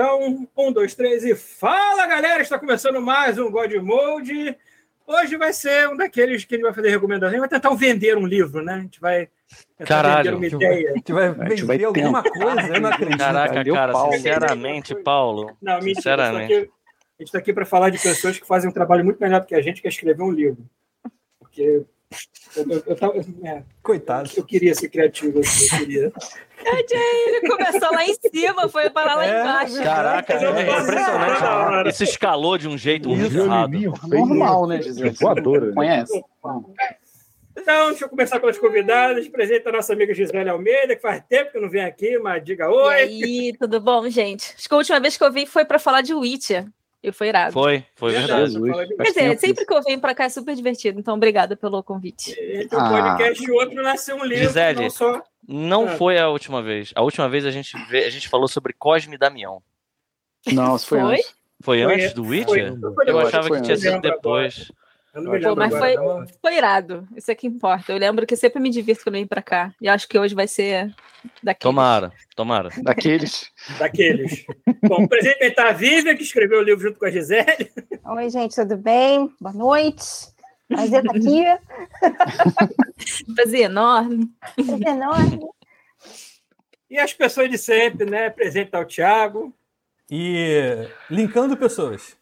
Então, um, dois, três e fala, galera! Está começando mais um God Mode. Hoje vai ser um daqueles que a gente vai fazer recomendação. A gente vai tentar vender um livro, né? A gente vai tentar Caralho, vender uma ideia. gente vai A gente vender vai alguma coisa, eu não acredito. Caraca, Deu cara, pau. sinceramente, Paulo. Não, mentira. A gente Sinceramente. está aqui, a gente tá aqui para falar de pessoas que fazem um trabalho muito melhor do que a gente, que é escrever um livro. Porque eu, eu, eu tava- é, Coitado. eu queria ser criativo. assim, Eu queria. Ele começou lá em cima, foi parar lá É, embaixo. Caraca, Eu não é faço nada impressionante. na hora. Isso escalou de um jeito muito errado. Violininho feio. Normal, né, Gisele? Voadora. Conhece? Então, deixa eu começar pelas convidadas. Apresenta a nossa amiga Gisele Almeida, que faz tempo que não vem aqui, mas diga E oi. aí, tudo bom, gente? Acho que a última vez que eu vim foi pra falar de Witcher. E foi irado. Foi, foi verdade. Jesus. Fala de- Quer Faz dizer, tempo é, sempre que eu venho pra cá é super divertido, então obrigada pelo convite. Entre um Ah. podcast e o outro nasceu um livro. Gisele. Não só... Não É. foi a última vez. A última vez a gente, vê- a gente falou sobre Cosme e Damião. Não, isso foi, Foi? antes. Foi Foi, antes do Foi, Witcher? não foi Eu depois, achava foi que tinha antes. sido Lembro agora. depois. eu não me Pô, lembro mas agora. foi- não. Foi irado, isso é que importa. Eu lembro que eu sempre me divirto quando eu vim pra cá. E acho que hoje vai ser daqui. Tomara, tomara. Daqueles. Daqueles. Bom, apresentar a Vivian, que escreveu o livro junto com a Gisele. Oi, gente, tudo bem? Boa noite. Prazer estar aqui. Prazer enorme. Prazer enorme. E as pessoas de sempre, né? Apresentar o Thiago. E linkando pessoas.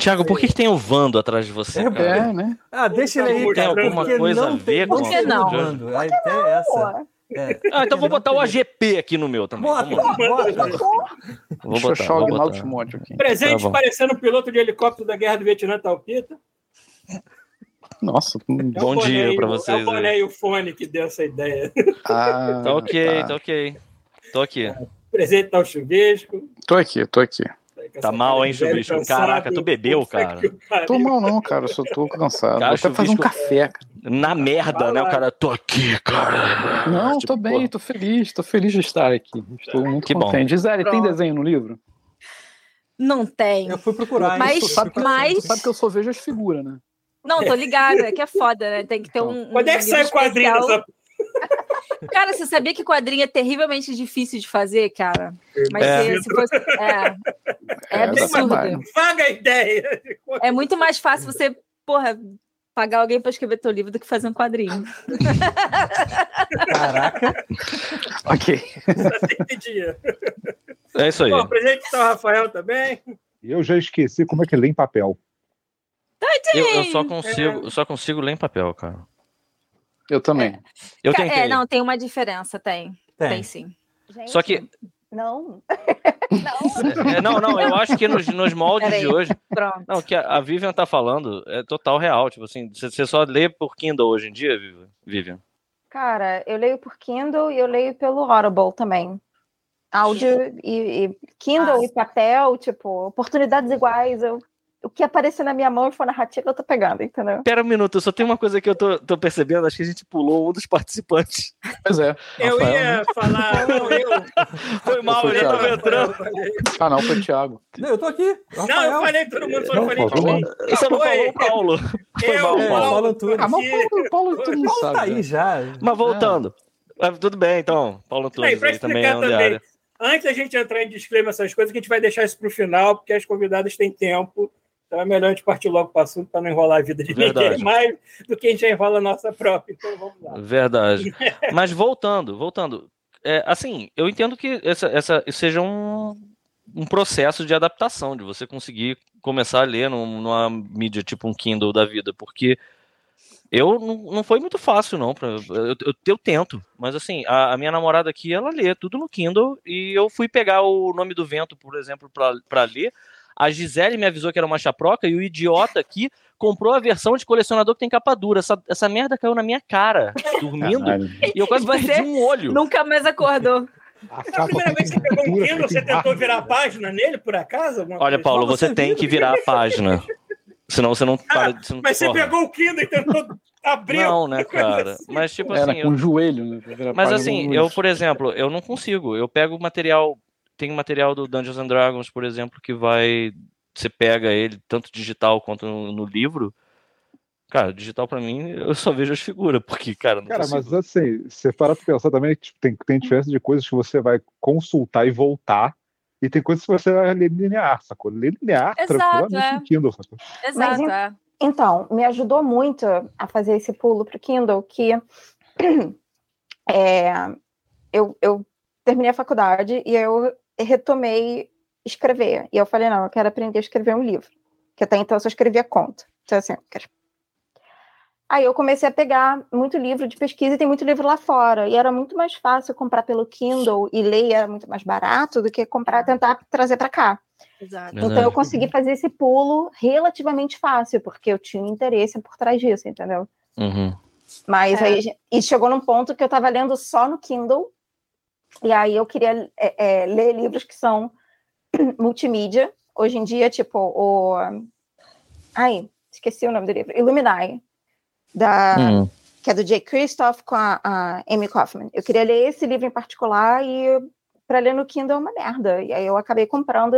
Tiago, por que, que tem o Vando atrás de você? É, cara? É, né? Ah, deixa ele aí, Tem cara, alguma porque coisa não a tem- ver não com tem o que não? Mando, A ideia é essa. Pô, É. Ah, então vou botar o AGP aqui no meu também. Bota, Vamos lá. bota. Vou Deixa eu botar, achar o vou Agnaldo botar. Timóteo aqui. Presente Tá bom. parecendo um piloto de helicóptero da Guerra do Vietnã, Talpita. Nossa. hum. É o Bom boné dia e pra o- É o vocês aí. boné e o fone que deu essa ideia. Ah, Tá ok, tá tá. ok. Tô aqui. Apresentar o Chuvisco. Tô aqui, tô aqui. Tá mal, hein, Chuvisco? Caraca, tu bebeu, cara. Tô mal não, cara. Eu só tô cansado. Cara, Vou até fazer um chuvisco- café. cara. Na merda, né? O cara, tô aqui, cara. Não, Tipo, tô bem, tô feliz. Tô feliz de estar aqui. Estou muito Que bom. contente. Gisele, tem Pronto. desenho no livro? Não tem. Eu fui procurar. Mas- isso, tu sabe, que eu- mas- tu sabe que eu só vejo as figuras, né? Não, tô ligada, que é foda, né? Tem que ter um. um Quando é que sai o livro quadrinho especial. dessa Cara, você sabia que quadrinho é terrivelmente difícil de fazer, cara? Mas É. se, se fosse. É, é dá trabalho. absurdo. vaga ideia? É muito mais fácil você, porra, pagar alguém pra escrever teu livro do que fazer um quadrinho. Caraca. Ok. Só tem que dia. É isso aí. Tá Bom, presente tá o Rafael também. Eu já esqueci como é que lê em papel. Eu, eu só consigo, eu só consigo ler em papel, cara. Eu também. Eu Ca- tentei. É, não, tem uma diferença, tem. Tem, Tem. sim. gente, Só que, Não. é, não, não, eu acho que nos, nos moldes Peraí. de hoje, Pronto. não, o que a a Vivian tá falando é total real, tipo assim, você- você só lê por Kindle hoje em dia, Vivian? Vivian. Cara, eu leio por Kindle e eu leio pelo Audible também. Áudio e, e Kindle Ah. e papel, tipo, oportunidades iguais. Eu, o que aparecer na minha mão e for narrativa, eu tô pegando, entendeu? Pera um minuto, só tem uma coisa que eu tô, tô percebendo, acho que a gente pulou um dos participantes. Pois é. Eu Rafael, né? ia falar, não, eu. Foi mal, eu já tava entrando. Ah, não, foi o Thiago. Não, eu tô aqui. Não, eu Rafael. falei todo mundo, só não Não, falei falou. ninguém. Você não falou o Paulo. Foi Eu, mal, É, Paulo. falam tudo. Ah, mas o Paulo, o Paulo todo mundo Paulo tá sabe. né? aí já. Mas voltando. Ah, tudo bem, então. Paulo Aí, Antunes pra aí também é explicar um da também. área. Antes da gente entrar em disclaimer essas coisas, que a gente vai deixar isso para o final, porque as convidadas têm tempo. Então é melhor a gente partir logo para o assunto para não enrolar a vida de ninguém Verdade. mais do que a gente já enrola a nossa própria. Então vamos lá. Verdade. Mas voltando, voltando. É, assim, eu entendo que essa, essa isso seja um, um processo de adaptação, de você conseguir começar a ler num- numa mídia tipo um Kindle da vida, porque eu não, não foi muito fácil, não. Pra, eu, eu, eu tento, mas assim, a, a minha namorada aqui, ela lê tudo no Kindle, e eu fui pegar o Nome do Vento, por exemplo, pra pra ler. A Gisele me avisou que era uma chaproca, e o idiota aqui comprou a versão de colecionador que tem capa dura. Essa, essa merda caiu na minha cara, dormindo. Caralho. E eu quase Você perdi um olho. Nunca mais acordou. Então, A primeira vez que você pegou um Kindle, você tentou virar a página nele, por acaso? Alguma Olha, coisa? Paulo, Mas você você tem viu? que virar a página. Senão você não para. Você não Mas você porra. pegou o Kindle e tentou abrir. Não, né, coisa cara? assim. Mas tipo Era assim. com eu- o joelho, né? Era Mas pago assim, um no- eu, por exemplo, eu não consigo. Eu pego o material. Tem material do Dungeons and Dragons, por exemplo, que vai. Você pega ele, tanto digital quanto no, no livro. Cara, digital pra mim, eu só vejo as figuras, porque, cara, não Cara, mas consigo. assim, você para pra pensar também, tipo, tem, tem diferença de coisas que você vai consultar e voltar, E tem coisas que você vai ler linear, sacou? Ler linear, Exato, tranquilamente é. no Kindle, sacou? Exato, em- é. Então, me ajudou muito a fazer esse pulo para o Kindle, que é, eu, eu terminei a faculdade e eu retomei escrever. E eu falei, não, eu quero aprender a escrever um livro. Que até então eu só escrevia conto. Então, assim, eu quero... Aí eu comecei a pegar muito livro de pesquisa e tem muito livro lá fora. E era muito mais fácil comprar pelo Kindle e ler, e era muito mais barato do que comprar, tentar trazer para cá. Exato. Verdade. Então eu consegui fazer esse pulo relativamente fácil, porque eu tinha um interesse por trás disso, entendeu? Uhum. Mas É. aí e chegou num ponto que eu estava lendo só no Kindle, e aí eu queria é, é, ler livros que são multimídia. Hoje em dia, tipo, o. Ai, esqueci o nome do livro. Illuminai, da, Uhum. Ah. que é do Jay Kristoff com a, a Amy Kaufman. Eu queria ler esse livro em particular e para ler no Kindle é uma merda. E aí eu acabei comprando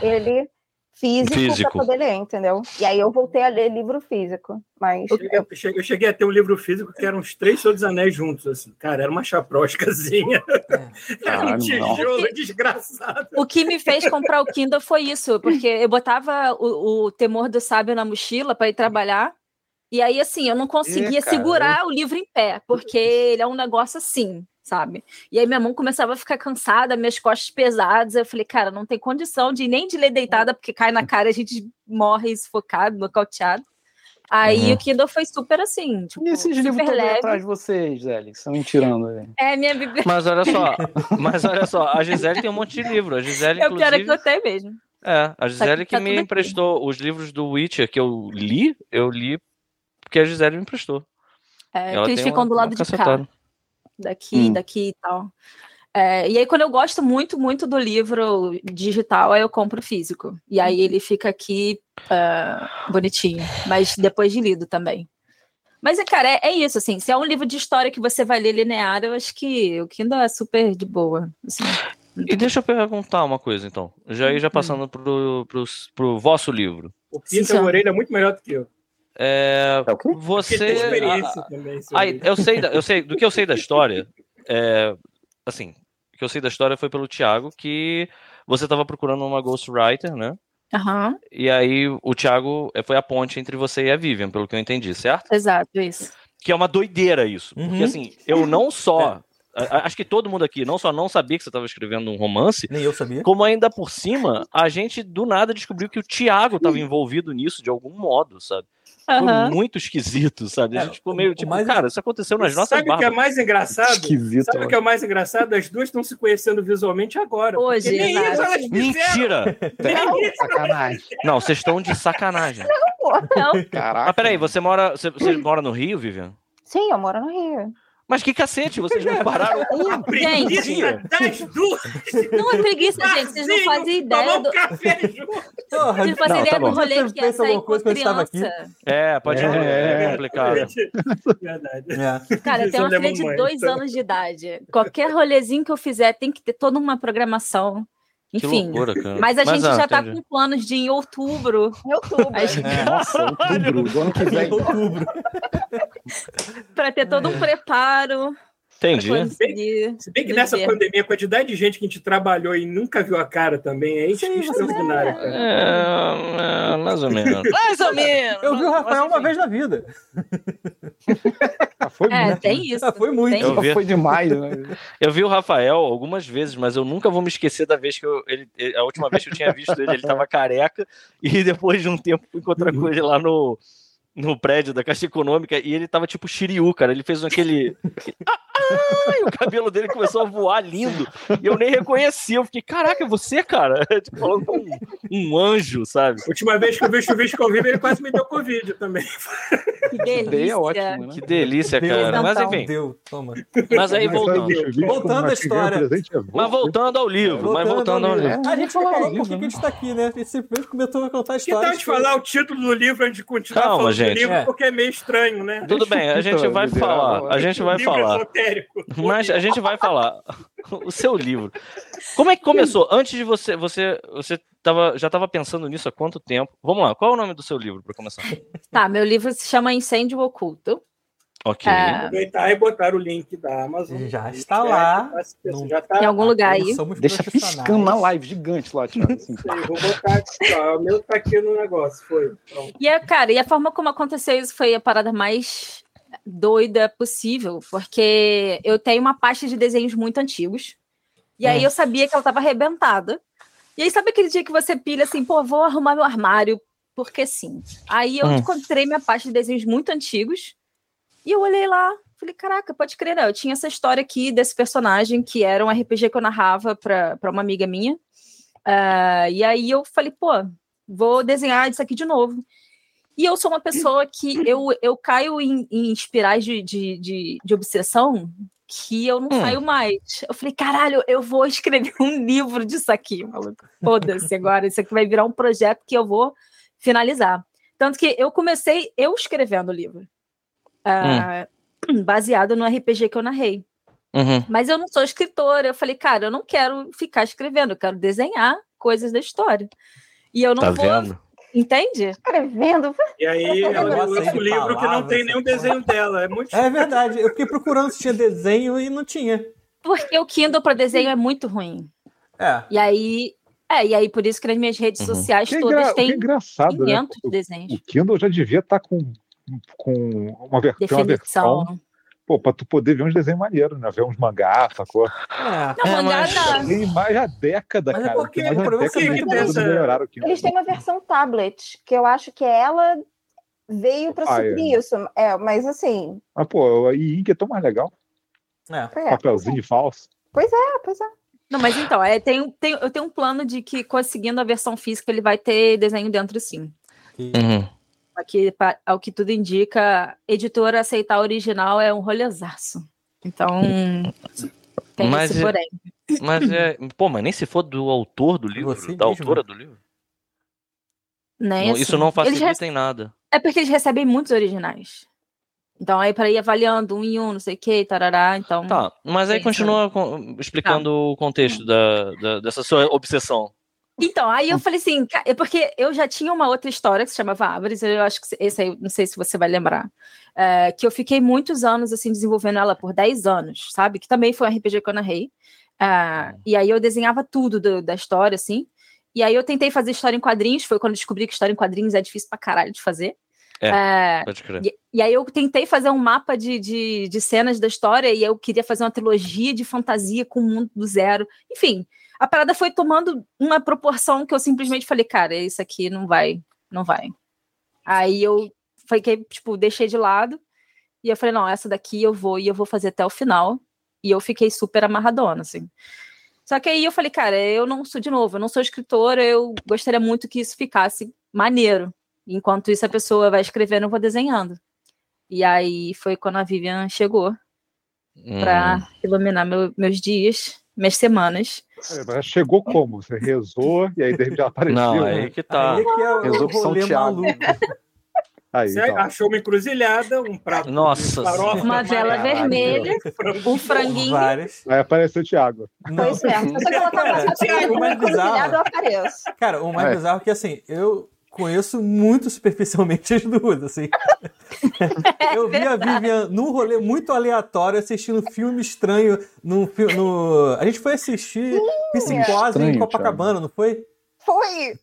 ele físico Físico. para poder ler, entendeu? E aí eu voltei a ler livro físico, mas Eu cheguei- eu cheguei, eu cheguei a ter um livro físico que eram os três Senhor dos Anéis juntos, assim. Cara, era uma chaproscazinha. Era um É. Caralho, não. tijolo desgraçado. O que me fez comprar o Kindle foi isso, porque eu botava o, o Temor do Sábio na mochila para ir trabalhar. E aí, assim, eu não conseguia É, cara. segurar o livro em pé, porque ele é um negócio assim, sabe? E aí minha mão começava a ficar cansada, minhas costas pesadas. Eu falei, cara, não tem condição de nem de ler deitada, porque cai na cara e a gente morre sufocado, nocauteado. Aí Uhum. o Kindle foi super assim, tipo, E esses livros é super estão leve. atrás de vocês, Tá Zélix? Estão me tirando aí. É, minha biblioteca. Mas olha só, mas olha só, a Gisele tem um monte de livro. A Gisele, É o pior é que inclusive. eu tenho mesmo. É, a aqui Gisele que tá me tudo aqui. emprestou os livros do Witcher que eu li, eu li porque a Gisele me emprestou. É, Ela que eles tem ficam uma- do lado uma de cá. cacetada. daqui, Hum. daqui e tal. É, e aí, quando eu gosto muito, muito do livro digital, aí eu compro físico. E aí ele Uhum. fica aqui ah, bonitinho, mas depois de lido também. Mas, é, cara, é, é isso, assim, se é um livro de história que você vai ler linear, eu acho que o Kindle é super de boa. assim. E deixa eu perguntar uma coisa, então. Já Hum. já passando pro, pro, pro vosso livro. O Sim, Peter sim. Moreira é muito melhor do que eu. É, É o quê? Porque tem você. experiência também. sobre Ah, isso. eu sei, da- eu sei, do que eu sei da história, é, assim, o que eu sei da história foi pelo Thiago que você estava procurando uma ghostwriter, né? Aham, E aí o Thiago é, foi a ponte entre você e a Vivian, pelo que eu entendi, certo? exato, isso. Que é uma doideira isso, Uhum. porque assim, eu não só, a- a- acho que todo mundo aqui não só não sabia que você estava escrevendo um romance, Nem eu sabia. como ainda por cima, a gente do nada descobriu que o Thiago estava envolvido nisso de algum modo, sabe? Uhum. Aham. Foi muito esquisito, sabe? A É, gente ficou o- meio o tipo, mais- cara, isso aconteceu nas nossas Sabe o que é barbas. mais engraçado? Esquisito. Sabe o que é o mais engraçado? As duas estão se conhecendo visualmente agora. Hoje, porque nem exato. é assim, isso elas fizeram. Mentira! Nem isso. Sacanagem. Não, vocês estão de sacanagem. Não, Caraca. Mas peraí, você mora, você, você mora no Rio, Vivian? sim, eu moro no Rio. Mas que cacete, vocês é. não pararam um Preguiça dia. das duas. não é preguiça, gente, vocês Barzinho, não fazem tá Tomar ideia um do... café junto. Porra, Vocês não fazem um Não, ideia tá do bom. rolê Você que é fez sair alguma com coisa quando eu estava criança. aqui? É, pode crer, é, É. complicado. Verdade. É. Cara, eu Isso tenho uma leva filha de muito. dois anos de idade. Qualquer rolezinho que eu fizer tem que ter toda uma programação. Que Enfim. loucura, cara. Mas a gente ah, já tá entendi. com planos de ir em outubro Em outubro. É. Nossa, outubro do ano que Em vem. outubro. pra ter todo um preparo. É. pra Entendi. conseguir. Se bem que nessa Viver. pandemia, a quantidade de gente que a gente trabalhou e nunca viu a cara também é Sim, você- extraordinária. É, cara. é, mais ou menos. Mais ou menos! Eu vi o Rafael Mas, uma enfim. vez na vida. Ah, foi É, muito. tem isso. Ah, foi muito. Tem Eu isso. vi. Foi demais, né? Eu vi o Rafael algumas vezes, mas eu nunca vou me esquecer da vez que eu. Ele, ele- a última vez que eu tinha visto ele, ele tava careca, e depois de um tempo fui encontrar com ele lá no, no prédio da Caixa Econômica, e ele tava tipo Shiryu, cara. Ele fez aquele. aquele- Ah, ah, e o cabelo dele começou a voar lindo, e eu nem reconheci. Eu fiquei, caraca, é você, cara? Tipo, falando com um, um anjo, sabe? A Última vez que eu vi o chuvisco ao vivo, ele quase me deu Covid também. Que Ideia delícia. é ótimo, né? Que delícia, cara. é Mas enfim, Deu, toma. mas aí Mas sabe, voltando. bicho, bicho, Voltando como à é que ganha história. presente é bom. Mas voltando ao livro, mas voltando ao livro. A gente falou por que Vamos que falar a gente tá aqui, né? Ele simplesmente começou a tipo, contar Que tal histórias. te falar o título do livro antes de continuar Calma, falando gente. do livro, É. porque é meio estranho, né? Tudo bem, a gente vai falar. A gente vai Livro é falar. esotérico. Mas a gente vai falar. O seu livro. Como é que começou? Antes de você. Você, você tava, já estava pensando nisso há quanto tempo? Vamos lá, qual é o nome do seu livro para começar? Tá, meu livro se chama Incêndio Oculto. Ok. É. Aproveitar e botar o link da Amazon. é. Já está lá. Você Não- Já tá está. Em algum lugar aí. Somos Deixa profissionais. piscando na live, gigante lá, Thiago. assim. Eu Vou botar aqui, ó. O meu tá aqui no negócio. Foi. Pronto. E, a- cara, e a forma como aconteceu isso foi a parada mais doida possível, porque eu tenho uma pasta de desenhos muito antigos, e aí eu sabia que ela estava arrebentada. E aí, sabe aquele dia que você pilha assim, pô, vou arrumar meu armário, porque sim. Aí eu Hum. encontrei minha pasta de desenhos muito antigos, e eu olhei lá, falei, caraca, pode crer, não. Eu tinha essa história aqui desse personagem, que era um RPG que eu narrava pra, pra uma amiga minha. Ah, e aí eu falei, pô, vou desenhar isso aqui de novo. E eu sou uma pessoa que eu, eu caio em, em espirais de, de, de, de obsessão que eu não Hum. saio mais. Eu falei, caralho, eu vou escrever um livro disso aqui, maluco. Foda-se agora, isso aqui vai virar um projeto que eu vou finalizar. Tanto que eu comecei eu escrevendo o Hum. livro. Ah, Baseado no RPG que eu narrei. Uhum. Mas eu não sou escritora. Eu falei, cara, eu não quero ficar escrevendo, eu quero desenhar coisas da história. E eu não Tá vou. vendo? Entende? Escrevendo. E aí Eu ela gosto lança de um livro que não palavras, tem nenhum essa desenho dela. É muito É verdade. Eu fiquei procurando se tinha desenho e não tinha. Porque o Kindle para desenho é muito ruim. É. E aí, é, e aí por isso que nas minhas redes Uhum. sociais Que, engra- todas que têm engraçado, né? 500 desenhos. O Kindle já devia estar com, com uma, ver- tem uma versão. Definição. Pô, pra tu poder ver uns desenhos maneiros, né? Ver uns mangá, sacou? Ah, É. Não, É, mangá mas- dá. Tem mais a década, Mas é cara. porque Tem mais o uma problema é década que que tem eles essa- melhoraram né? o Kindle. Eles têm uma versão tablet, que eu acho que ela veio pra Ah, é. suprir isso. É, mas assim. Mas, pô, a e-ink é tão mais legal. É. É, Papelzinho falso. é, pois é. Não, mas então, é, tem, um- tem- eu tenho um plano de que conseguindo a versão física ele vai ter desenho dentro sim. Uhum. Aqui, pa- ao que tudo indica, editora aceitar o original é um rolezaço. Então, tem Mas esse é- porém. Mas é. Pô, mas nem se for do autor do livro, Você da mesmo. autora do livro. né, Não- assim, isso não eles facilita re- em nada. É porque eles recebem muitos originais. Então, aí para ir avaliando um em um, não sei o que, tarará. Então, Tá, mas aí Sim, continua com- explicando o contexto da, da- dessa sua obsessão. Então, aí eu falei assim, ca- é porque eu já tinha uma outra história que se chamava Abres, eu acho que se- esse aí, não sei se você vai lembrar, é, que eu fiquei muitos anos, assim, desenvolvendo ela por 10 anos, sabe? Que também foi um RPG que eu narrei. Ah, E aí eu desenhava tudo do- da história, assim. E aí eu tentei fazer história em quadrinhos, foi quando eu descobri que história em quadrinhos é difícil pra caralho de fazer. É. É, Pode crer. e, e aí eu tentei fazer um mapa de, de, de cenas da história e eu queria fazer uma trilogia de fantasia com o mundo do zero. Enfim, a parada foi tomando uma proporção que eu simplesmente falei, cara, isso aqui não vai, não vai. Aí eu fiquei, tipo, deixei de lado e eu falei, não, essa daqui eu vou e eu vou fazer até o final. E eu fiquei super amarradona, assim. Só que aí eu falei, cara, eu não sou, de novo, eu não sou escritora, eu gostaria muito que isso ficasse maneiro. Enquanto isso, a pessoa vai escrevendo, eu vou desenhando. E aí foi quando a Vivian chegou Hum. pra iluminar meu- meus dias, minhas semanas. É, mas chegou como? Você rezou e aí de repente ela apareceu. Não, né? aí que tá. Aí que é o Resolve São rolê Thiago. maluco. Aí, Você então. achou uma encruzilhada, um prato Nossa de farofa, Senhora. Uma vela amarelo, vermelha, frango. um franguinho. Várias. Aí apareceu o Thiago. Não, Foi certo. Só que ela Cara, Thiago, tava passando por mas uma encruzilhada, bizarro. eu apareço. Cara, o mais É. bizarro é que assim, eu conheço muito superficialmente as duas, assim. É eu vi a Vivian num rolê muito aleatório, assistindo um filme estranho num fi- no... A gente foi assistir Psicose Estranho, em Copacabana, não foi? Foi!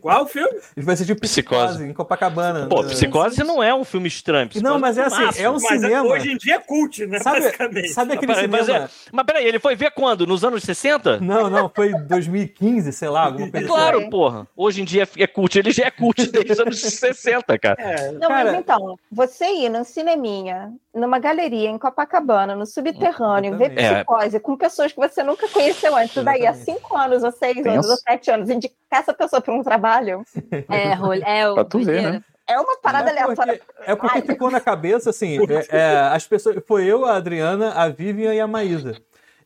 Qual filme? A gente foi assistir Psicose, Psicose. em Copacabana. Pô, né? Psicose não é um filme estranho. Psicose Não, mas é assim, filmaço. é um Mas cinema. hoje em dia é cult, né? Sabe- basicamente. Sabe aquele Mas é- peraí, cinema? Mas peraí, ele foi ver quando? Nos anos 60? Não, não, foi 2015, sei lá, alguma coisa assim. É Claro, porra. Hoje em dia é cult. Ele já é cult desde os anos 60, cara. É, Não, Cara- mas então, você ir num cineminha, numa galeria em Copacabana, no subterrâneo, ver Exatamente. É. psicose com pessoas que você nunca conheceu antes, daí há Exatamente. cinco anos, ou seis Tenso. anos, ou sete anos, indicar essa pessoa para um trabalho É, rolê, é o Pra tu ver, né? doideira. é uma parada é porque, aleatória. é porque ficou na cabeça, assim, é- é, as pessoas. Foi eu, a Adriana, a Vivian e a Maísa.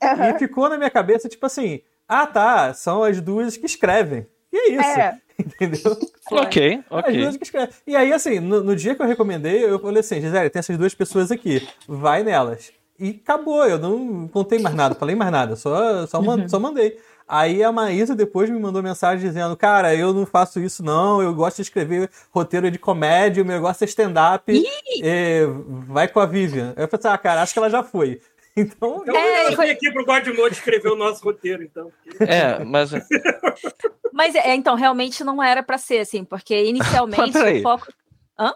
E ficou na minha cabeça, tipo assim, ah tá, são as duas que escrevem. E é isso, É. entendeu? Foi. Ok, As ok. duas que escrevem. E aí, assim, no, no dia que eu recomendei, eu falei assim, Gisele, tem essas duas pessoas aqui, vai nelas. E acabou, eu não contei mais nada, falei mais nada, só, só, man- só mandei. Aí a Maísa depois me mandou mensagem dizendo: Cara, eu não faço isso, não. Eu gosto de escrever roteiro de comédia, o meu negócio é stand-up. É, vai com a Vivian. Aí Eu pensei, ah, cara, acho que ela já foi. Então, Então É, eu foi- vim aqui pro Godmode escrever o nosso roteiro, então. É, mas. Mas é, então, realmente não era pra ser assim, porque inicialmente peraí. o foco. ah,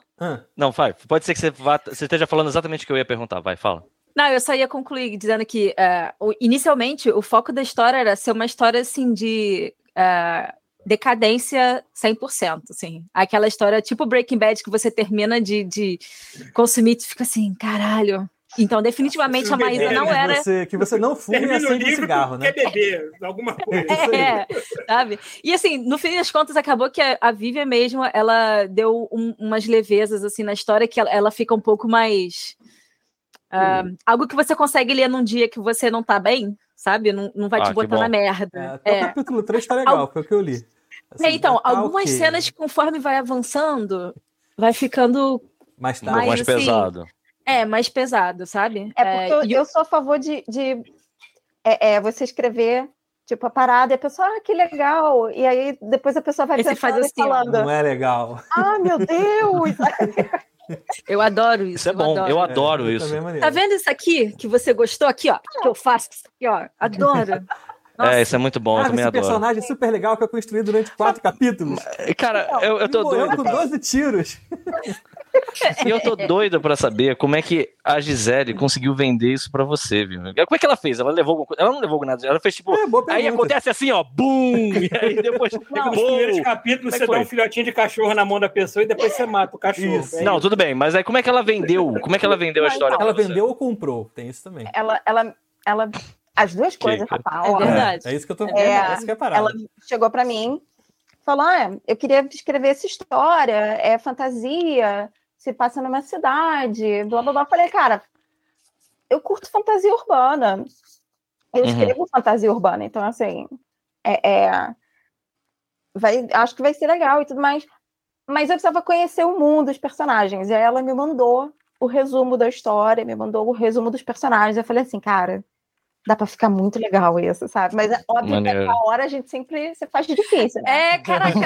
Não, vai. Pode ser que você, vá, você esteja falando exatamente o que eu ia perguntar. Vai, fala. Não, eu só ia concluir dizendo que eh, o- inicialmente o foco da história era ser uma história assim de eh, decadência 100%, assim. Aquela história tipo Breaking Bad que você termina de, de consumir e fica assim, caralho. Então, definitivamente a Maísa não É, que era Você, que você não fume e Termina o acende um livro cigarro, né? quer beber alguma coisa. Isso aí. É, sabe? E assim, no fim das contas, acabou que a, a Vivian mesmo, ela deu um- umas levezas assim na história que ela, ela fica um pouco mais. ah, Algo que você consegue ler num dia que você não tá bem, sabe? Não, não vai Ah, te que botar na bom. merda. É, até É. o capítulo 3 tá legal, foi o que eu li. É, então, tá algumas ok. cenas, conforme vai avançando, vai ficando Mas tá. Um pouco mais assim, pesado. é, mais pesado, sabe? É porque eu- e eu, sou a favor de, de- é, é, você escrever, tipo, a parada, e a pessoa, ah, que legal. E aí depois a pessoa vai Aí você pensando faz e assim, ó. falando, Não é legal. ah, meu Deus! eu adoro isso. Isso é bom. Eu adoro É, isso. também é maneiro. Tá vendo isso aqui que você gostou aqui, ó? Que eu faço isso aqui, ó. Adoro. É, isso é muito bom. eu Ah, também esse adoro. personagem super legal que eu construí durante quatro capítulos. Cara, eu, eu tô e morreu doido. com 12 tiros. E eu tô doido pra saber como é que a Gisele conseguiu vender isso pra você, viu? Como é que ela fez? Ela levou alguma coisa? Ela não levou nada. Ela fez tipo. É, boa Aí pergunta. acontece assim, ó, bum! E aí depois. Nos primeiros bum! capítulos, Como é você dá que foi? um filhotinho de cachorro na mão da pessoa e depois você mata o cachorro. Isso. É Não, tudo bem, mas aí como é que ela vendeu? Como é que ela vendeu a Não, história? então, pra Ela você? vendeu ou comprou? Tem isso também. ela, ela, ela, as duas coisas, cara. rapaz. É ó. verdade. É, é isso que eu tô vendo. É, É, isso que é parado. ela chegou pra mim, falou, ah, eu queria escrever essa história, é fantasia, se passa numa cidade, blá, blá, blá. Eu Falei, cara, eu curto fantasia urbana. Eu Uhum. escrevo fantasia urbana, então, assim, é... é- vai, acho que vai ser legal e tudo mais. Mas eu precisava conhecer o mundo, os personagens. E aí ela me mandou o resumo da história, me mandou o resumo dos personagens. Eu falei assim, cara, dá pra ficar muito legal isso, sabe? Mas é óbvio Maneiro. que a hora a gente sempre se faz difícil, né? É, caraca.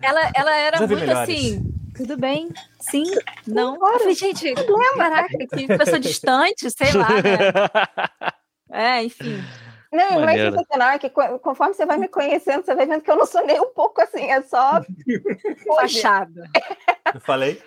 ela, ela era Já vi muito melhores. assim. Tudo bem? Sim? Não? Claro. Eu falei, gente, caraca, que pessoa distante, sei lá. Né? É, enfim. não, não é maneiro. sensacional, é que co- conforme você vai me conhecendo, você vai vendo que eu não sou nem um pouco assim, é só. Poxa, Fachada. Eu falei.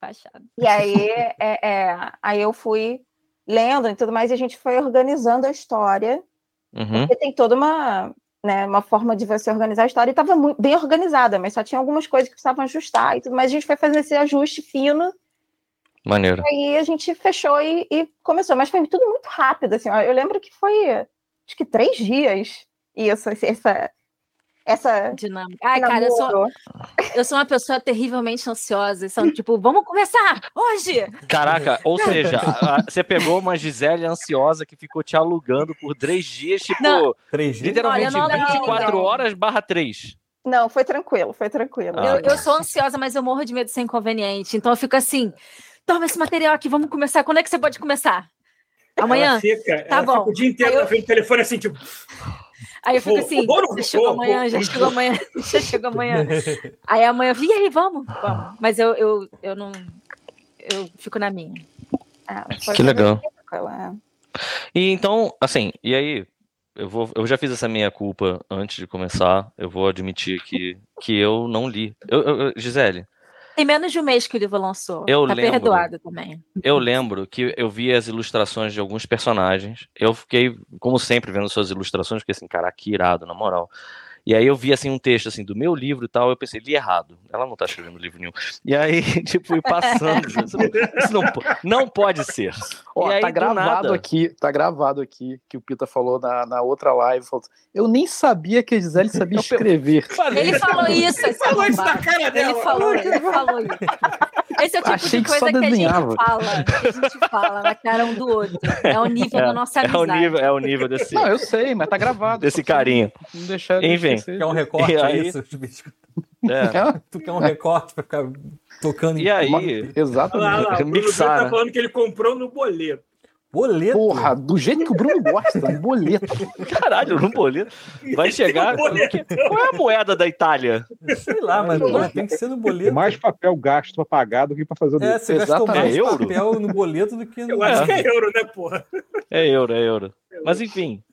Fachada. E aí, é, é, aí eu fui lendo e tudo mais, e a gente foi organizando a história, Uhum. porque tem toda uma, né, uma forma de você organizar a história, e estava bem organizada, mas só tinha algumas coisas que precisavam ajustar e tudo mais. A gente foi fazendo esse ajuste fino, Maneiro. e aí a gente fechou e, e começou, mas foi tudo muito rápido, assim, ó. eu lembro que foi, acho que três dias, isso, esse- essa... essa Dinâmica. Ai, cara, eu sou, namoro. eu sou uma pessoa terrivelmente ansiosa. São tipo, vamos começar hoje! Caraca, ou seja, a- a- você pegou uma Gisele ansiosa que ficou te alugando por três dias, tipo, Não. Três dias. literalmente Olha, não, não, 24 não. horas barra 3. Não, foi tranquilo, foi tranquilo. Ah, Eu, tá. eu sou ansiosa, mas eu morro de medo de ser inconveniente. Então eu fico assim: toma esse material aqui, vamos começar. Quando é que você pode começar? Amanhã? Ela fica, Tá ela bom. fica o dia inteiro Aí eu- na frente do telefone assim, tipo, Aí eu fico Vou, assim, vou, não já chegou vou, amanhã, vou, já não chegou amanhã, já chegou amanhã. Aí amanhã eu vi, e aí, vamos, vamos. Mas eu, eu, eu não. Eu fico na minha. Ah, foi Que legal. tranquilo, é. E então, assim, e aí, eu, vou, eu já fiz essa minha culpa antes de começar. Eu vou admitir que, que eu não li. Eu, eu- eu- Gisele, Tem menos de um mês que o livro lançou. Eu tá lembro. perdoado também. eu lembro que eu vi as ilustrações de alguns personagens. Eu fiquei, como sempre, vendo suas ilustrações, fiquei assim, caraca, que irado, na moral. E aí eu vi assim um texto assim do meu livro e tal, eu pensei, li errado. Ela não tá escrevendo livro nenhum. E aí, tipo, fui passando. Isso não, isso não po- não pode ser. Ó, E aí, tá do gravado nada- aqui, tá gravado aqui que o Pita falou na, na outra live. falou assim, eu nem sabia que a Gisele sabia escrever. Falei, Ele falou isso, esse falou isso na arrombado. cara dela. Ele falou, ele falou isso. Esse é o tipo Achei de que só coisa que, a desenhava. gente fala. Que a gente fala na cara um do outro. É o nível da nossa É o amizade. nível, é o nível desse, Não, eu sei, mas tá gravado. desse Só carinho. pra Não deixar Enfim. Quer um recorte? E aí? É isso? Bisco? É. Tu quer um recorte pra ficar tocando em- E aí, Exatamente. Olha lá, olha lá, o Bruno Júnior Mixar, tá né? falando que ele comprou no boleto. Boleto. Porra, do jeito que o Bruno gosta, um boleto. Caralho, no boleto. um Vai chegar. Qual é a moeda da Itália? Sei lá, mas porra, tem que ser no boleto. Mais papel gasto para pagar do que para fazer É, doce. você gastou Exatamente. mais É euro? papel no boleto do que no. Eu acho que é euro, né, porra? É euro, é euro. Mas enfim.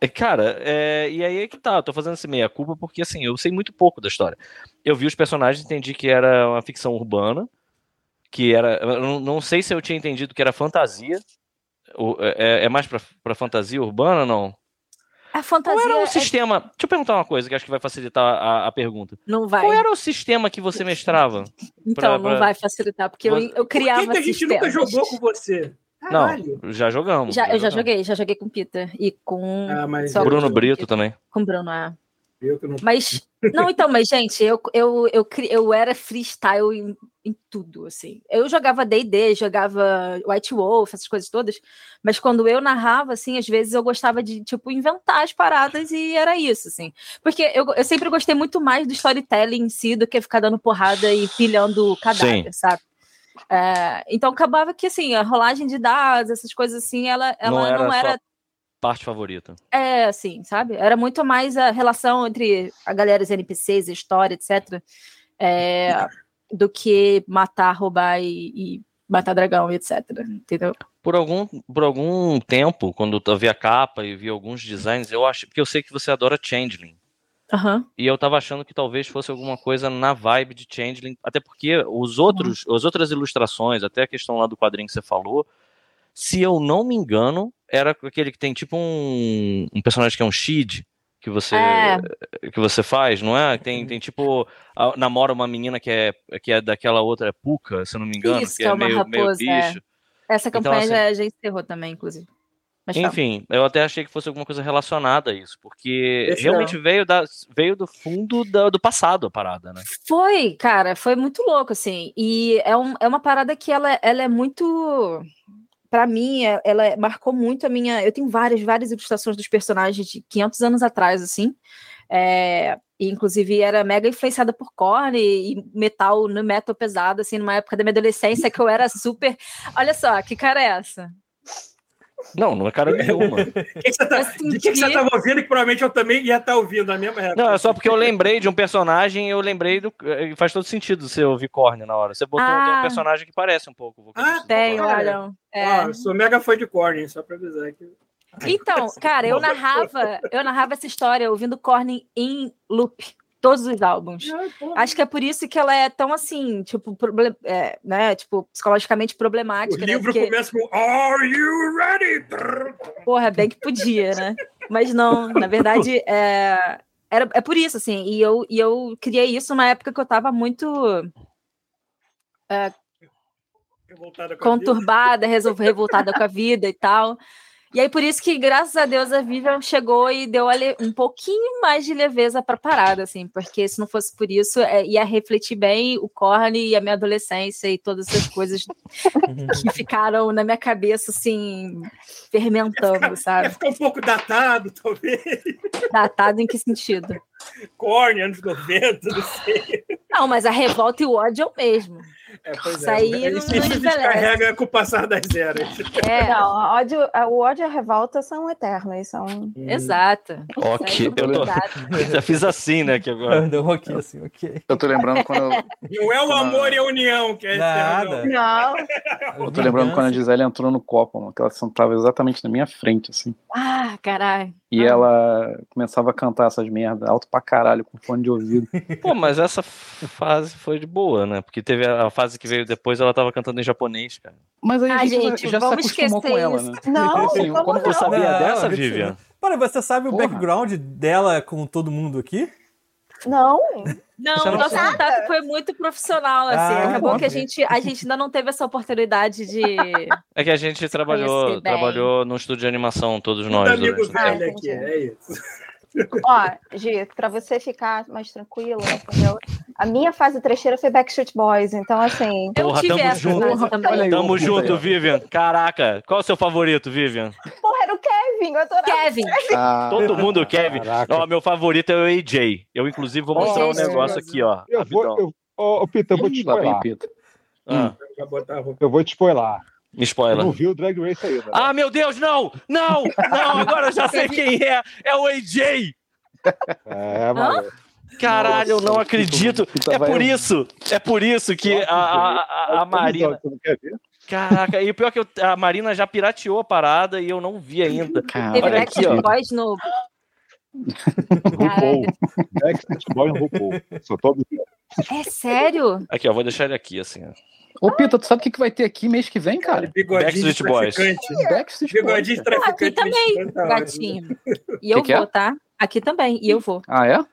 É, Cara, é, e aí é que tá, eu tô fazendo esse meia-culpa porque assim, eu sei muito pouco da história. Eu vi os personagens, entendi que era uma ficção urbana, que era. eu não, não sei se eu tinha entendido que era fantasia. Ou, é, é mais pra, pra fantasia urbana, não? A fantasia Qual era é- o sistema. Deixa eu perguntar uma coisa que acho que vai facilitar a, a pergunta. não vai. Qual era o sistema que você mestrava? então, pra- não pra- vai facilitar, porque eu, Você- eu criava Por que, que a gente nunca sistemas. jogou com você? Caralho. Já jogamos. Já, eu já jogamos. joguei, já joguei com Peter e com, Ah, mas Só- Bruno Eu- Brito também. com Bruno. é. eu que não Mas, não, então, mas, gente, eu, eu, eu, cri- eu era freestyle em, em tudo, assim. Eu jogava D&D, jogava White Wolf, essas coisas todas, mas quando eu narrava, assim, às vezes eu gostava de, tipo, inventar as paradas e era isso, assim. Porque eu, eu sempre gostei muito mais do storytelling em si do que ficar dando porrada e pilhando cadáver, sabe? É, então acabava que assim a rolagem de dados essas coisas assim ela, ela não era, não era a sua parte favorita. é, assim, sabe? Era muito mais a relação entre a galera, os NPCs, a história, etc. é, do que matar, roubar e, e matar dragão, etc. Entendeu? Por algum, por algum tempo, quando eu vi a capa e vi alguns designs, eu acho. Porque eu sei que você adora Changeling. Aham. E eu tava achando que talvez fosse alguma coisa na vibe de Changeling. Até porque Uhum. os outros, as outras ilustrações, até a questão lá do quadrinho que você falou, se eu não me engano, era aquele que tem tipo um, um personagem que é um Shid. Que você, É. que você faz, não é? Tem, Uhum. tem tipo, a- namora uma menina que é, que é daquela outra, é Puka, se eu não me engano, Isso, que que é, é uma meio, meio raposa, é. bicho. Essa Então, campanha assim- já, já encerrou também, inclusive. Mas tá. Enfim, eu até achei que fosse alguma coisa relacionada a isso, porque Esse realmente veio, da, veio do fundo da- do passado a parada, né? Foi, cara, foi muito louco, assim. E é, um- é uma parada que ela, ela é muito. Pra mim, é- ela é- marcou muito a minha. Eu tenho várias, várias ilustrações dos personagens de 500 anos atrás, assim. É, e, inclusive, era mega influenciada por corne e metal, no metal pesado, assim, numa época da minha adolescência que eu era super. Olha só, que cara é essa? Não, não é cara nenhuma. O que que você tá- Eu De que, que você senti- estava ouvindo que provavelmente eu também ia estar ouvindo a mesma época? Não, é só porque eu lembrei de um personagem eu lembrei do. eh, Faz todo sentido você ouvir corne na hora. Você botou tem um Ah. personagem que parece um pouco. o vocalista Ah, do Tem, Korn. Olha. olha. Ó, É. eu sou mega fã de Corny, só pra avisar aqui. Então, cara, eu narrava, eu narrava essa história ouvindo corne em loop, todos os álbuns. Acho que é por isso que ela é tão assim, tipo, proble- é, né? Tipo, psicologicamente O problemática, né? livro Porque, começa com Are you ready? Trrr. porra, bem que podia, né? Mas não, na verdade, é, era, é por isso, assim, e eu, e eu criei isso numa época que eu tava muito Revoltada com a vida. conturbada, resol- revoltada com a vida e tal. E aí, por isso que, graças a Deus, a Vivian chegou e deu a le- um pouquinho mais de leveza pra parada, assim, porque se não fosse por isso, é, ia refletir bem o Corne e a minha adolescência e todas essas coisas que ficaram na minha cabeça, assim, fermentando, Ia sabe? ficar um pouco datado, talvez. Datado em que sentido? Corny, anos 90, não sei. Não, mas a revolta e o ódio é o mesmo. É, pois Isso aí é. não- Isso não se envelhece. descarrega com o passar das eras. É, Não, a ódio, a- o ódio e a revolta são eternos, são. Hum. exato. Ok, eu tô- Exato. já fiz assim, né? Que agora. Deu rock assim, ok. Eu tô lembrando quando eu, Não é o amor e a união que é Nada. eterno. Não. eu tô lembrando quando a Gisele entrou no copo, mano, que ela sentava exatamente na minha frente, assim. Ah, caralho. E Ah. ela começava a cantar essas merdas alto pra caralho, com fone de ouvido. Pô, mas essa f- fase foi de boa, né? Porque teve a a fase que veio depois, ela tava cantando em japonês, cara. Mas aí a Ah, gente, já- gente, já, vamos se acostumou com esquecer ela, isso. né? Não, Assim, como quando não? Eu sabia Não, dessa, absurdo. Vivian? Para, você sabe Porra. o background dela com todo mundo aqui? Não. Não, Você o não nosso sabe? contato foi muito profissional, assim. Ah, Acabou bom. que a gente, a gente ainda não teve essa oportunidade de. É que a gente conhecer trabalhou, bem. trabalhou num estúdio de animação, todos Muito nós. né? amigo durante- um Ah, velho aqui, entendi. é isso. Ó, Gi, pra você ficar mais tranquila, entendeu? A minha fase trecheira foi Backstreet Boys, então assim. Eu Porra, tive tamo essa junto. fase Olha também. aí. Tamo Puta aí, junto, ó. Vivian. Caraca, qual é o seu favorito, Vivian? Porra, era o Kevin, eu adorava. Kevin, Ah, Todo mundo, Kevin. Caraca. Ó, meu favorito é o AJ. Eu, inclusive, vou É mostrar um AJ, negócio Jesus. aqui, ó. Eu vou, rapidão. eu, ô, ô, Pita, eu vou te lá vem spoiler. Pita. Ah, Já botava Eu vou te spoiler. Spoiler. Uh. Não viu o Drag Race né? ainda. Ah, meu Deus, não! Não! Não, agora eu já sei quem é! É o AJ! É, maluco. Caralho, eu não Nossa, acredito! que tu- É tu vai- por isso! É por isso que a, a, um a- a Marina. Tu não quer ver? Caraca, e o pior é que eu- a Marina já pirateou a parada e eu não vi ainda. Caralho, Teve Olha Backstreet aqui, ó. Boys no. RuPaul. Backstreet Boy no RuPaul. Só tô brincando. É sério? Aqui, ó, vou deixar ele aqui, assim. ó. Ô, Pita, tu sabe o que, que vai ter aqui mês que vem, cara? Bigodinho de Backstreet Boys. traficante. Backstreet Boys, Bigodinho de cara. traficante. Aqui também, mexicano tá ótimo. Gatinho. E eu Que que é? vou, tá? Aqui também, e eu vou. Ah, é?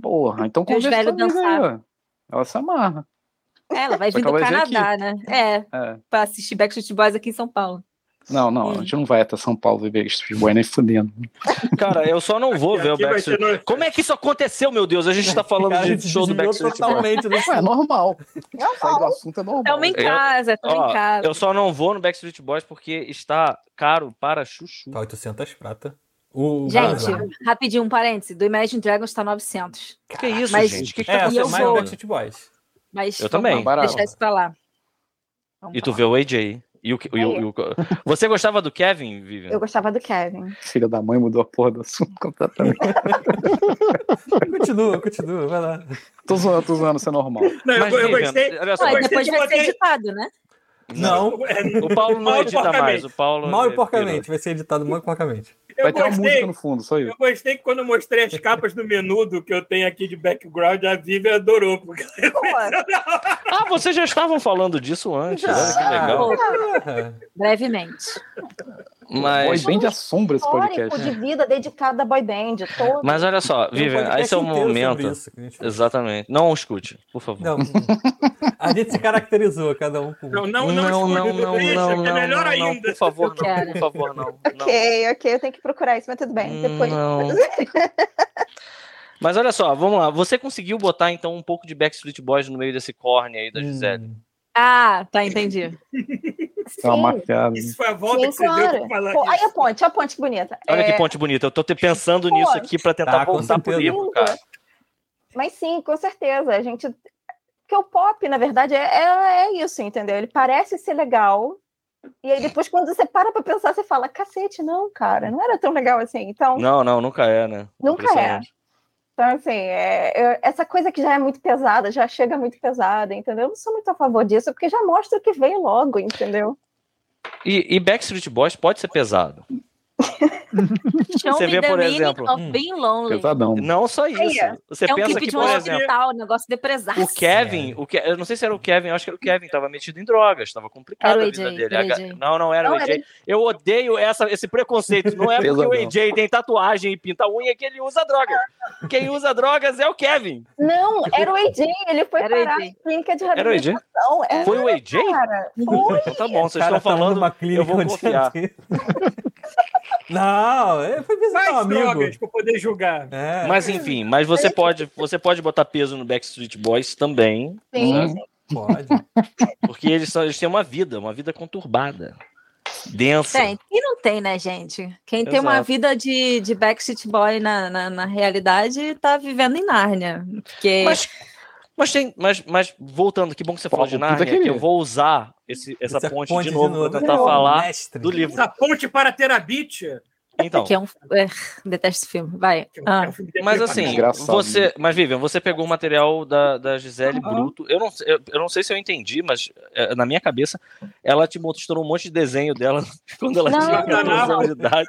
Porra, então Tem os conversa velhos com a mina aí, ó. Ela se amarra. Ela vai Só vir que do ela vai vir Canadá, né? É, É. pra assistir Backstreet Boys aqui em São Paulo. Não, não, Hum. a gente não vai até São Paulo ver Backstreet Boys nem fudendo. Cara, eu só não vou ver o Aqui vai Backstreet. ser no- Como é que isso aconteceu, meu Deus? A gente tá falando Cara, é a de gente show do desviou Backstreet Boys. totalmente né? do Ué, é normal. Sair do assunto é normal. Tamo em Eu- casa, tamo ó, em casa. Eu só não vou no Backstreet Boys porque está caro para chuchu. Tá 800 prata. O Gente, Amazon. rapidinho, um parênteses. Do Imagine Dragons tá 900. Que isso, Mas- gente? O que, que tá é, eu eu mais acontecendo? vou. o Backstreet Boys. Mas Eu vamos também. lá, Barato. deixar isso pra lá. Vamos E tu lá. vê o AJ. E o, que- e o- e o- Você gostava do Kevin, Vivian? Eu gostava do Kevin. Filha da mãe mudou a porra do assunto completamente. Continua, continua, vai lá. tô zoando, tô zoando, isso é normal. Não, eu, Mas, eu Vivian, gostei. olha só. Ué, Mas depois tem que vai ser botar- editado, né? Não, O Paulo não Mauro edita mais. porcamente. O Paulo. mal é e porcamente, vai ser editado mal e porcamente. Eu Vai ter uma música gostei. no fundo, só isso. Eu gostei que quando eu mostrei as capas do menudo que eu tenho aqui de background, a Vivi adorou. Porque... é pirata. Ah, vocês já estavam falando disso antes. Olha que Ah, legal. porra. um brevemente. Mas, Boy Band assombra esse Histórico podcast. né? de vida dedicado a boy band. Todo. mas olha só, Tem um Vivian, podcast esse é o inteiro sobre momento. isso que a gente faz. Exatamente. Não escute, por favor. Não. hum. A gente se caracterizou, cada um com. Não, não, não, não, esconde, não, deixa, não, que é não, melhor não, não, ainda. por favor, Eu não, quero. por favor, não. não. Ok, ok, eu tenho que procurar isso, mas tudo bem. É, Depois. Hum, Não. Mas olha só, vamos lá. Você conseguiu botar então um pouco de Backstreet Boys no meio desse corne aí da Gisele? Hum. Ah, tá, entendi. É uma marcada. Isso foi a volta Sim, que você claro. deu pra falar Pô, aí a isso. ponte, olha a ponte que bonita. Olha É, que ponte bonita. Eu tô te pensando nisso aqui pra tentar Tá, com voltar pro certeza. livro, cara. Mas sim, com certeza. A gente. Porque o pop, na verdade, é, é, é isso, entendeu? Ele parece ser legal. E aí depois, quando você para pra pensar, você fala, cacete, não, cara, não era tão legal assim. Então, Não, não, nunca é, né? Nunca é. Impressionante. então assim, é- eu- essa coisa que já é muito pesada, já chega muito pesada, entendeu? Eu não sou muito a favor disso, porque já mostra o que veio logo, entendeu? E, e Backstreet Boys pode ser pesado. Show Você me vê, the por meaning exemplo. of being lonely. Pesadão. Não só isso. é. Você é um pensa clipe que, de por um exemplo, hospital, um negócio depresaço. o É. Kevin, o Ke... eu não sei se era o Kevin, eu acho que era o Kevin, tava metido em drogas, tava complicado Era o a vida AJ, dele. era A o ga- AJ. Não, não era o Não, AJ. era Eu odeio essa, esse preconceito. Não é porque o Pesadão. AJ tem tatuagem e pinta unha que ele usa drogas. Quem usa drogas é o Kevin. Não, era o AJ, ele foi Era o parar AJ. em clínica de é, Era o AJ? reabilitação. Era, É. Foi o AJ? cara. Foi. Então tá bom, vocês Cara, estão tava falando. numa clínica eu vou onde confiar. tem- Não, é, foi visitar um Mais amigo. drogas pra eu poder julgar. É. Mas enfim, mas você pode, você pode botar peso no Backstreet Boys também, Sim, Hum. Pode. porque eles, são, eles têm uma vida, uma vida conturbada. Densa. Tem. E não tem, né, gente? Quem tem Exato. uma vida de, de Backstreet Boy na, na, na realidade tá vivendo em Nárnia. Porque Mas, mas tem. Mas, mas voltando, que bom que você falou Paulo, de puta Narnia, que é. que eu lindo. vou usar esse, essa, Essa ponte, de novo pra tentar Não, falar é um mestre. do livro. Essa ponte para Terabithia. Então, que é um. é, detesto esse filme. Vai. que é um- é Ah, um filme de mas depressão. assim, Engraçado. você. Mas, Vivian, você pegou o material da, da Gisele Aham. Bruto. Eu não, sei- eu, eu não sei se eu entendi, mas é, na minha cabeça, ela te mostrou um monte de desenho dela quando ela Não, tinha não, 14 anos de idade.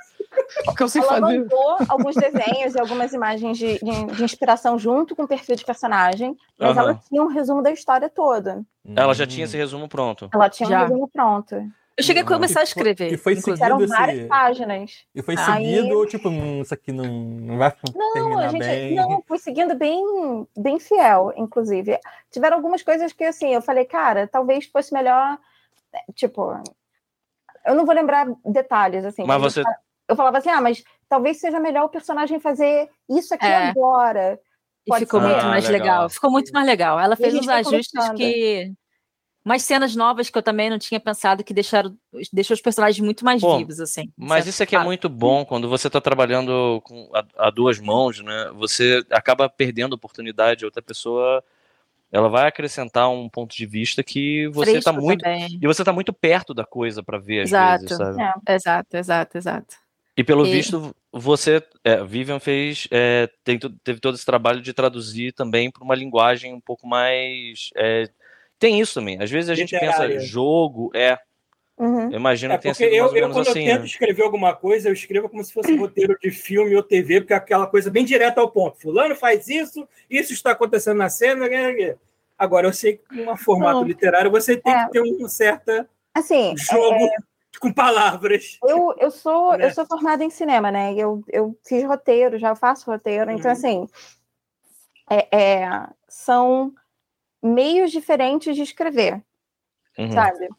O que eu sei Ela fazer? mandou alguns desenhos e algumas imagens de, de- de inspiração junto com o perfil de personagem, mas Aham. ela tinha um resumo da história toda. Ela já Hum. tinha esse resumo pronto. Ela tinha Já. um resumo pronto. eu cheguei a começar a E foi- escrever. e foi inclusive. seguido Eram esse- várias páginas. E foi Aí- seguido, ou tipo, hum, isso aqui não, não vai Não, terminar a gente bem. não fui seguindo bem, bem fiel, inclusive. Tiveram algumas coisas que assim, eu falei, cara, talvez fosse melhor, né, tipo, eu não vou lembrar detalhes assim. Mas eu você. eu falava assim, ah, mas talvez seja melhor o personagem fazer isso aqui É. agora. E Pode ficou ser. muito Ah, mais legal. legal. Ficou muito mais legal. Ela fez a gente uns vai ajustes conversando. que. Umas cenas novas que eu também não tinha pensado que deixaram, deixou os personagens muito mais Bom, vivos, assim. Mas Certo? isso aqui é muito bom quando você está trabalhando com a, a duas mãos, né? Você acaba perdendo a oportunidade, outra pessoa Ela vai acrescentar um ponto de vista que você Fresco está muito. também. E você tá muito perto da coisa para ver, às Exato. É. vezes, sabe? Exato, exato, exato. E pelo E- visto, você. É, Vivian fez. é, tem to- teve todo esse trabalho de traduzir também para uma linguagem um pouco mais. é, tem isso também. Às vezes a gente Literária. pensa jogo, é. Uhum. Eu imagino É que tenha porque sido mais eu, ou eu menos quando assim. eu tento né? escrever alguma coisa, eu escrevo como se fosse um roteiro de filme ou TV, porque é aquela coisa bem direta ao ponto. Fulano faz isso, isso está acontecendo na cena. né, né. Agora, eu sei que um formato Não. literário você tem É. que ter um certo Assim, jogo com palavras. eu, eu, sou, Né? eu sou formada em cinema, né? Eu, eu fiz roteiro, já faço roteiro. Então, Uhum. assim, é- é, são meios diferentes de escrever. Uhum. Tá, sabe?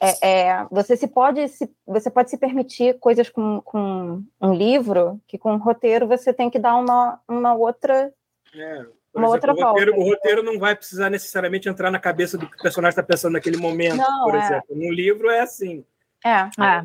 É, é, você se pode se, você pode se permitir coisas com, com um livro que com um roteiro você tem que dar uma, uma outra É, por Uma outra o roteiro, pauta. o roteiro não vai precisar necessariamente entrar na cabeça do que o personagem está pensando naquele momento, Não, por é. exemplo. Num livro é assim. é É.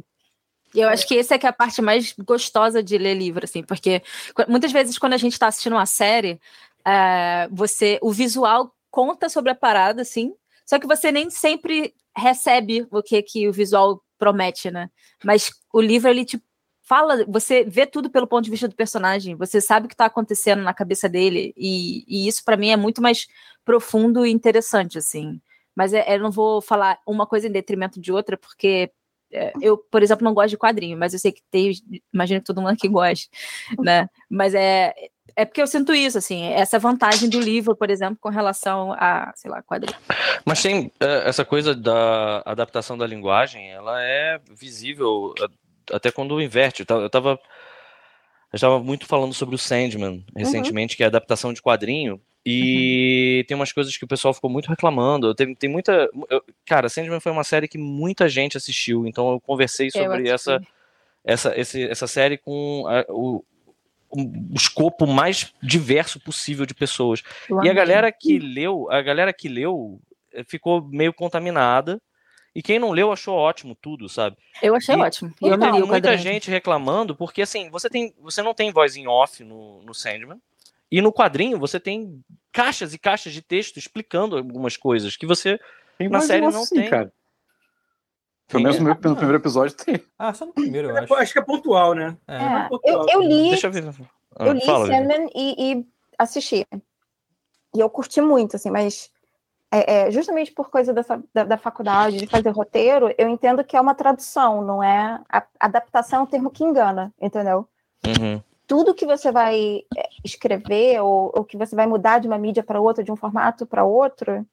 E Eu acho que essa é, que é a parte mais gostosa de ler livro, assim, porque qu- muitas vezes quando a gente está assistindo uma série, é, você o visual conta sobre a parada, assim, só que você nem sempre recebe o que, que o visual promete, né? Mas o livro, ele te fala, você vê tudo pelo ponto de vista do personagem, você sabe o que está acontecendo na cabeça dele, e, e isso para mim é muito mais profundo e interessante, assim. Mas é- eu não vou falar uma coisa em detrimento de outra, porque é, eu, por exemplo, não gosto de quadrinho, mas eu sei que tem, imagino que todo mundo aqui goste, né? Mas é, é porque eu sinto isso, assim, essa vantagem do livro, por exemplo, com relação a, sei lá, quadrinho. Mas tem é, essa coisa da adaptação da linguagem, ela é visível a- até quando inverte. Eu ta- Eu tava, eu estava muito falando sobre o Sandman Uhum. recentemente, que é a adaptação de quadrinho, e tem umas coisas que o pessoal ficou muito reclamando. Tem, tem muita. eu- cara, Sandman foi uma série que muita gente assistiu, então eu conversei Eu sobre assisti. essa essa, esse- essa série com a- o, um- o escopo mais diverso possível de pessoas. Eu E a amei. galera que leu, a galera que leu eh, ficou meio contaminada. E quem não leu achou ótimo tudo, sabe? Eu achei E- ótimo. E eu tem amei o muita quadrinho. gente reclamando, porque assim, você tem, você não tem voz em off no, no Sandman. E no quadrinho você tem caixas e caixas de texto explicando algumas coisas que você Tem Na mais série um não assim, tem. cara. Tem? Pelo menos no, meu- no primeiro episódio tem. Ah, só no primeiro, eu Acho, acho. acho que é pontual, né? É. É, eu, eu li deixa eu ver. Ah, eu li é fala, Vivi. Sandman e, e assisti e eu curti muito assim mas é, é, justamente por coisa dessa, da, da faculdade de fazer roteiro eu entendo que é uma tradução não é a, adaptação é um termo que engana entendeu Uhum. tudo que você vai é, escrever ou, ou que você vai mudar de uma mídia para outra, de um formato para outro,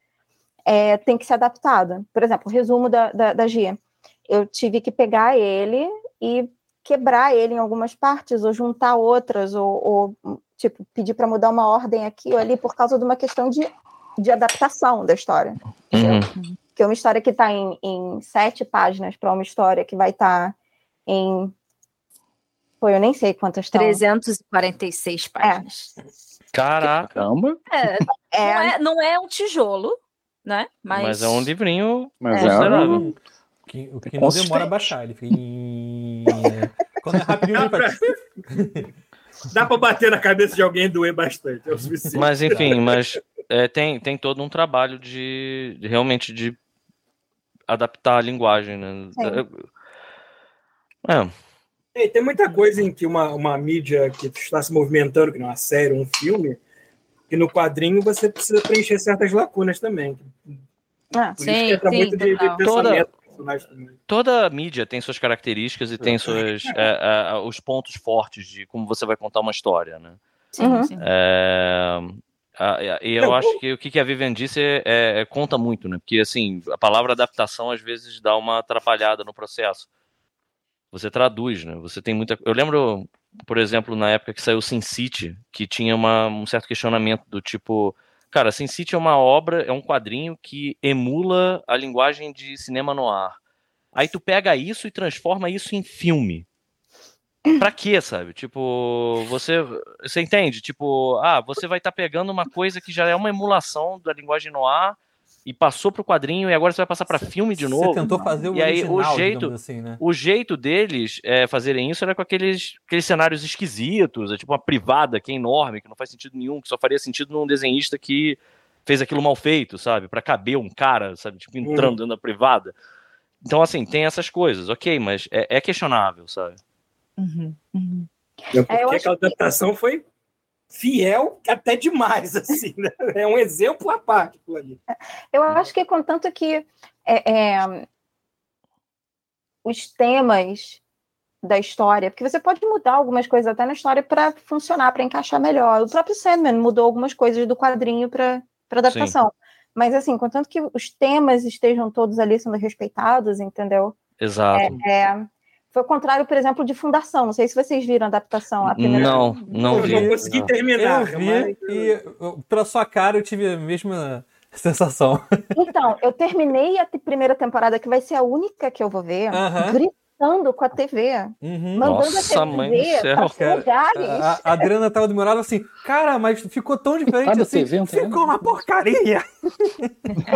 é, tem que ser adaptado. Por exemplo, o resumo da, da, da Gia. Eu tive que pegar ele e quebrar ele em algumas partes, ou juntar outras, ou, ou, tipo, pedir para mudar uma ordem aqui ou ali, por causa de uma questão de, de adaptação da história Uhum. que é uma história que está em, em sete páginas para uma história que vai estar em. Pô, eu nem sei quantas tá então. É, estão. 346 páginas. Caraca, Caramba. É, Não, É, é, não é um tijolo, né? Mas, mas... é um livrinho. Mas é, É. né? Considerável. um- O que, o que não demora a Consistente. baixar, ele fica. Quando é rapidinho, ele faz. Dá para bater na cabeça de alguém e doer bastante. É o suficiente. Mas enfim, mas é, tem, tem todo um trabalho de, de realmente de adaptar a linguagem, né? É, É, tem muita coisa em que uma, uma mídia que está se movimentando, que não é uma série, um filme, que no quadrinho você precisa preencher certas lacunas também. Ah, Por isso sim, que entra sim, muito de, de total. pensamento Toda- do personagem também. toda mídia tem suas características e tem suas, é, é, os pontos fortes de como você vai contar uma história, né? Sim, Uhum. sim. É, a- a- e eu Não, acho que o que a Vivian disse é- é- é- conta muito, né? Porque, assim, a palavra adaptação às vezes dá uma atrapalhada no processo. Você traduz, né? Você tem muita. Eu lembro, por exemplo, na época que saiu Sin City, que tinha uma- um certo questionamento do tipo. Cara, Sin City é uma obra, é um quadrinho que emula a linguagem de cinema no ar. Aí tu pega isso e transforma isso em filme. Pra quê, sabe? Tipo, você, você entende? Tipo, ah, você vai estar pegando uma coisa que já é uma emulação da linguagem noir e passou pro quadrinho e agora você vai passar pra filme de novo. Você tá tentou fazer o E aí, o original, jeito- digamos assim, né? O jeito deles é, fazerem isso era com aqueles, aqueles cenários esquisitos, é tipo uma privada que é enorme, que não faz sentido nenhum, que só faria sentido num desenhista que fez aquilo mal feito, sabe? Para caber um cara, sabe? Tipo, entrando dentro da privada. Então, assim, tem essas coisas, ok, mas é, é questionável, sabe? Uhum, uhum. É porque É, eu acho aquela que- adaptação foi fiel até demais, assim, né? É um exemplo à parte aquilo ali. Eu acho que contanto que é, é, os temas da história, porque você pode mudar algumas coisas até na história para funcionar, para encaixar melhor. O próprio Sandman mudou algumas coisas do quadrinho para adaptação. Mas assim, contanto que os temas estejam todos ali sendo respeitados, entendeu? Exato. É, foi o contrário, por exemplo, de Fundação. Não sei se vocês viram a adaptação. A primeira não, não eu não vi. consegui não. terminar. Eu vi é mas- e eu- pela sua cara eu tive a mesma sensação. Então, eu terminei a te- primeira temporada, que vai ser a única que eu vou ver, Aham. gritando com a TV. Uhum. Mandando Nossa, a mãe do TV céu, para os cara. lugares. A, a Adriana tava demorada assim, cara, mas ficou tão diferente Cada assim. TV, um ficou uma porcaria.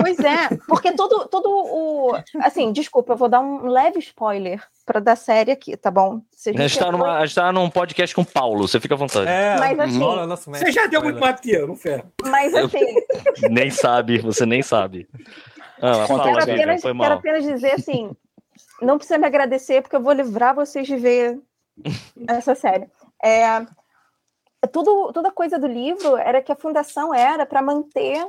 Pois é, porque todo, todo o. Assim, desculpa, eu vou dar um leve spoiler para da série aqui, tá bom? Se a A gente- gente, tá numa, a gente tá num podcast com o Paulo, você fica à Uhum. vontade. É, Mas assim- rola nosso Você já deu muito mais. mais do que eu, não ferro. Mas assim, Nem sabe, você nem sabe. Ah, Conta fala, aí, quero Gabriel, Bíblia, apenas, foi quero mal. apenas dizer assim: não precisa me agradecer, porque eu vou livrar vocês de ver essa série. É, tudo, toda coisa do livro era que a fundação era para manter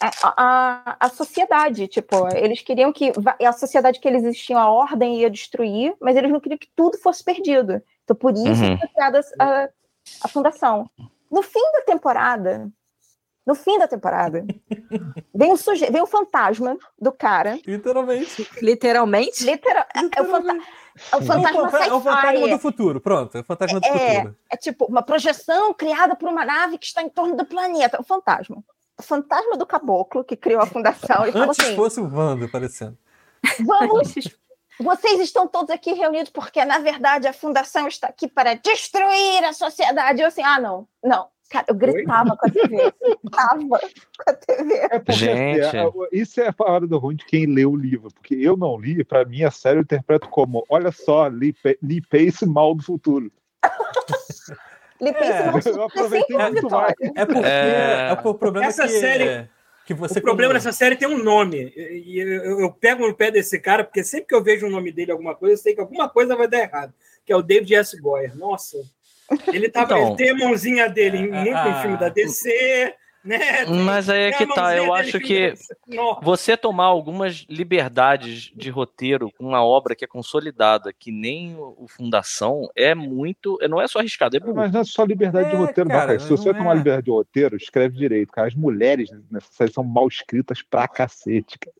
a, a, a sociedade. Tipo, eles queriam que va- a sociedade que eles existiam, a ordem ia destruir, mas eles não queriam que tudo fosse perdido. Então, por isso Uhum. foi criada a, a fundação. No fim da temporada, no fim da temporada, vem o, suje... vem o fantasma do cara. Literalmente. Literalmente? Literal... É o, fanta... literalmente. é o É o, fantasma fanta- é o fantasma sci-fi. do futuro, pronto. É o fantasma do É. futuro. É tipo uma projeção criada por uma nave que está em torno do planeta. O fantasma. O fantasma do caboclo que criou a fundação e falou Antes assim: fosse o Wando parecendo. vamos. Vocês estão todos aqui reunidos porque, na verdade, a fundação está aqui para destruir a sociedade. Eu assim, ah, não, não. Cara, eu gritava com a TV. Gritava com a TV. É porque assim, Gente. a- a- isso é a parada do ruim de quem lê o livro, porque eu não li, pra mim a série eu interpreto como, olha só, Lee, Pa- Lee Pace mal do futuro. Ele pensa É, numa Eu aproveitei uma muito mais. vitória. É porque É. é, porque o problema Essa é que, série- que você o problema quando- dessa série tem um nome. E eu, eu- eu pego no pé desse cara, porque sempre que eu vejo o nome dele alguma coisa, eu sei que alguma coisa vai dar errado. Que é o David S. Goyer. Nossa. Ele, tá, Então- é, ele tem a mãozinha dele em muito em filme da DC, né? Mas aí é Tem a que tá, mãozinha eu dele acho em filme que da DC. Nossa. você tomar algumas liberdades de roteiro com uma obra que é consolidada, que nem o o Fundação, é muito. é- Não é só arriscado, é burro. Mas não é só liberdade de É, roteiro, cara, não, cara. Se não você é. vai tomar liberdade de roteiro, escreve direito, cara. As mulheres nessa série são mal escritas pra cacete, cara.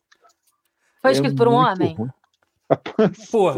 Foi É escrito por um muito homem? ruim. Porra.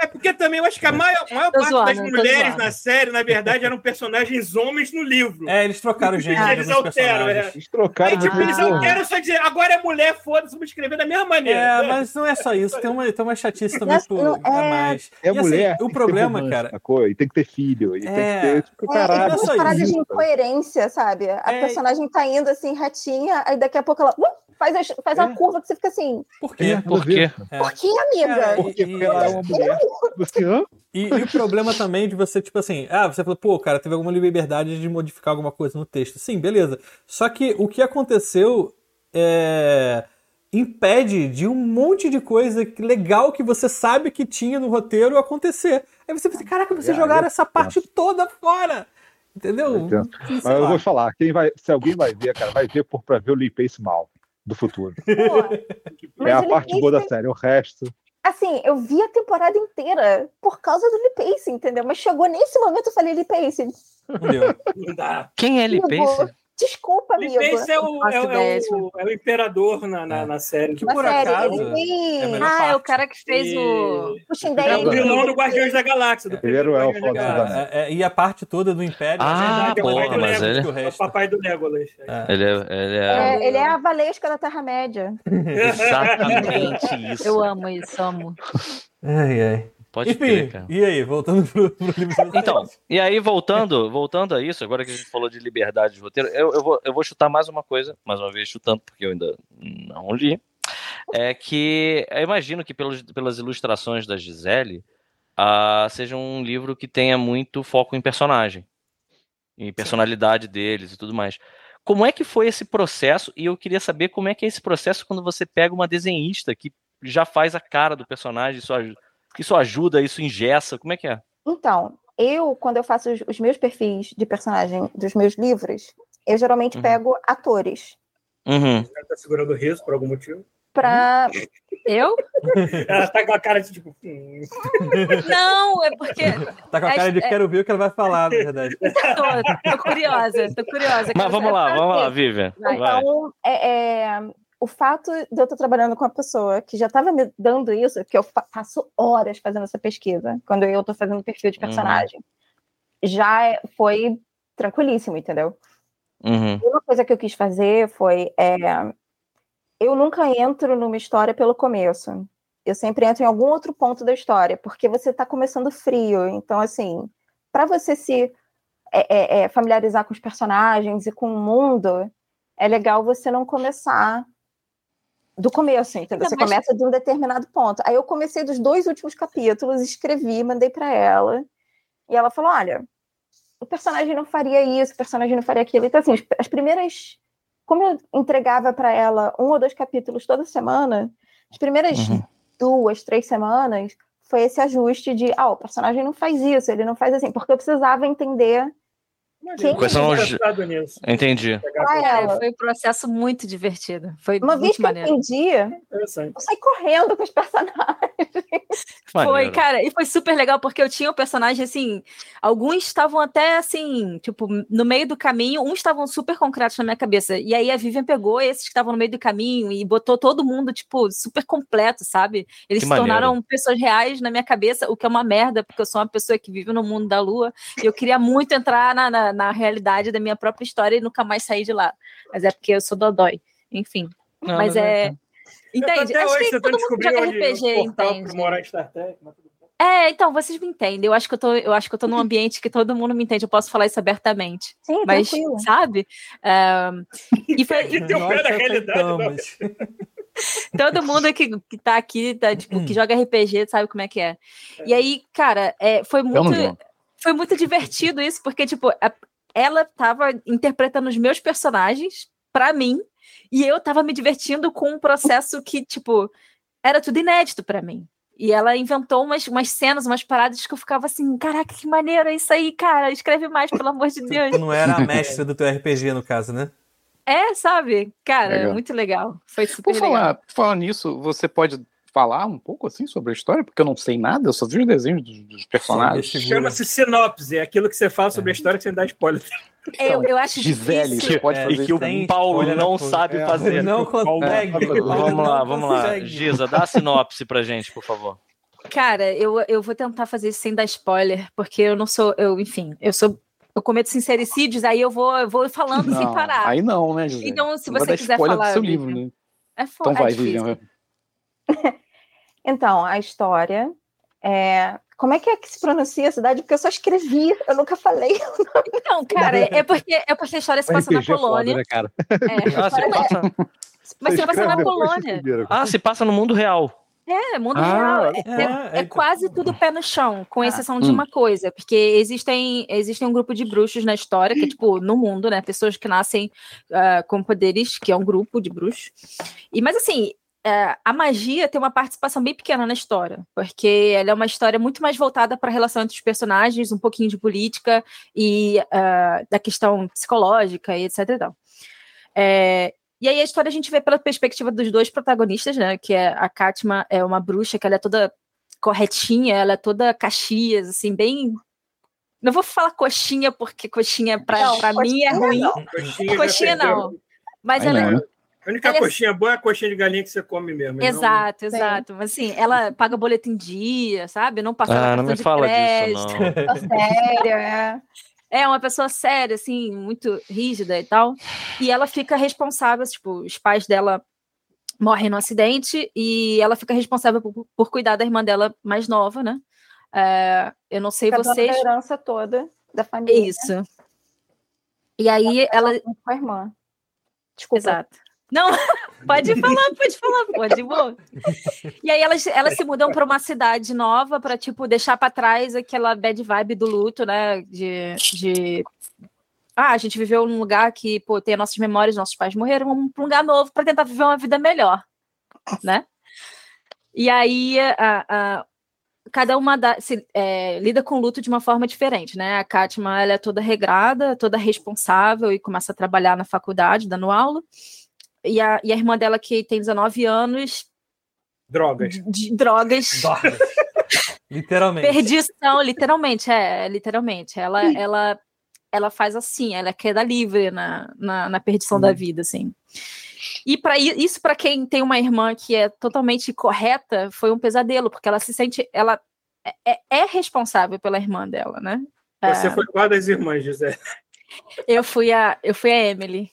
É porque também eu acho que a maior, a maior Tô parte zoando, das tô mulheres zoando. na série, na verdade, eram personagens homens no livro. É, eles trocaram o gênero Ah, Eles dos alteram, personagens. Eles trocaram Aí, de tipo, eles Ah. É. não querem só dizer, agora é mulher, foda-se, vamos escrever da mesma maneira. É, né? mas não é só isso, tem uma, tem uma chatice também Mas por não- a é- mais. E, É assim, mulher. o tem que ter problema, romance, cara- sacou? E tem que ter filho. E É. tem que ter. Tipo, É, e caralho. não duas só paradas isso, de cara. incoerência, sabe? A É, personagem tá indo assim, ratinha, aí daqui a pouco ela uh, faz, as- faz uma É. curva que você fica assim, Por É, quê? nada a Por ver. É. por que, amiga? Cara, Porque, E- porque ela é uma mulher. Você ama? E, e o problema também de você, tipo assim, ah, você falou, pô, cara, teve alguma liberdade de modificar alguma coisa no texto. Sim, beleza. Só que o que aconteceu é, impede de um monte de coisa que- legal que você sabe que tinha no roteiro acontecer. Aí você pensa, caraca, vocês É, jogaram é essa parte toda fora. Eu Entendeu? entendo. Sei Mas eu lá. vou te falar, quem vai, se alguém vai ver, cara, vai ver por pra ver o Lee Pace mal do futuro. Pô, mas é a ele parte fez- boa da série. O resto. Assim, eu vi a temporada inteira por causa do Lee Pace, entendeu? Mas chegou nesse momento eu falei, Lee Pace, Não deu. Não dá. Quem é ele Por favor. pensa? desculpa, Ele amigo. né? pensa é o, Nossa, é, o- é o, velho. é o imperador na, na, É. na série. Que Na por série, acaso, ele tem é melhor Ah, é o parte. cara que fez o. E- pushing É dating. o vilão do Guardiões da Galáxia. Do Ele era o primeiro elfo Guardiões da lá Galáxia. do É, é, e a parte toda do Império. Ah, é verdade, é porra, mais mas relevante ele- que o É o resto. papai do Legolas. É. Ele é, ele é É, ele é a Valesca da Terra-média. exatamente isso. Eu amo isso, amo. Ai, ai. Pode Enfim, crer, cara. e aí, voltando pro, pro livro de vocês. Então, e aí voltando, voltando a isso, agora que a gente falou de liberdade de roteiro, eu, eu vou, eu vou chutar mais uma coisa, mais uma vez chutando, porque eu ainda não li. É que eu imagino que pelos, pelas ilustrações da Gisele ah, seja um livro que tenha muito foco em personagem, em personalidade deles e tudo mais. como é que foi esse processo? E eu queria saber como é que é esse processo quando você pega uma desenhista que já faz a cara do personagem, isso, aj- isso ajuda, isso ingessa, como é que é? Então, eu, quando eu faço os, os meus perfis de personagem dos meus livros, eu geralmente Uhum. pego atores Uhum. Ela tá segurando o riso por algum motivo. Uhum. pra. Eu? Ela tá com a cara de tipo. hum. Não, é porque. Tá com a cara de É- quero ver o que ela vai falar, na verdade. Tô, tô curiosa, tô curiosa. Mas vamos lá, vamos lá, Vivian. Vai. Vai. Então, é, é, o fato de eu estar trabalhando com uma pessoa que já estava me dando isso, porque eu fa- passo horas fazendo essa pesquisa, quando eu estou fazendo perfil de personagem, já é- foi tranquilíssimo, entendeu? Uhum. Uma coisa que eu quis fazer foi. é, eu nunca entro numa história pelo começo. Eu sempre entro em algum outro ponto da história, porque você está começando frio. Então, assim, para você se é, é, é, familiarizar com os personagens e com o mundo, é legal você não começar do começo, entendeu? Ainda Você mais- começa de um determinado ponto. Aí eu comecei dos dois últimos capítulos, escrevi, mandei para ela. E ela falou: olha, o personagem não faria isso, o personagem não faria aquilo. Então, assim, as- as primeiras. Como eu entregava para ela um ou dois capítulos toda semana, as primeiras Uhum. duas, três semanas, foi esse ajuste de, ah, o personagem não faz isso, ele não faz assim, porque eu precisava entender. Imagina, Quais são os- interessado nisso. Entendi. Pegar Ah, é. Cara, foi um processo muito divertido. Foi Uma vez muito que maneiro. eu entendia, é Interessante. eu saí correndo com os personagens. Maneiro. Foi, cara, e foi super legal porque eu tinha um personagem assim. Alguns estavam até assim, tipo, no meio do caminho, uns estavam super concretos na minha cabeça. E aí a Vivian pegou esses que estavam no meio do caminho e botou todo mundo, tipo, super completo, sabe? Eles Que se maneiro. tornaram pessoas reais na minha cabeça, o que é uma merda, porque eu sou uma pessoa que vive no mundo da lua e eu queria muito entrar na, na, na realidade da minha própria história e nunca mais sair de lá. Mas é porque eu sou dodói. Enfim, Não, mas não, não, é. tá. Entende? Até Acho hoje que você todo mundo que descobrir joga onde RPG, o portal entende? pro morar em Star Trek. mas tudo bem. É, então, vocês me entendem. Eu acho que eu tô, eu acho que eu tô num ambiente que todo mundo me entende. Eu posso falar isso abertamente. Sim, Mas, É, tranquilo. sabe? Ah, e foi- e Que teu pé da realidade, não. né? tentamos. Tipo, todo mundo que, que tá aqui, tá, tipo, que joga RPG, sabe como é que é. E aí, cara, é, foi Eu não muito lembro. foi muito divertido isso, porque, tipo, a- ela tava interpretando os meus personagens pra mim, e eu tava me divertindo com um processo que, tipo, era tudo inédito pra mim. E ela inventou umas, umas cenas, umas paradas que eu ficava assim, caraca, que maneiro é isso aí, cara, escreve mais, pelo amor de Deus. Tu não era a mestra do teu RPG, no caso, né? É, sabe? Cara, Legal. muito legal. Foi super Por legal. falar, por falar nisso, você pode falar um pouco assim sobre a história? Porque eu não sei nada, eu só vi os desenhos dos, dos personagens. Segura. Chama-se sinopse, é aquilo que você fala sobre a história que você não dá spoiler. então Eu, eu acho Gisele, difícil. você É, pode fazer E que isso. tipo, o Tem Paulo spoiler na não coisa. sabe É, fazer. Não É, consegue. vamos Paulo Vamos não lá, vamos lá. consegue. Giza, dá a sinopse pra gente, por favor. Cara, eu, eu vou tentar fazer isso sem dar spoiler, porque eu não sou, eu, enfim, eu sou, eu cometo sincericídios, aí eu vou, eu vou falando sem Não, parar. Aí não, né, José? Então, se Vai você dar quiser spoiler falar, do seu Vivian. livro, né? É fo- Então é vai, difícil. Vivian. Então, a história é. Como é que é que se pronuncia a cidade? Porque eu só escrevi, eu nunca falei. Então, cara, é porque é porque a história se passa na RPG é foda, Polônia. né, cara? é. Ah, se passa, Mas Você você vai passar na escreve depois, vocês Polônia. entenderam. ah, se passa no mundo real. É, mundo Ah, real. É, é quase tudo pé no chão, com exceção de Hum. uma coisa, porque existem, existem um grupo de bruxos na história, que é tipo, no mundo, né? Pessoas que nascem ah, com poderes, que é um grupo de bruxos. E, mas assim, é, a magia tem uma participação bem pequena na história, porque ela é uma história muito mais voltada para a relação entre os personagens, um pouquinho de política e ah, da questão psicológica e etc. E, tal. É, e aí a história a gente vê pela perspectiva dos dois protagonistas, né? Que é a Katma é uma bruxa que ela é toda corretinha, ela é toda Caxias, assim, bem. Não vou falar coxinha, porque coxinha pra, Não, pra mim é coxinha ruim. não. Coxinha, já Coxinha perdeu. não. Mas Aí ela não, né? A única Ela é- coxinha boa é a coxinha de galinha que você come mesmo. e não- Exato, Sim. exato. Mas assim, ela paga boleto em dia, sabe? Não passa Ah, cartão não me de fala crédito. disso, não. Sério, é. É uma pessoa séria, assim, muito rígida e tal. E ela fica responsável, tipo, os pais dela morrem no acidente e ela fica responsável por, por cuidar da irmã dela mais nova, né? É, eu não sei Fica dona vocês. da herança toda da família. Isso. E aí ela. Com a irmã. Desculpa. Exato. Não, pode falar, pode falar, pode boa. E aí elas, elas se mudam para uma cidade nova para tipo deixar para trás aquela bad vibe do luto, né? De, de ah, a gente viveu num lugar que, pô, tem as nossas memórias, nossos pais morreram, vamos para um lugar novo para tentar viver uma vida melhor, né? E aí, a, a- cada uma da- se, é, lida com o luto de uma forma diferente, né? A Katma, ela é toda regrada, toda responsável e começa a trabalhar na faculdade, dando aula. E a, e a irmã dela, que tem 19 anos, Drogas. de, de drogas, Dorme. Literalmente. perdição, literalmente, é, literalmente. Ela, ela, ela faz assim, ela é queda livre na, na, na perdição da vida, assim. E para isso, para quem tem uma irmã que é totalmente correta, foi um pesadelo, porque ela se sente, ela é- é, é responsável pela irmã dela, né? Você É, foi qual das irmãs, José? eu fui a, eu fui a Emily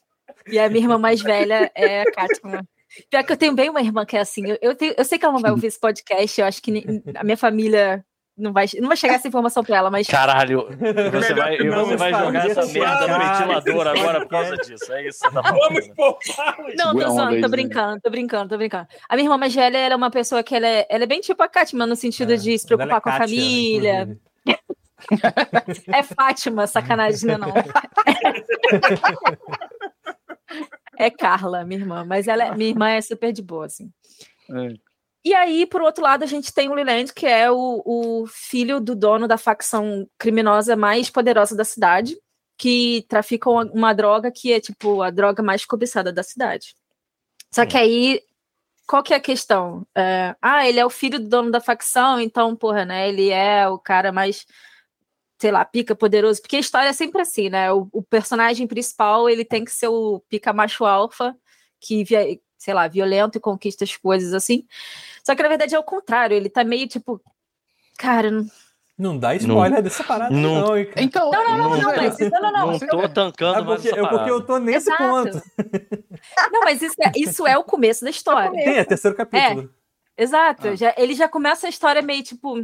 e a minha irmã mais velha é a Katma. Pior que eu tenho bem uma irmã que é assim. Eu, eu tenho- eu sei que ela não vai ouvir esse podcast. Eu acho que ni- a minha família não vai, não vai chegar essa informação para ela, mas Caralho, É você Melhor vai, que não, você vai vamos jogar essa fazer merda no esse ventilador cara. agora por causa disso. É isso. Tá bom. Vamos poupá-los. Segura Não, tô a onda zoando, aí, tô Zé. brincando, tô brincando, tô brincando. A minha irmã mais velha, ela é uma pessoa que ela é, ela é bem tipo a Fátima, no sentido É, de se quando ela preocupar é com a Kátia, família. inclusive. É Fátima, sacanagem, né, não? é Carla, minha irmã, mas ela é- minha irmã é super de boa, assim. É. E aí, por outro lado, a gente tem o Leland, que é o, o filho do dono da facção criminosa mais poderosa da cidade, que trafica uma, uma droga que é, tipo, a droga mais cobiçada da cidade. Só que aí, qual que é a questão? É, ah, ele é o filho do dono da facção, então, porra, né, ele é o cara mais, sei lá, pica poderoso, porque a história é sempre assim, né, o, o personagem principal, ele tem que ser o pica macho alfa, que, via- sei lá, violento e conquista as coisas, assim, só que na verdade é o contrário, ele tá meio tipo. Cara, não- Não dá spoiler dessa parada, Não. não, hein, cara. Então, não, não, não, Não, mas isso, não, não, não. Não tô tancando É mais porque, essa eu, porque parada. eu tô nesse Exato. ponto. Não, mas isso é, isso é o começo da história. Tem, é terceiro capítulo. Exato. Ah. Já, ele já começa a história meio tipo.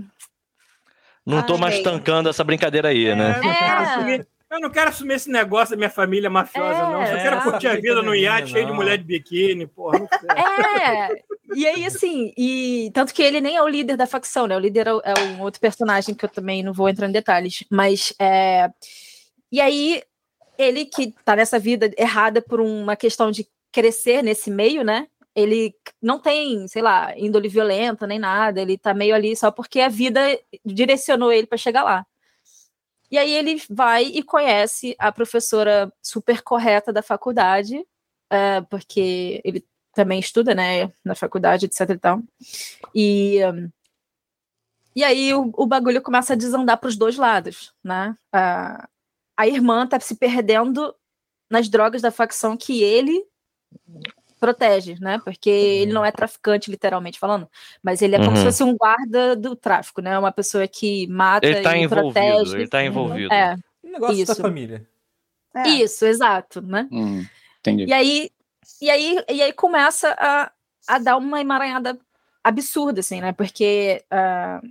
Não tô Ai, mais gente. tancando essa brincadeira aí, Eu, né? não quero É. assumir, eu não quero assumir esse negócio da minha família mafiosa, É, não. Eu é, quero curtir a sabe, vida no iate não. cheio de mulher de biquíni, porra. Não sei. É! E aí, assim, e tanto que ele nem é o líder da facção, né? O líder é, o- é um outro personagem que eu também não vou entrar em detalhes, mas é. E aí, ele que tá nessa vida errada por uma questão de crescer nesse meio, né? Ele não tem, sei lá, índole violenta nem nada, ele tá meio ali só porque a vida direcionou ele para chegar lá. E aí ele vai e conhece a professora super correta da faculdade, é, porque ele também estuda, né, na faculdade, etc e tal. E, hum, e aí o, o bagulho começa a desandar para os dois lados, né? A, a irmã tá se perdendo nas drogas da facção que ele protege, né? Porque ele não é traficante, literalmente falando, mas ele é como Uhum. se fosse um guarda do tráfico, né? Uma pessoa que mata Ele tá e protege. envolvido, ele tá envolvido. É, O Um negócio da Isso. família. É. isso, exato, né? Hum, entendi. E aí, e aí, e aí começa a, a dar uma emaranhada absurda, assim, né? Porque ah,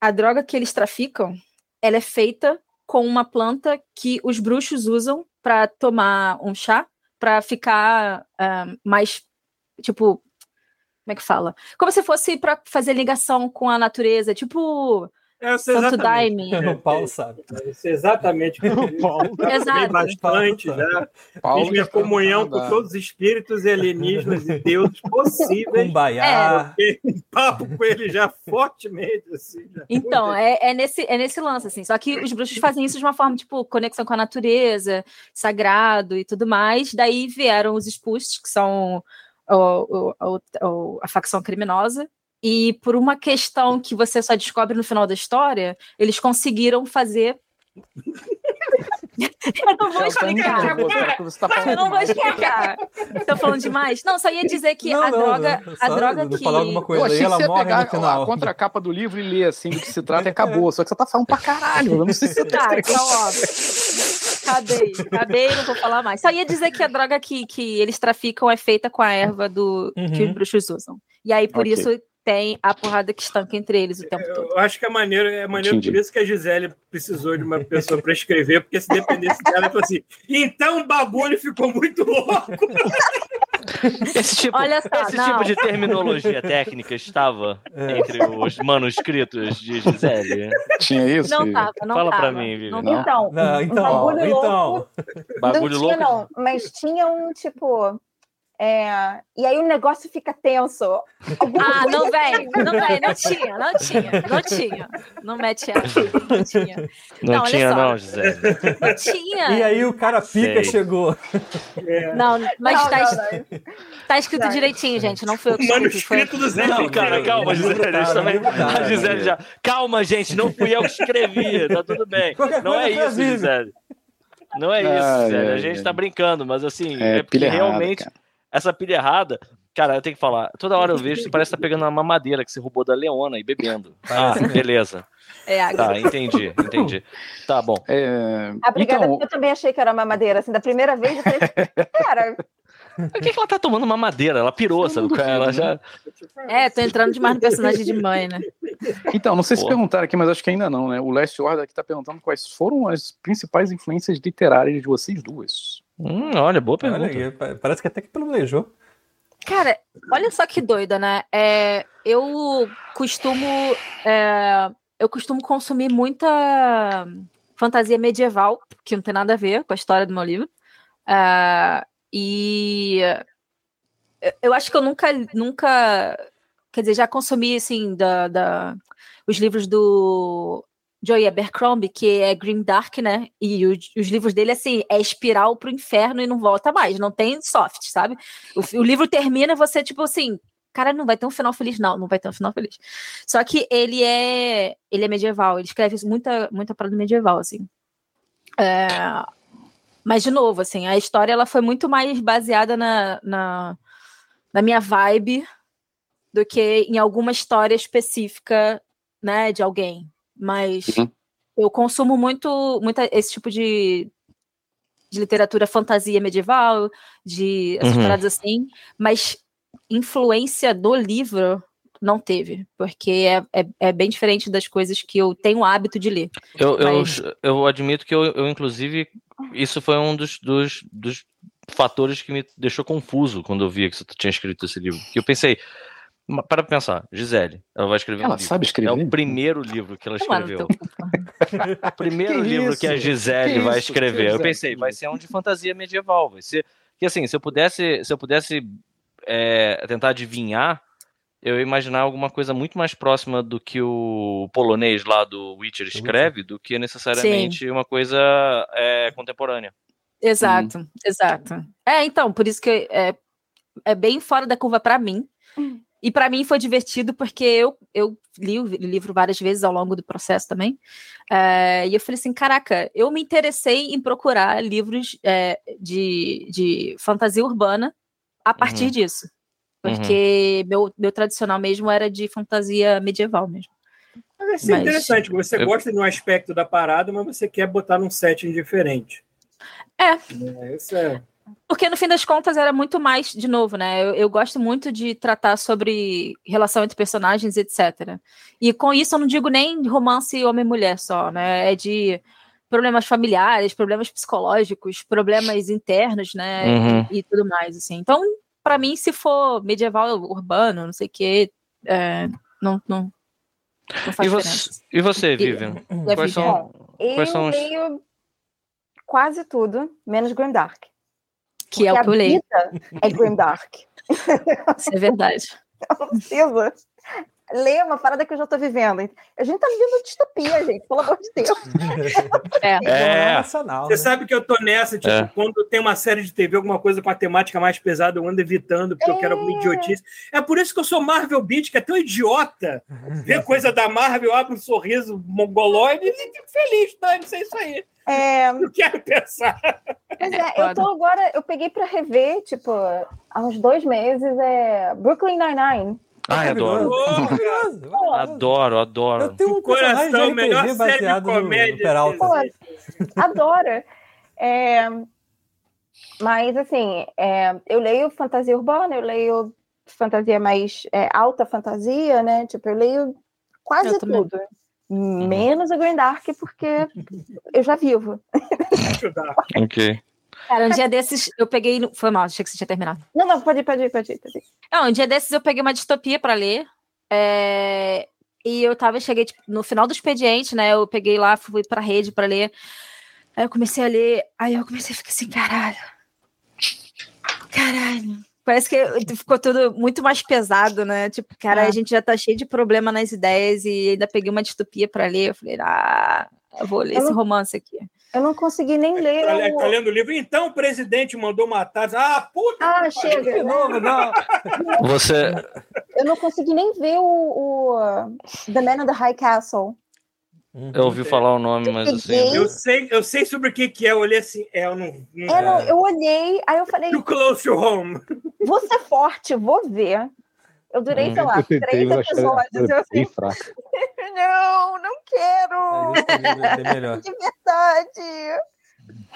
a droga que eles traficam, ela é feita com uma planta que os bruxos usam para tomar um chá, para ficar ah, mais, tipo, como é que fala? Como se fosse para fazer ligação com a natureza, tipo É, eu sei Santo exatamente. Daime. O Paulo sabe. Eu sei exatamente. o que eu queria. Paulo, Tomei Exato. bastante já. tá Fiz minha comunhão com todos os espíritos alienígenas e deuses possíveis. Kumbaya. é, Papo com ele já fortemente. Assim, já. Então, é, é nesse, é nesse lance, assim. Só que os bruxos fazem isso de uma forma, tipo, conexão com a natureza, sagrado e tudo mais. Daí vieram os expulsos, que são o- o- o- o- a facção criminosa. E por uma questão que você só descobre no final da história, eles conseguiram fazer. Eu não vou Já tá explicar. entendendo, você- você tá falando Eu não vou demais. explicar. Estou falando demais? Não, só ia dizer que Não, a não, droga, não. a Só droga não que falar alguma Eu coisa aí, achei que ela você ia morre pegar no final. a contracapa do livro e ler assim do que se trata e acabou. Só que você tá falando pra caralho. Eu não sei se você tá. Tá, então, ó. Acabei, acabei, não vou falar mais. Só ia dizer que a droga que, que eles traficam é feita com a erva do, que Uhum. os bruxos usam. E aí, por Ok. isso, tem a porrada que estanca entre eles o tempo todo. Eu acho que é maneiro, é maneiro por Entendi. isso que a Gisele precisou de uma pessoa para escrever, porque se dependesse dela, eu falei assim: então o bagulho ficou muito louco. Esse tipo, Olha só, esse Tá, não. tipo de terminologia técnica estava É. entre os manuscritos de Gisele. Tinha isso? Não Vivi? tava, não Fala pra tava. mim, Vivi. Não Não? Então, Não, Um então, bagulho então. louco. Bagulho não tinha, louco. não, mas tinha um tipo. é, E aí o negócio fica tenso. Alguma Ah, coisa- não vem, não vem, não tinha, não tinha, não tinha. Não mete essa, não tinha. Não, Não, olha tinha, só. não, Gisele. Não tinha. E aí o É. cara pica Sei. chegou. Não, mas Não, tá, es- não, não. tá escrito Não. direitinho, gente. Não foi eu que O escrevi. Foi... manuscrito do Zé. Não, Felipe. Cara, não, Né, calma, não, Gisele. não, a gente não, também- não, não, a Gisele não. já. Calma, gente, não fui eu que escrevi. Tá tudo bem. Qualquer Não é coisa foi a isso, Vivi. Gisele. Não é Ai, isso, Gisele. A ai, gente ai. tá brincando, mas assim, É, é porque pilha errada, realmente cara. essa pilha errada. Cara, eu tenho que falar. Toda hora eu vejo, você parece que tá pegando uma mamadeira que você roubou da Leona e bebendo. Ah, beleza. É, água. Tá, entendi, entendi. Tá bom. É, A brigada, então, eu também achei que era mamadeira, assim, da primeira vez eu falei, cara, Por que, que ela tá tomando uma madeira? Ela pirou, sabe? qual é? Ela já. É, tô entrando demais no personagem de mãe, né? então, não sei se Porra. perguntaram aqui, mas acho que ainda não, né? O Last Order aqui tá perguntando quais foram as principais influências literárias de vocês duas. Hum, olha, boa Olha pergunta. aí, pa- parece que até que planejou. Cara, olha só que doida, né? É, eu costumo. é, eu costumo consumir muita fantasia medieval, que não tem nada a ver com a história do meu livro. É, e eu- eu acho que eu nunca, nunca. Quer dizer, já consumi assim, da, da- os livros do Joey Abercrombie, que é Green Dark, né? E o- os livros dele, assim, é espiral pro inferno e não volta mais, não tem soft, sabe? O, fi- o livro termina e você, tipo assim, cara, não vai ter um final feliz, não, não vai ter um final feliz. Só que ele é ele é medieval, ele escreve muita, muita parada medieval, assim. É, mas, de novo, assim, a história ela foi muito mais baseada na, na, na minha vibe do que em alguma história específica, né, de alguém. Mas Uhum. eu consumo muito, muito esse tipo de, de literatura fantasia medieval, de essas Uhum. paradas assim, mas influência do livro não teve, porque é, é, é bem diferente das coisas que eu tenho o hábito de ler. Eu, eu, Mas- eu admito que eu, eu, inclusive, isso foi um dos, dos, dos fatores que me deixou confuso quando eu via que você tinha escrito esse livro. Que eu pensei, "Ma- para pra pensar, Gisele, ela vai escrever um Ela livro. sabe É escrever? o primeiro livro que ela Tomar é no escreveu. teu cu, porra. O primeiro Que livro isso? que a Gisele Que vai isso? escrever. Que eu pensei, isso? vai ser um de fantasia medieval. Vai ser. Que assim, se eu pudesse, se eu pudesse é, tentar adivinhar, eu ia imaginar alguma coisa muito mais próxima do que o polonês lá do Witcher escreve, do que necessariamente uma coisa é, contemporânea. Exato, exato. É, então, por isso que é, é bem fora da curva para mim. Hum. E para mim foi divertido porque eu, eu li o vi- livro várias vezes ao longo do processo também. É, e eu falei assim: caraca, eu me interessei em procurar livros é, de, de fantasia urbana a partir Uhum. disso. Porque meu, meu tradicional mesmo era de fantasia medieval mesmo. Mas isso é Mas- interessante, você Eu- gosta de um aspecto da parada, mas você quer botar num setting diferente. É. É, Isso é. Porque no fim das contas era muito mais, de novo, né? Eu, eu gosto muito de tratar sobre relação entre personagens, etc. E com isso eu não digo nem romance homem-mulher só, né? É de problemas familiares, problemas psicológicos, problemas internos, né? Uhum. E, e tudo mais, assim. Então, pra mim, se for medieval, urbano, não sei o quê, é, não, não, não faz E diferença. você, e você, E- Vivian? É Quais Vivian. são, eu quais são os. leio quase tudo, menos Grim Dark. Que é o que eu leio, A vida é Grim Dark. isso é verdade. Não precisa ler uma parada que eu já tô vivendo. A gente tá vivendo distopia, gente, pelo amor de Deus. É. Jornal nacional. Você Né? sabe que eu tô nessa, tipo, É. quando tem uma série de TV, alguma coisa com a temática mais pesada, eu ando evitando, porque eu quero alguma idiotice. É por isso que eu sou Marvel Beat, que é tão idiota. Ver coisa da Marvel, eu abro um sorriso mongoloide e fico feliz, tá? Não sei isso aí. É, Não quero pensar. Pois É, é, eu tô foda. agora, eu peguei pra rever, tipo, há uns dois meses, é Brooklyn Nine-Nine. é Ai, adoro. Maravilhoso, maravilhoso. Adoro, Eu adoro. tenho um personagem Coração, de melhor RPG série de baseado no, comédia no Peralta. que Pô, adora. É, mas, assim, é, eu leio fantasia urbana, eu leio fantasia mais é, alta fantasia, né? Tipo, eu leio quase Eu também. tudo. Menos o Green Dark, porque eu já vivo. ajudar. Ok. Cara, um dia desses eu peguei. Foi mal, achei que você tinha terminado. Não, não, pode ir, pode ir, pode ir. Pode ir. Não, um dia desses eu peguei uma distopia pra ler. é, E eu tava, cheguei tipo, no final do expediente, né? Eu peguei lá, fui pra rede pra ler. Aí eu comecei a ler. Aí eu comecei a ficar assim, caralho. Caralho. Parece que ficou tudo muito mais pesado, né? Tipo, É. cara, a gente já tá cheio de problema nas ideias e ainda peguei uma distopia pra ler. Eu falei, ah, eu vou ler Eu esse não- romance aqui. Eu não consegui nem ler. Tá, le- o- tá lendo o livro. Então o presidente mandou matar. Ah, puta! Ah, De chega. novo, não. Você. Eu não consegui nem ver o, o, uh, The Man in the High Castle. Eu ouvi falar o nome, mas assim. Eu sei, eu sei sobre o que, que é. Eu olhei assim. É, eu não. não... Eu, não- eu olhei, aí eu falei, Too close to home. vou ser forte, vou ver. Eu durei, Hum. sei lá, eu tentei, três mas achei é. episódios. Eu era bem assim, fraca. não, não quero. É melhor. De verdade.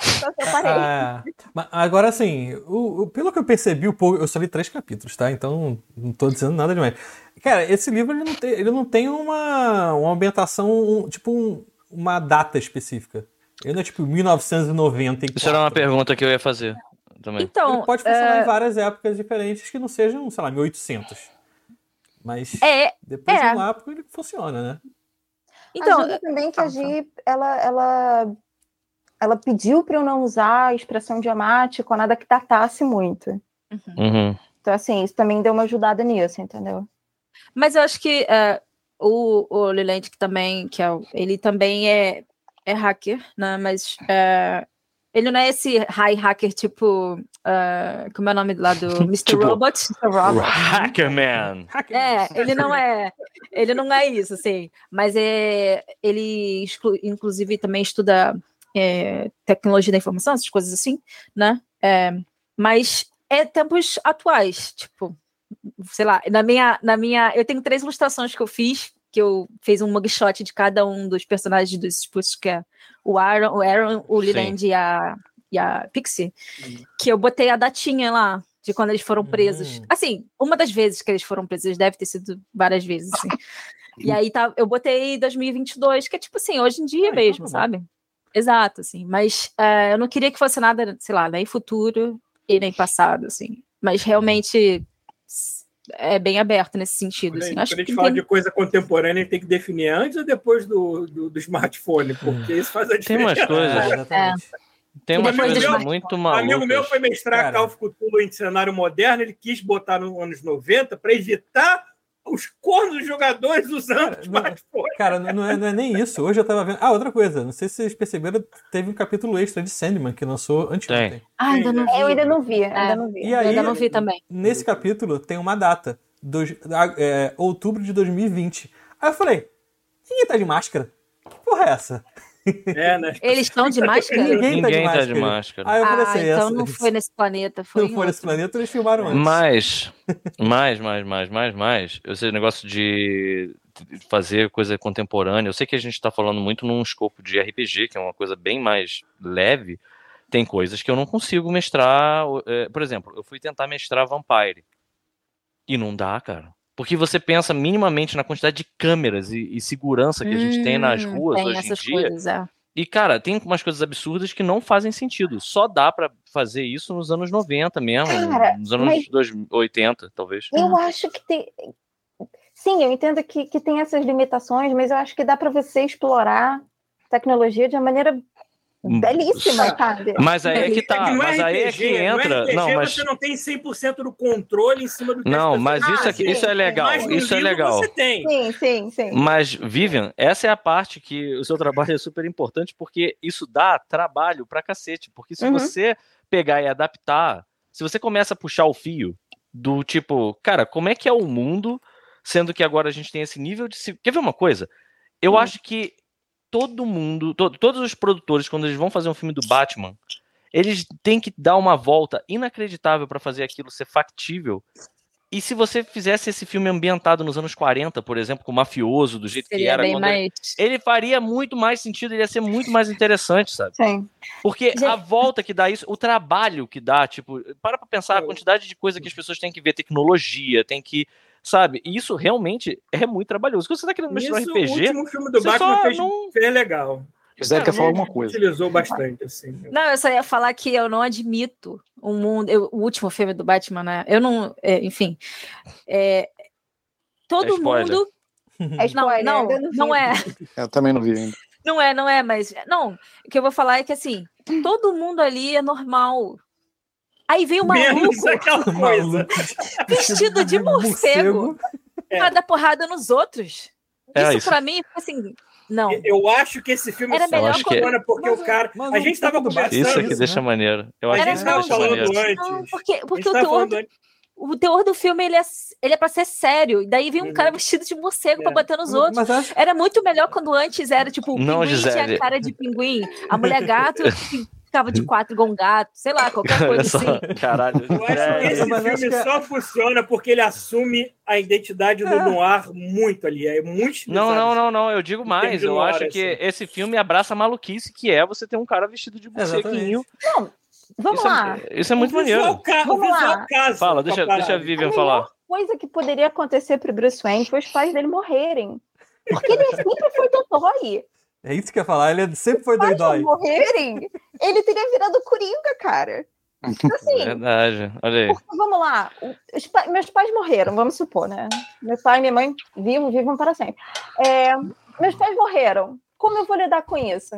Só que eu parei. Ah, mas agora assim, o, o- pelo que eu percebi, o povo, eu só li três capítulos, tá? Então não tô dizendo nada demais. Cara, esse livro ele não tem, ele não tem uma, uma ambientação, um- tipo um- uma data específica. Ele não é tipo 1990. Isso era uma pergunta que eu ia fazer também. Então, Ele pode funcionar em várias épocas diferentes que não sejam, sei lá, 1800. Mas é, depois é. de uma época ele funciona, né? Então, Ajuda também que ah, a tá. Gi, ela, ela, ela pediu para eu não usar a expressão idiomática ou nada que datasse muito. Uhum. Então, assim, isso também deu uma ajudada nisso, entendeu? mas eu acho que é, o, o Leland, que também, que é, o- ele também é, é hacker, né? Mas é, ele não é esse high hacker tipo. é, como é o nome lá do Mr. Tipo- Robot? Mr. Robot. Hackerman! É, ele não é, ele não é isso, assim. Mas é, ele exclu- inclusive também estuda é, tecnologia da informação, essas coisas assim, né? É, mas é tempos atuais, tipo, sei lá. Na minha, na minha, eu tenho três ilustrações que eu fiz, que eu fiz um mugshot de cada um dos personagens dos expulsos, que é o Aaron, o Aaron, o Sim. Leland e a e a Pixie, que eu botei a datinha lá de quando eles foram presos. Hum. Assim, uma das vezes que eles foram presos, deve ter sido várias vezes, assim. E aí tá, eu botei 2022, que é tipo assim, hoje em dia Ah, mesmo, então tá bom. sabe? Exato, assim. Mas eh, eu não queria que fosse nada, sei lá, nem futuro e nem passado, assim. Uhum. Mas realmente s- é bem aberto nesse sentido, Quando a assim. gente- Acho quando a que gente fala tem- de coisa contemporânea, tem que definir antes ou depois do, do, do smartphone, porque isso faz a Tem diferença. umas coisas, É, né? Tá exatamente. tem E umas depois coisas do muito Um amigo meu malucas. foi mestrar Cara. Call of Cthulhu em cenário moderno, ele quis botar nos anos 90 para evitar os cornos dos jogadores É, usando Cara, smartphone. Cara, não não é, não é nem isso. Hoje eu tava vendo. Ah, outra coisa. Não sei se vocês perceberam, teve um capítulo extra de Sandman que lançou anteontem. Ah, ainda não vi. Eu ainda não vi, ainda É. não vi. né? E aí- Eu ainda não vi também. Nesse capítulo tem uma data. Dois, a- é, outubro de 2020. Aí eu falei, ninguém tá de máscara? Que porra é essa? É, né? Eles tá estão de máscara? Ninguém, Ninguém tá tá de máscara. de máscara. Aí eu falei Ah, assim, então essa, não foi nesse planeta, foi não em foi nesse outro. planeta, eles filmaram antes. Mas, mais, mais, mais, mais, mais. Esse negócio de fazer coisa contemporânea. Eu sei que a gente tá falando muito num escopo de RPG, que é uma coisa bem mais leve. Tem coisas que eu não consigo mestrar. eh, Por exemplo, eu fui tentar mestrar Vampire. E não dá, cara. Porque você pensa minimamente na quantidade de câmeras e, e segurança que a gente tem nas Hum, ruas tem hoje em essas dia. coisas, é. E, cara, tem umas coisas absurdas que não fazem sentido. Só dá pra fazer isso nos anos 90 mesmo. Cara, nos anos mas- 2000, 80, talvez. Eu acho que tem. Sim, eu entendo que, que tem essas limitações, mas eu acho que dá para você explorar tecnologia de uma maneira belíssima, sabe? Mas aí é que tá. que não mas é aí é RPG, que entra. Não, é RPG, Não, mas. você não tem 100% do controle em cima do que Não, as mas pessoas isso, aqui, fazem. isso é legal. Mas no Isso é livro legal. Você tem. Sim, sim, sim. Mas, Vivian, essa é a parte que o seu trabalho é super importante, porque isso dá trabalho pra cacete. Porque se Uhum. você pegar e adaptar, se você começa a puxar o fio do tipo, cara, como é que é o mundo, sendo que agora a gente tem esse nível de. ci- Quer ver uma coisa? Eu acho que todo mundo, to- todos os produtores, quando eles vão fazer um filme do Batman, eles têm que dar uma volta inacreditável pra fazer aquilo ser factível. E se você fizesse esse filme ambientado nos anos 40, por exemplo, com o mafioso, do jeito que Seria era, bem quando ele- mais. ele faria muito mais sentido, ele ia ser muito mais interessante, sabe? Sim. Porque a Gente- volta que dá isso, o trabalho que dá, tipo, para pra pensar a quantidade de coisa que as pessoas têm que ver, tecnologia, tem que, sabe? E Isso realmente é muito trabalhousco. Quando você tá querendo mexer no Isso, o RPG, último filme do você Batman só fez, não... fez legal. Gisele quer falar alguma Ele coisa. Utilizou bastante, assim. Não, eu só ia falar que eu não admito um mundo. eu- o último filme do Batman, né? Eu não. é, enfim. É É, todo spoiler. mundo. É Uhum. Não, spoiler, não, ainda vi. não é. Eu também não vi ainda. Não é, não é, mas. Não, o que eu vou falar é que assim, todo mundo ali é normal. Aí vem o Menos Tá maluco aquela Tá coisa. Maluco. vestido de morcego pra dar porrada nos outros. É isso, isso. pra mim, assim, não. Eu acho que esse filme Era só melhor funciona porque Mas o o- cara. mas a o gente tava filme do É Batman- conversando. Isso aqui isso, deixa né? maneiro. Eu acho a que gente Era isso não, tava deixa falando maneiro. Não, antes. porque A porque gente o tava teor falando do antes. o teor do filme ele é, ele é para ser sério. E daí vem um Uhum. cara vestido de morcego pra É. bater nos outros. Mas acho Era muito melhor quando antes era tipo o Não, pinguim tinha Gisele. a cara de pinguim, a mulher gato ficava de quatro igual um gato, sei lá, qualquer Olha coisa só, assim. caralho. Eu acho que É, esse Mas acho filme que- só funciona porque ele assume a identidade do É. Noir muito ali. É muito Não, estilizado. não, não, não. Eu digo Entendi mais. Eu na hora, acho que assim. esse filme abraça a maluquice que é você ter um cara vestido de morceguinho. Vamos Isso, lá. é, isso é muito o visual maneiro. ca- o Vamos visual lá. casa Fala, com deixa, a parada. deixa a Vivian A falar. coisa que poderia acontecer pro Bruce Wayne foi os pais dele morrerem. Porque ele é sempre foi dodói. É isso que eu ia falar, ele sempre foi um Pais doidói. dele morrerem, ele teria virado Coringa, cara. Então, Assim, Verdade. Olha aí. Porque, vamos lá, o- os pa- meus pais morreram, vamos supor, né? Meu pai e minha mãe vivam, vivam para sempre. É, meus pais morreram. Como eu vou lidar com isso?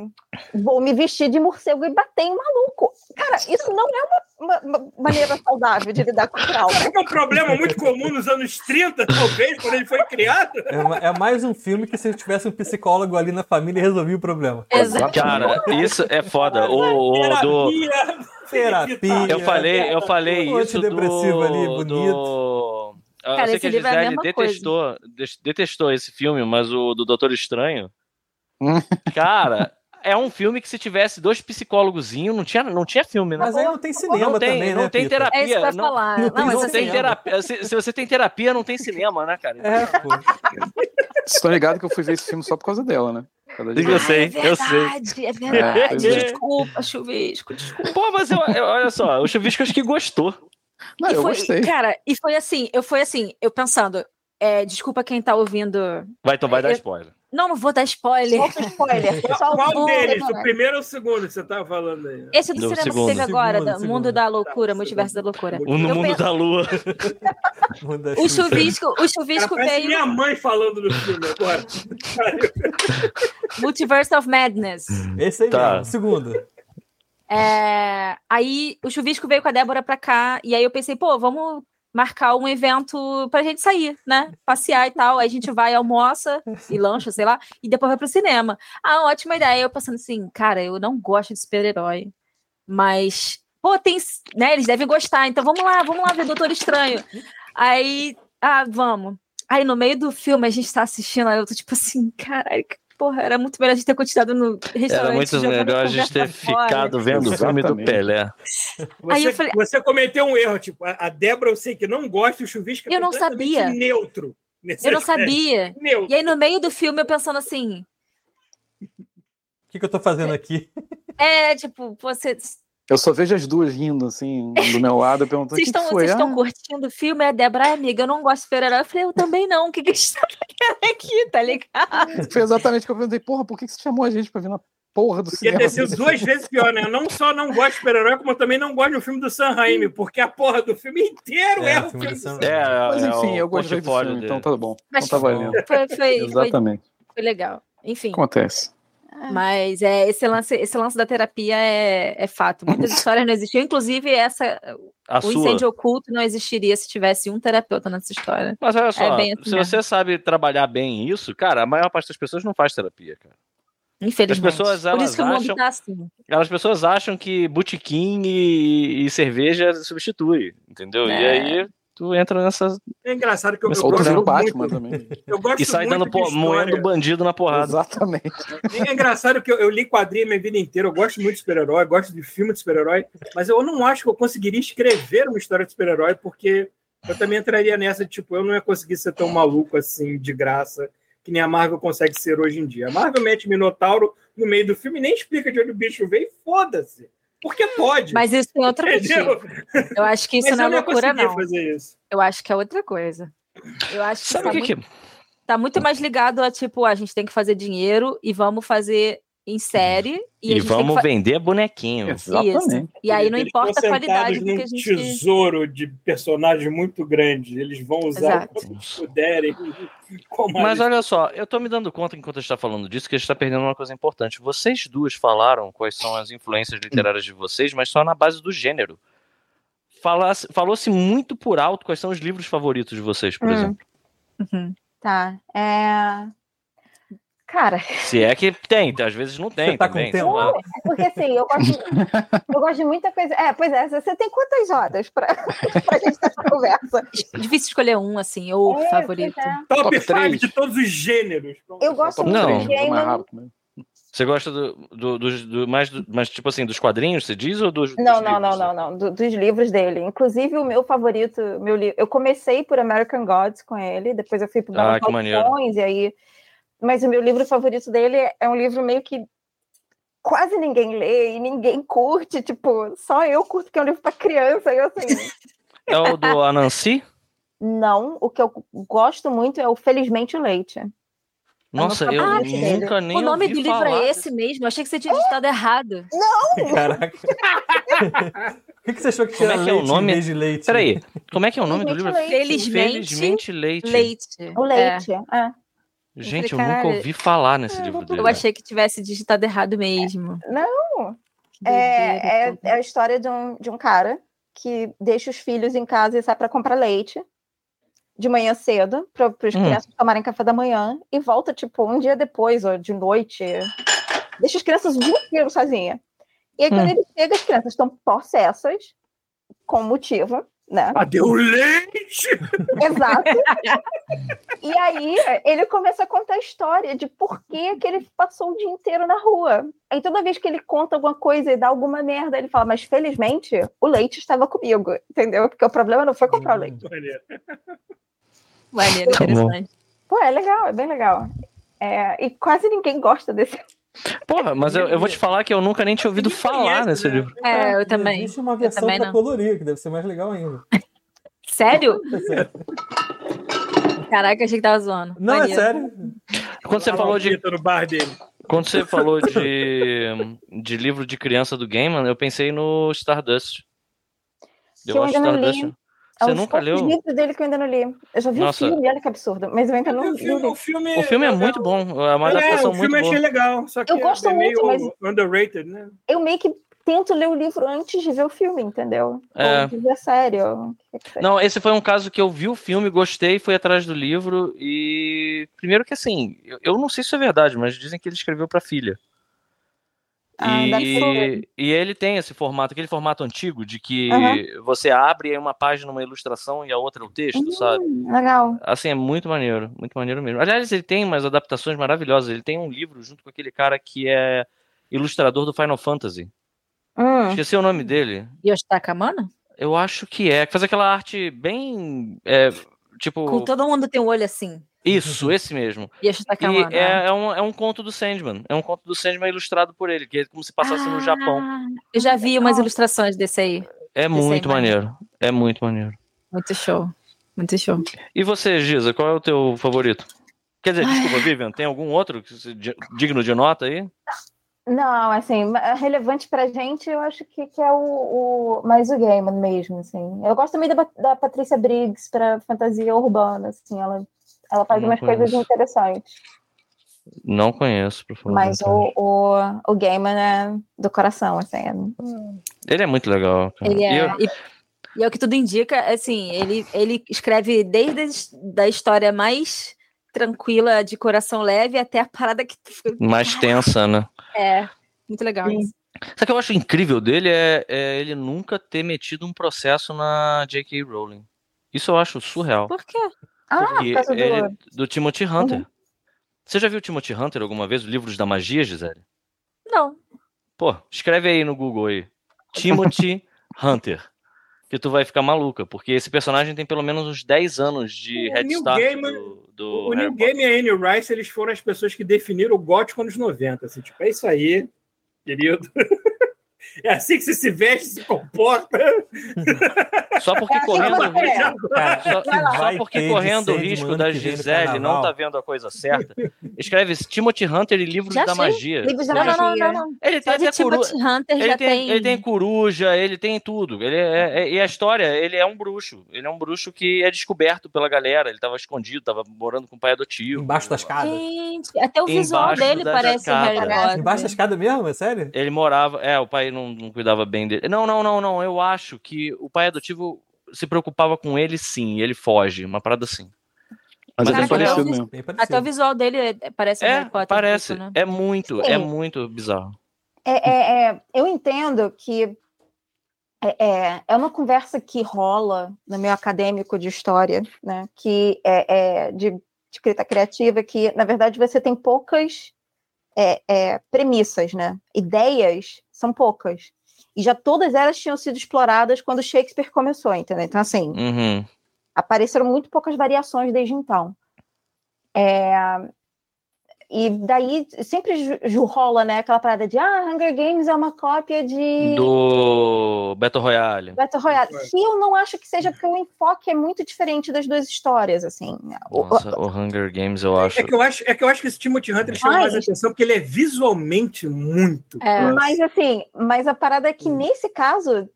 Vou me vestir de morcego e bater em maluco. Cara, isso não é uma, uma- uma maneira saudável de lidar com trauma. Será que é um problema muito comum nos anos 30, talvez, quando ele foi criado? É, ma- é mais um filme que se eu tivesse um psicólogo ali na família, resolvia o problema. Exato. Cara, isso é foda. O, o do. Terapia. Terapia. Eu falei, eu falei Um isso antidepressivo do. ali, do... Eu Cara, sei esse que a livro é a Gisele mesma detestou, des- detestou esse filme, mas o do Doutor Estranho. Hum. cara, é um filme que se tivesse dois psicólogos, não tinha, não tinha filme, né? Mas aí não tem cinema não tem, também, não né, tem Pita? terapia. É isso que eu ia não- falar. Não, não mas não assim, tem terapia. Se, se você tem terapia, não tem cinema, né, cara? É, pô. Vocês estão ligados que eu fui ver esse filme só por causa dela, né? Por causa da Eu Gisele. sei, é eu sei. verdade, é verdade. É. Desculpa, chuvisco, desculpa. Pô, mas eu, eu- olha só, o Chuvisco acho que gostou. Não, e Ah, eu foi, gostei. Cara, e foi assim, eu fui assim, eu pensando, é, desculpa quem tá ouvindo. Vai, então vai dar Eu- spoiler. Não, não vou dar spoiler. Solta o spoiler. solta o Qual spoiler, deles? né? O primeiro ou o segundo que você tava falando aí? Esse do, Do cinema segundo. que teve agora, Segundo, do segundo. Mundo da Loucura, Tá, Multiverso da Loucura. O No Eu Mundo penso- da Lua. Manda O chuva. chuvisco, o Cara, chuvisco parece veio minha mãe falando do filme agora. Multiverse of Madness. Esse aí Tá. mesmo, segundo. É, aí o chuvisco veio com a Débora pra cá, e aí eu pensei, pô, vamos marcar um evento pra gente sair, né? Passear e tal. Aí a gente vai, almoça e lancha, sei lá, e depois vai pro cinema. Ah, ótima ideia. Eu pensando assim, cara, eu não gosto de super-herói, mas, pô, tem, né? Eles devem gostar, então vamos lá, vamos lá ver Doutor Estranho. Aí, ah, vamos. Aí no meio do filme a gente tá assistindo, aí eu tô tipo assim, caralho, que porra, era muito melhor a gente ter continuado no restaurante. Era muito jogando melhor a gente ter conversa fora. ficado vendo o filme do Exatamente. Pelé. Você, Aí eu falei- você cometeu um erro, tipo, a, a Débora eu sei que não gosta, o chuvisco é Eu não completamente sabia. neutro. nesse Eu não aspecto. sabia. Neutro. E aí, no meio do filme, eu pensando assim: O que, que eu tô fazendo aqui? é, tipo, você- vocês Eu só vejo as duas rindo, assim, do meu lado, perguntando o que, que estão, foi. vocês estão Ah, curtindo o filme? É Débora, "Ai, amiga, eu não gosto de super-herói. Eu falei, eu também não. O que, que a gente tá fazendo aqui, tá ligado? Ah, Foi exatamente o que eu perguntei. Porra, por que que você chamou a gente pra vir na porra do Ia cinema? ter sido duas vezes pior, né? Eu não só não gosto de super-herói, como eu também não gosto do filme do Sam Raimi, porque a porra do filme inteiro é, É, o o filme filme do do Sam É, Sam é, Mas é enfim, o eu gostei do portfólio filme, dele. então tá bom. Mas Então tá bom. valendo. foi, foi, foi, Exatamente. foi legal. Enfim, Acontece. mas é, esse, lance, esse lance da terapia é, é fato. Muitas histórias não existiam. Inclusive, essa, A o sua. incêndio oculto não existiria se tivesse um terapeuta nessa história. Mas olha só, É bem assim se mesmo. você sabe trabalhar bem isso, cara, a maior parte das pessoas não faz terapia, cara. Infelizmente. pessoas, Por elas isso que o mundo acham- tá assim. As pessoas acham que botequim e, e cerveja substitui, entendeu? E É. aí tu entra nessa. É engraçado que eu, eu Mas outro gosto vira o é muito. Batman né? também. Eu gosto E sai muito dando de po... moendo história. bandido na porrada. Exatamente. É engraçado que eu, eu li quadrinho minha vida inteira, eu gosto muito de super-herói, gosto de filme de super-herói, mas eu não acho que eu conseguiria escrever uma história de super-herói, porque eu também entraria nessa, tipo, eu não ia conseguir ser tão maluco assim, de graça, que nem a Marvel consegue ser hoje em dia. A Marvel mete Minotauro no meio do filme e nem explica de onde o bicho veio e foda-se. Porque pode. Mas isso tem outro motivo. entendeu? Eu acho que isso mas não é eu não ia loucura, conseguir não. fazer isso. Eu acho que é outra coisa. Eu acho que Sabe tá, o que, muito, que tá muito mais ligado a tipo, a gente tem que fazer dinheiro e vamos fazer em série. E, a E gente tem que vamos fa- vender bonequinho. Exatamente. E aí não Eles importa a estão sentados qualidade do que num a gente. tesouro de personagens muito grande. Eles vão usar Exato. o que puderem. Como eles- Mas olha só, eu tô me dando conta enquanto a gente tá falando disso que a gente tá perdendo uma coisa importante. Vocês duas falaram quais são as influências literárias de vocês, mas só na base do gênero. Falasse- Falou-se muito por alto quais são os livros favoritos de vocês, por Hum. exemplo. Uhum. Tá. É... Cara, Se é que tem, às vezes não tem Você tá com também. tempo? sei lá. é porque assim, eu gosto, eu gosto de muita coisa. É, pois é, você tem quantas horas pra, pra gente ter essa conversa? Difícil escolher um, assim, ou É, favorito. pois é. Top Top 5 três. de todos os gêneros. Eu gosto Não, muito não, de é mais gênero. rápido, né? Você gosta do, do- dos- do- mais, do- mais, tipo assim, dos quadrinhos, você diz? Ou dos, Não, dos não, não, livros? não, não. do- dos livros dele. Inclusive, o meu favorito, meu livro. Eu comecei por American Gods com ele, depois eu fui pro Ah, Bela que maneiro. Falcões, e aí. Mas o meu livro favorito dele é um livro meio que quase ninguém lê e ninguém curte, tipo, só eu curto que é um livro pra criança. e Eu assim, É o do Anansi? não, o que eu gosto muito é o Felizmente o Leite. Nossa, nunca eu vi. nunca nem O nome ouvi do livro falar. é esse mesmo. Eu achei que você tinha digitado errado. Caraca. O que, que você achou que Como tinha é que é o leite nome? em vez de leite? Peraí, como é que é o nome do livro? Felizmente Leite. Felizmente, Felizmente Leite. Leite. O Leite. é. Gente, eu Eu falei, nunca "Caralho, ouvi falar nesse eu livro vou É. dele. Eu achei que tivesse digitado errado mesmo. É, Não. Que doideira, É, é, cara. é a história de um, de um cara que deixa os filhos em casa e sai para comprar leite de manhã cedo, para os Hum. crianças tomarem café da manhã, e volta, tipo, um dia depois, ou de noite. Deixa as crianças o dia inteiro sozinha. E aí, quando ele chega, as crianças estão possessas, com motivo, né? Cadê o leite? Exato. e aí ele começa a contar a história de por que, que ele passou o dia inteiro na rua. Aí toda vez que ele conta alguma coisa e dá alguma merda, ele fala, mas felizmente o leite estava comigo, entendeu? Porque o problema não foi comprar o leite. Maneiro, Tá bom. interessante. Uhum. Pô, é legal, é bem legal. É, e quase ninguém gosta desse. Porra, mas eu, eu vou te falar que eu nunca nem tinha ouvido Ninguém falar conhece, nesse né? livro. É, Uhum. eu também. Existe uma versão também pra não. colorir, que deve ser mais legal ainda. Tá Sério? Caraca, achei que tava zoando. Não, é Maneiro. sério. Quando você falou de, No bar dele. quando você falou de, de livro de criança do Gaiman, eu pensei no Stardust. Que eu acho ainda não li. Stardust. É Você um dos nunca leu? poucos livros dele que eu ainda não li. Eu já vi Nossa. o filme, olha que absurdo, mas eu ainda não O li. filme, o filme, O filme é muito bom, é uma É, adaptação o filme muito eu achei boa. legal, só que Eu gosto é meio muito, underrated, né? Eu meio que tento ler o livro antes de ver o filme, entendeu? É. Ou de ver a série. ou o que que seja. Não, esse foi um caso que eu vi o filme, gostei, fui atrás do livro e primeiro que assim, eu, eu não sei se isso é verdade, mas dizem que ele escreveu pra filha. Ah, deve e, ser. e ele tem esse formato, aquele formato antigo de que Aham. você abre aí uma página, uma ilustração e a outra é o texto, Hum. sabe? Legal. Assim, é muito maneiro, muito maneiro mesmo. Aliás, ele tem umas adaptações maravilhosas. Ele tem um livro junto com aquele cara que é ilustrador do Final Fantasy. Hum. Esqueci o nome dele. Yoshitaka Mano? Eu acho que é. Que faz aquela arte bem. é, tipo. Com todo mundo tem um olho assim. Isso, esse mesmo. Yoshitaka E Mano. é, é um, é um conto do Sandman. É um conto do Sandman ilustrado por ele, que é como se passasse no Japão. Eu já vi umas ilustrações desse aí. É muito Sandman. maneiro. É muito maneiro. Muito show. Muito show. E você, Giza, qual é o teu favorito? Quer dizer, desculpa, Vivian, tem algum outro que se- di- digno de nota aí? Não, assim, ma- relevante pra gente, eu acho que, que é o, o- mais o Gaiman mesmo, assim. Eu gosto também da, Ba- da Patrícia Briggs pra fantasia urbana, assim, ela, ela faz Não umas coisas conheço. interessantes. Não conheço, por favor. Mas o, o, o Gaiman é do coração, assim. é- Ele é muito legal. cara. Ele E é. eu- E, e é o que tudo indica, assim, ele, ele escreve desde a his- da história mais tranquila, de coração leve, até a parada que. tu fica- mais tensa, né? É. Muito legal Sim. isso. Sabe o que eu acho incrível dele é, é ele nunca ter metido um processo na J.K. Rowling. Isso eu acho surreal. Por quê? Ah, por Porque causa do... Uhum. ele- do Timothy Hunter. Você já viu o Timothy Hunter alguma vez, o Livros da Magia, Gisele? Não. Pô, escreve aí no Google aí. Timothy Hunter. Que tu vai ficar maluca, porque esse personagem tem pelo menos uns 10 anos de O head Neil start Gaiman- do, do O Harry New Game e a Annie Rice, eles foram as pessoas que definiram o gótico nos 90. Assim, tipo, é isso aí, querido. É assim que você se veste, se comporta. Só porque É assim que correndo você o risco. é. Cara, Só, que só vai ter porque de correndo o sede risco ano da que vem no Gisele não tá carnaval. vendo a coisa certa, escreve Timothy Hunter e livros Já da achei. magia. Livros da Não, não, não, não, magia. não. Ele tem Só de até coru... Timothy Hunter é ele, já tem, tem. ele tem coruja, ele tem tudo. Ele é, é- e a história, ele é um bruxo. Ele é um bruxo que é descoberto pela galera. Ele tava escondido, tava morando com o pai adotivo. Embaixo da escada? Gente, até o visual Embaixo dele da parece o jacada. Harry Potter. Embaixo da escada mesmo? É sério? Ele morava. É, o pai não, não cuidava bem dele. Não, não, não, não. Eu acho que o pai adotivo se preocupava com ele sim, e ele foge. Uma parada assim. Mas Mas é bem eu tô parecido olhando- mesmo. Bem Até o parecido. visual dele é- parece o É, Harry Potter. parece. um pouco, né? É muito, Sim. é muito bizarro. É, é, é, eu entendo que é, é, é uma conversa que rola no meio acadêmico de história, né? Que é, é de, de escrita criativa, que na verdade você tem poucas é, é, premissas, né? Ideias são poucas. E já todas elas tinham sido exploradas quando Shakespeare começou, entendeu? Então, assim, Uhum. apareceram muito poucas variações desde então. É, E daí sempre ju- ju- rola né, aquela parada de ah, Hunger Games é uma cópia de Do Battle Royale. Battle Royale. Que eu não acho que seja, porque o enfoque é muito diferente das duas histórias, assim. O- Nossa, o Hunger Games, eu É acho. que eu acho, é que eu acho que esse Timothy Hunter chama mais atenção porque ele é visualmente muito. É. classe. Mas assim, mas a parada é que Hum. nesse caso,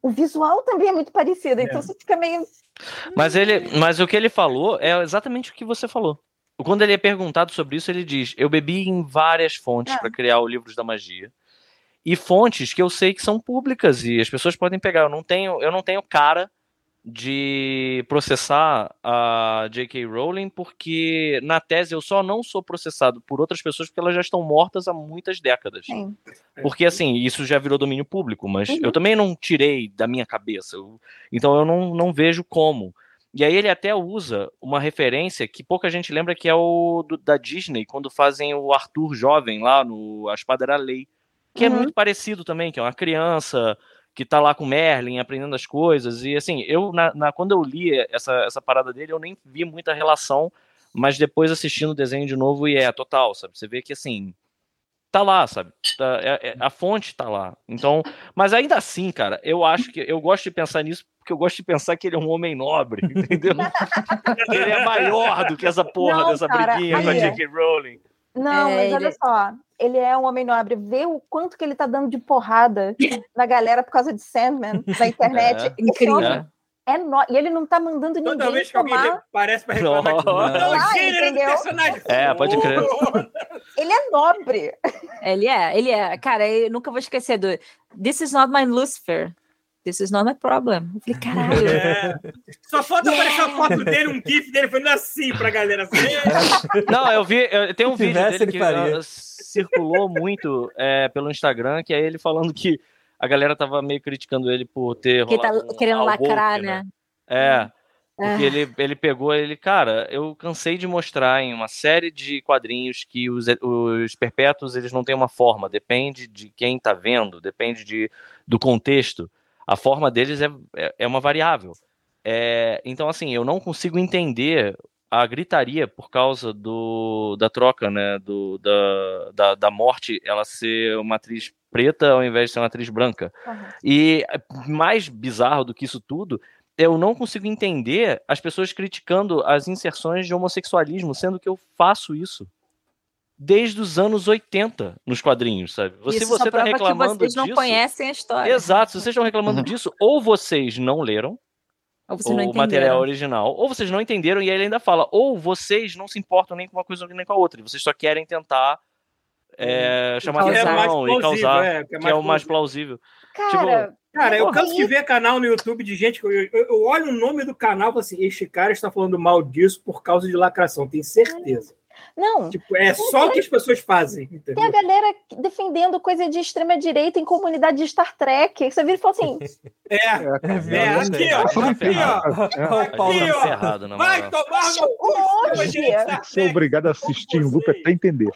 o visual também é muito parecido, então você fica meio. Mas ele, mas o que ele falou é exatamente o que você falou. Quando ele é perguntado sobre isso, ele diz: "Eu bebi em várias fontes pra criar o Livros da Magia e fontes que eu sei que são públicas e as pessoas podem pegar. Eu não tenho, eu não tenho cara de processar a J.K. Rowling porque na tese eu só não sou processado por outras pessoas porque elas já estão mortas há muitas décadas. Sim. Porque assim, isso já virou domínio público, mas É. Uhum. eu também não tirei da minha cabeça. eu- então eu não, não vejo como. E aí ele até usa uma referência que pouca gente lembra que é o do- da Disney, quando fazem o Arthur jovem lá no A Espada era Lei, que é Uhum. muito parecido também, que é uma criança que tá lá com Merlin aprendendo as coisas e assim, eu na, na- quando eu li essa, essa parada dele, eu nem vi muita relação, mas depois assistindo o desenho de novo e é total, sabe? Você vê que assim, tá lá, sabe? Tá- é- é- a fonte tá lá. Então, mas ainda assim, cara, eu acho que eu gosto de pensar nisso porque eu gosto de pensar que ele é um homem nobre, entendeu? Que ele é maior do que essa porra Não, dessa cara, briguinha com a aí é. J.K. Rowling. Não, É, mas ele- olha só, ele é um homem nobre. Vê o quanto que ele tá dando de porrada na galera por causa de Sandman na internet. É. Esse Incrível. homem É nó- E ele não tá mandando Toda ninguém vez que alguém tomar. parece pra reclamar que não, Não. o Ah, gênero do entendeu? personagem. É, pode crer. Ele é nobre. Ele é, ele é. Cara, eu nunca vou esquecer do This is not my Lucifer. This is not my problem. Eu falei, caralho. É. Só falta aparecer uma foto dele, um gif dele falando assim pra galera. Assim, É, Não, eu vi, eu, tem um Se vídeo tivesse, dele ele que faria. uh, circulou muito é, pelo Instagram, que é ele falando que a galera tava meio criticando ele por ter Porque tá rolado um querendo alvolte, lacrar, né? É. Porque Ah. ele, ele pegou, ele, cara, eu cansei de mostrar em uma série de quadrinhos que os, os perpétuos eles não têm uma forma, depende de quem tá vendo, depende de, do contexto. A forma deles é, é, é uma variável. É, então, assim, eu não consigo entender a gritaria por causa do, da troca, né? Do, da, da, da morte, ela ser uma atriz preta ao invés de ser uma atriz branca. E eh, mais bizarro do que isso tudo, eu não consigo entender as pessoas criticando as inserções de homossexualismo, sendo que eu faço isso desde os anos 80 nos quadrinhos, sabe? Você, Isso você só tá prova reclamando que vocês não disso. conhecem a história. Exato, se vocês estão reclamando Uhum. disso, ou vocês não leram Ou vocês não o material entenderam. original, ou vocês não entenderam, e aí ele ainda fala, ou vocês não se importam nem com uma coisa nem com a outra, vocês só querem tentar eh, chamar Uhum. causar. É mais atenção e plausível, causar, é, que que é o mais plausível. Cara, Cara, eu Porra, canso de ver canal no YouTube de gente que eu, eu- eu olho o nome do canal e falo assim: este cara está falando mal disso por causa de lacração, tenho certeza. não. Tipo, é só o que as pessoas fazem. entendeu? Tem a galera defendendo coisa de extrema direita em comunidade de Star Trek. Você vira e fala assim: É, É, cara. é, violento, aqui, né? ó. Tá Aqui, é ó. Olha o pau Aqui, na ó. serra. ferrado, na Vai moral. tomar Chegou no cu, hoje. seu direito da Sou fé. obrigado a assistir em loop até entender.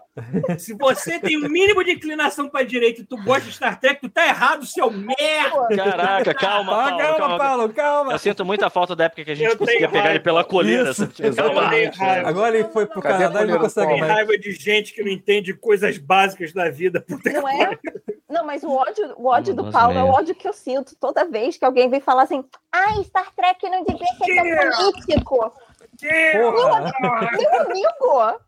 Se você tem o mínimo de inclinação para direita e tu gosta de Star Trek, tu tá errado, seu merda. Caraca, calma, Ah, Paulo, calma. calma, Paulo, calma. Eu sinto muita falta da época que a gente Eu conseguia tenho pegar ele raiva. pela colina. assim. Isso, sabe? Exatamente. exatamente. Agora ele foi pro Cadê a Canadá e não colher do consegue Tem Paulo? mais. raiva de gente que não entende coisas básicas da vida. Puta que não é? Não, mas o ódio, o ódio do Nossa, Paulo é o merda. ódio que eu sinto toda vez que alguém vem falar assim: ai, Star Trek não devia ser tão político. Porra! Meu amigo,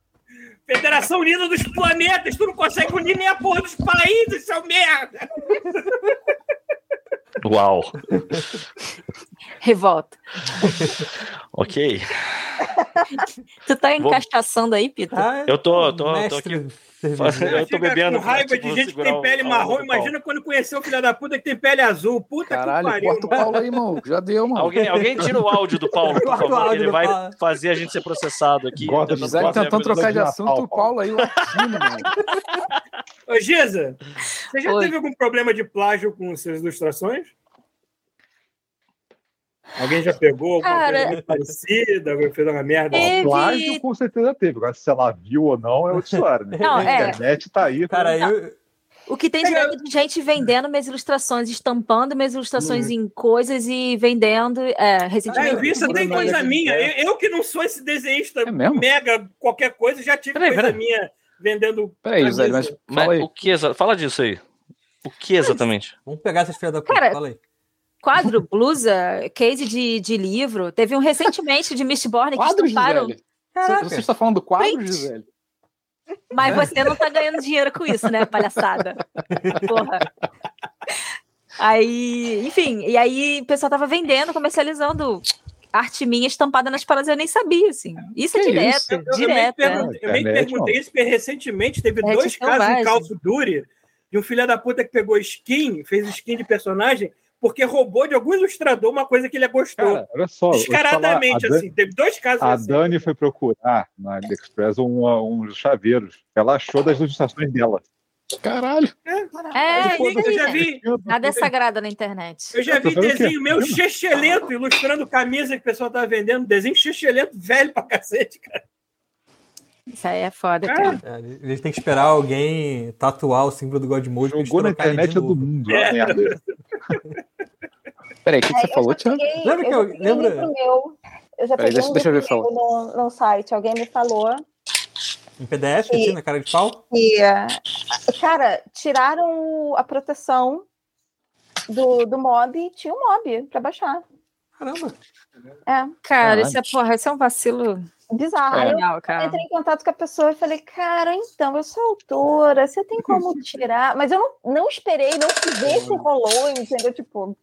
Federação Unida dos Planetas, tu não consegue unir nem a porra dos países, seu merda! Uau. Revolta. Ok. Tu tá Vou- Tá. encaixaçando aí, Pita? Ah, Eu tô- eu tô- eu tô mestre aqui. cervejeiro. Eu tô Chega bebendo, com raiva tipo, de vou gente que segurar tem o- pele a marrom. outra Imagina quando conheceu o filho da puta que tem pele azul. Puta que Caralho, pariu. corta o Paulo aí, mano. Já deu, mano. Alguém, alguém tira o áudio do Paulo, por Guarda o favor. que áudio Ele do vai Paulo. fazer a gente ser processado aqui. Gosta, Tentando Gisele Gisele fazer a tá tentando vida trocar de Paulo. assunto, o Paulo aí latindo, mano. Ô, Giza, você já Oi. teve algum problema de plágio com suas ilustrações? Alguém já pegou alguma Cara. coisa muito parecida? Alguém fez uma merda? Teve- Plágio com certeza teve. Agora, se ela viu ou não, é outra história. Né? Não, a é. internet tá aí. Cara, eu, O que tem de nego de gente vendendo minhas ilustrações, estampando minhas ilustrações Hum. em coisas e vendendo. É, Ah, eu recentemente. vi isso até em um Não, coisa não, minha. não. né? Eu, eu que não sou esse desenhista É mesmo? mega qualquer coisa, já tive Peraí, coisa peraí. minha vendendo. Peraí, Gisele, mas camisa. Mas fala aí. o que exa... Fala disso aí. O que exatamente? vamos pegar essas filhas da puta. Cara, Fala aí. Quadro, blusa, case de, de livro. Teve um recentemente de Mistborn é que Quadro, estamparam. Gisele. Você, Caraca. você está falando quadro, Print. Gisele? Mas você não tá ganhando dinheiro com isso, né, palhaçada? Porra. Aí, enfim, e aí o pessoal tava vendendo, comercializando arte minha estampada nas paradas, eu nem sabia, assim. Isso é Que direto, isso? Eu- Eu, eu nem direto. pergun- né? né? eu nem Internet, perguntei mano. isso, porque recentemente teve Internet dois casos selvagem. em Call of Duty de um filho da puta que pegou skin, fez skin de personagem, porque roubou de algum ilustrador uma coisa que ele é gostou. Cara, olha só. eu vou te falar, descaradamente, a Dan- assim. Teve dois casos A assim. Dani foi procurar na AliExpress um- uns chaveiros. Ela achou das ilustrações dela. Caralho. É, Tipo, Eu isso aí, já né? vi, Nada é sagrado na internet. eu já Eu tô vi vendo o quê? desenho meu Tá vendo? chechelento, ilustrando camisa que o pessoal tava vendendo. Desenho chechelento velho pra cacete, cara. Isso aí é foda, Cara, cara. É, A gente tem que esperar alguém tatuar o símbolo do God Mode pra gente Jogou na trocar ele de internet do novo. mundo. É. Merda. Peraí, o que, que É, você falou, eu já Thiago? peguei, Lembra que eu já eu- peguei lembra- um livro meu. Eu Peraí, já peguei deixa- um deixa eu ver livro meu no, num site, alguém me falou. Em PDF, assim, na cara de pau? E, eh, cara, tiraram o- a proteção do, do mob e tinha o mob pra baixar. Caramba. Cara, Caralho. isso é, porra, isso é um vacilo Bizarro. É. Aí eu legal, Eu cara. entrei em contato com a pessoa e falei, cara, então, eu sou autora, você tem como tirar? Mas eu não, não esperei, não ver se rolou, entendeu? Tipo,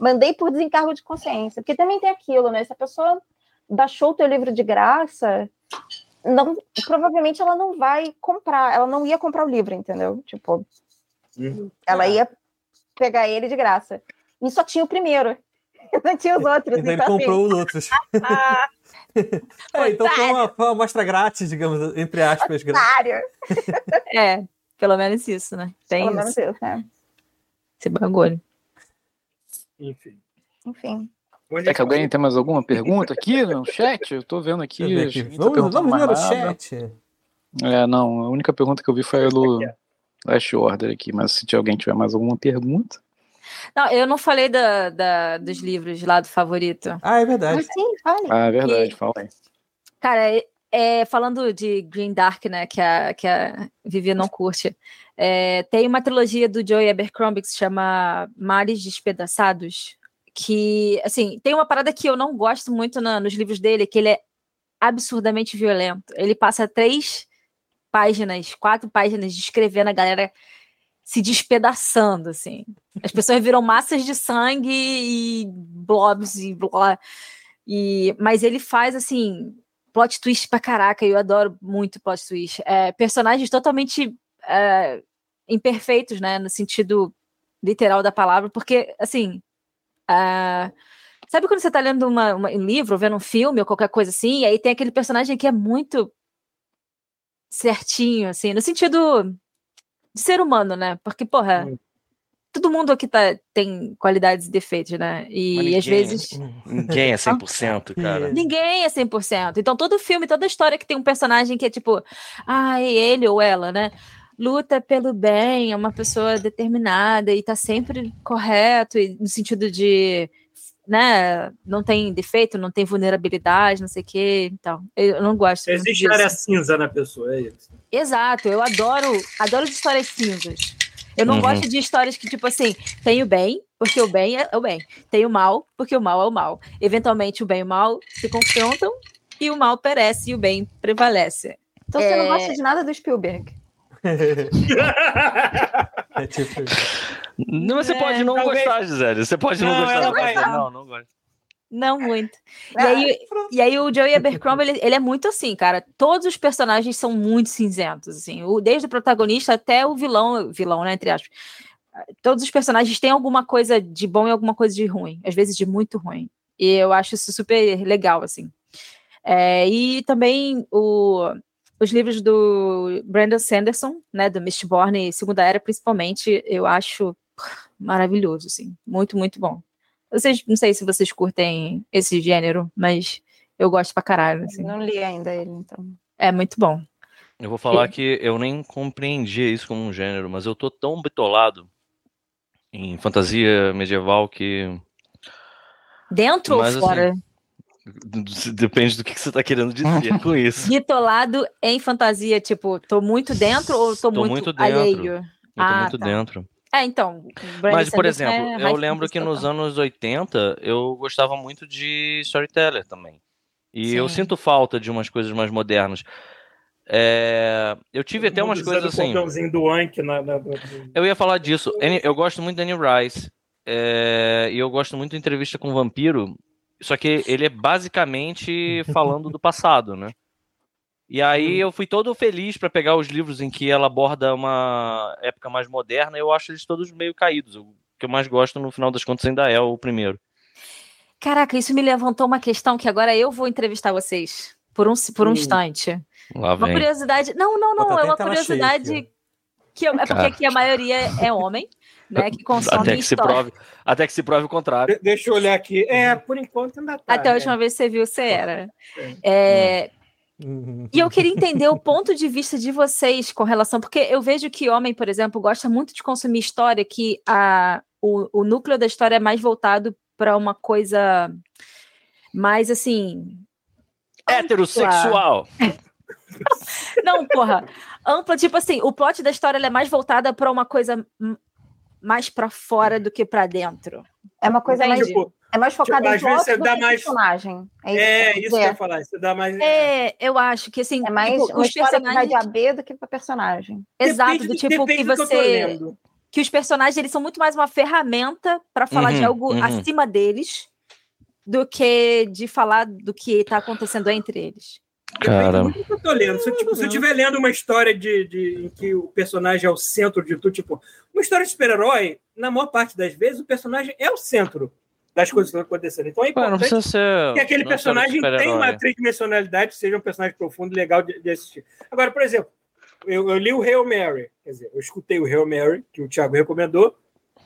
mandei por desencargo de consciência. Porque também tem aquilo, né? Se a pessoa baixou o teu livro de graça, não, provavelmente ela não vai comprar, ela não ia comprar o livro, entendeu? Tipo, ela É. ia pegar ele de graça. E só tinha o primeiro. Não tinha os outros. Então ele tá Então, assim, comprou os outros. ah, É, então foi uma, foi uma amostra grátis, digamos, entre aspas. grátis. otário. É, pelo menos isso, né? Tem Pelo menos isso, isso, né? esse bagulho. Enfim. Enfim. Onde É que eu- alguém tem mais alguma pergunta aqui no chat? Eu tô vendo aqui. Deixa eu ver acho aqui. que ninguém tá Vamos, perguntando vamos ler o mais nada. chat. É, não, a única pergunta que eu vi foi a do Aqui, é. Last Order aqui, mas se tiver- alguém tiver mais alguma pergunta. Não, eu não falei da, da- dos livros lá do favorito. Ah, é verdade. Mas sim, fale. Ah, é verdade, E- fala aí. Cara, é- é, falando de Green Dark, né, que a, que a Vivi não curte, é, tem uma trilogia do Joey Abercrombie que se chama Mares Despedaçados, que, assim, tem uma parada que eu não gosto muito na- nos livros dele, que ele é absurdamente violento. Ele passa três páginas, quatro páginas descrevendo a galera se despedaçando, assim. As pessoas viram massas de sangue e blobs e blá. E, mas ele faz, assim, plot twist pra caraca, eu adoro muito plot twist. É, personagens totalmente é, imperfeitos, né, no sentido literal da palavra, porque, assim, é, sabe quando você tá lendo uma- uma- um livro, vendo um filme ou qualquer coisa assim, e aí tem aquele personagem que é muito certinho, assim, no sentido de ser humano, né, porque, porra... Hum. Todo mundo aqui tá, tem qualidades e defeitos, né? E Mas às ninguém- vezes. Ninguém é 100%, cara. Ninguém é 100%. Então, todo filme, toda história que tem um personagem que é tipo, ai, ele ou ela, né? Luta pelo bem, é uma pessoa determinada e tá sempre correto, e no sentido de, né, não tem defeito, não tem vulnerabilidade, não sei o quê. Então, eu não gosto. muito Existe disso. área cinza na pessoa, é isso. Exato, eu adoro, adoro as histórias cinzas. Eu não Uhum. gosto de histórias que, tipo assim, tem o bem, porque o bem é o bem. Tem o mal, porque o mal é o mal. Eventualmente, o bem e o mal se confrontam e o mal perece e o bem prevalece. Então você não É. gosta de nada do Spielberg. É tipo. Não, mas você pode não talvez- gostar, Gisele. Você pode não, Não, gostar. ela da vai- coisa. Não, não gosto. Não muito. E Ah, aí, e aí o Joey Abercrombie, ele, ele é muito assim, cara. Todos os personagens são muito cinzentos, assim. O, desde o protagonista até o vilão, vilão, né, entre aspas. Todos os personagens têm alguma coisa de bom e alguma coisa de ruim. Às vezes de muito ruim. E eu acho isso super legal, assim. É, e também o, os livros do Brandon Sanderson, né, do Mistborn e Segunda Era, principalmente, eu acho maravilhoso, assim. Muito, muito bom. Vocês, não sei se vocês curtem esse gênero, mas eu gosto pra caralho. assim. Não li ainda ele, então. É muito bom. Eu vou falar que eu nem compreendia isso como um gênero, mas eu tô tão bitolado em fantasia medieval que Dentro Mas, assim, ou fora? depende do que que você tá querendo dizer com isso. Bitolado em fantasia, tipo, tô muito dentro ou tô, Tô muito, muito dentro. alheio? Eu tô Ah, muito tá. dentro. É, então. Brandon Mas, por Sanderson é exemplo, eu high lembro que fantasy nos total. anos 80 eu gostava muito de storyteller também. E eu Sim. sinto falta de umas coisas mais modernas. É, Eu tive até umas coisas é O assim. botãozinho do Anki na. na- na- Eu ia falar disso. Anne- Eu gosto muito da Annie Rice. é, E eu gosto muito de entrevista com o vampiro. Só que ele é basicamente falando do passado, né? E aí eu fui todo feliz pra pegar os livros em que ela aborda uma época mais moderna. Eu acho eles todos meio caídos. O que eu mais gosto, no final das contas, ainda é o primeiro. Caraca, isso me levantou uma questão que agora eu vou entrevistar vocês por um, por um Hum. instante. Lá Uma vem. curiosidade. Não, não, não. Bota É até uma tela cheia curiosidade. aqui, Que eu- é porque Cara. aqui a maioria é homem, né? Que consome Até que, se história. prove, até que se prove o contrário. De- Deixa eu olhar aqui. É, por enquanto ainda tá. Até a né? última vez que você viu, você era. É, Uhum. E eu queria entender o ponto de vista de vocês com relação, porque eu vejo que homem, por exemplo, gosta muito de consumir história que a, o, o núcleo da história é mais voltado para uma coisa mais assim. Heterossexual. Não, porra. ampla, tipo assim, o plot da história ela é mais voltada para uma coisa hum, mais para fora do que para dentro. É uma coisa mais, Entendi. Tipo, é mais focada às em vezes plot você do dá que mais- personagem. É isso, é, que isso eu quero que eu dizer. ia falar. Isso dá mais. É, eu acho que assim, É mais tipo, uma os história que vai de personagens, A a B do que pra personagem. exato, Depende do tipo depende que do eu tô você lendo. que os personagens eles são muito mais uma ferramenta para falar de Uhum, algo uhum. acima deles do que de falar do que tá acontecendo entre eles. Depende muito do que eu tô lendo. Se, eu, tipo, se eu estiver lendo uma história de, de- em que o personagem é o centro de tudo, tipo, uma história de super-herói, na maior parte das vezes, o personagem é o centro das coisas que estão acontecendo. Então é Ué, não importante precisa ser. que aquele não precisa ser personagem super-herói. tenha uma tridimensionalidade, seja um personagem profundo e legal de, de assistir. Agora, por exemplo, eu, eu li o Hail Mary, quer dizer, eu escutei o Hail Mary, que o Thiago recomendou,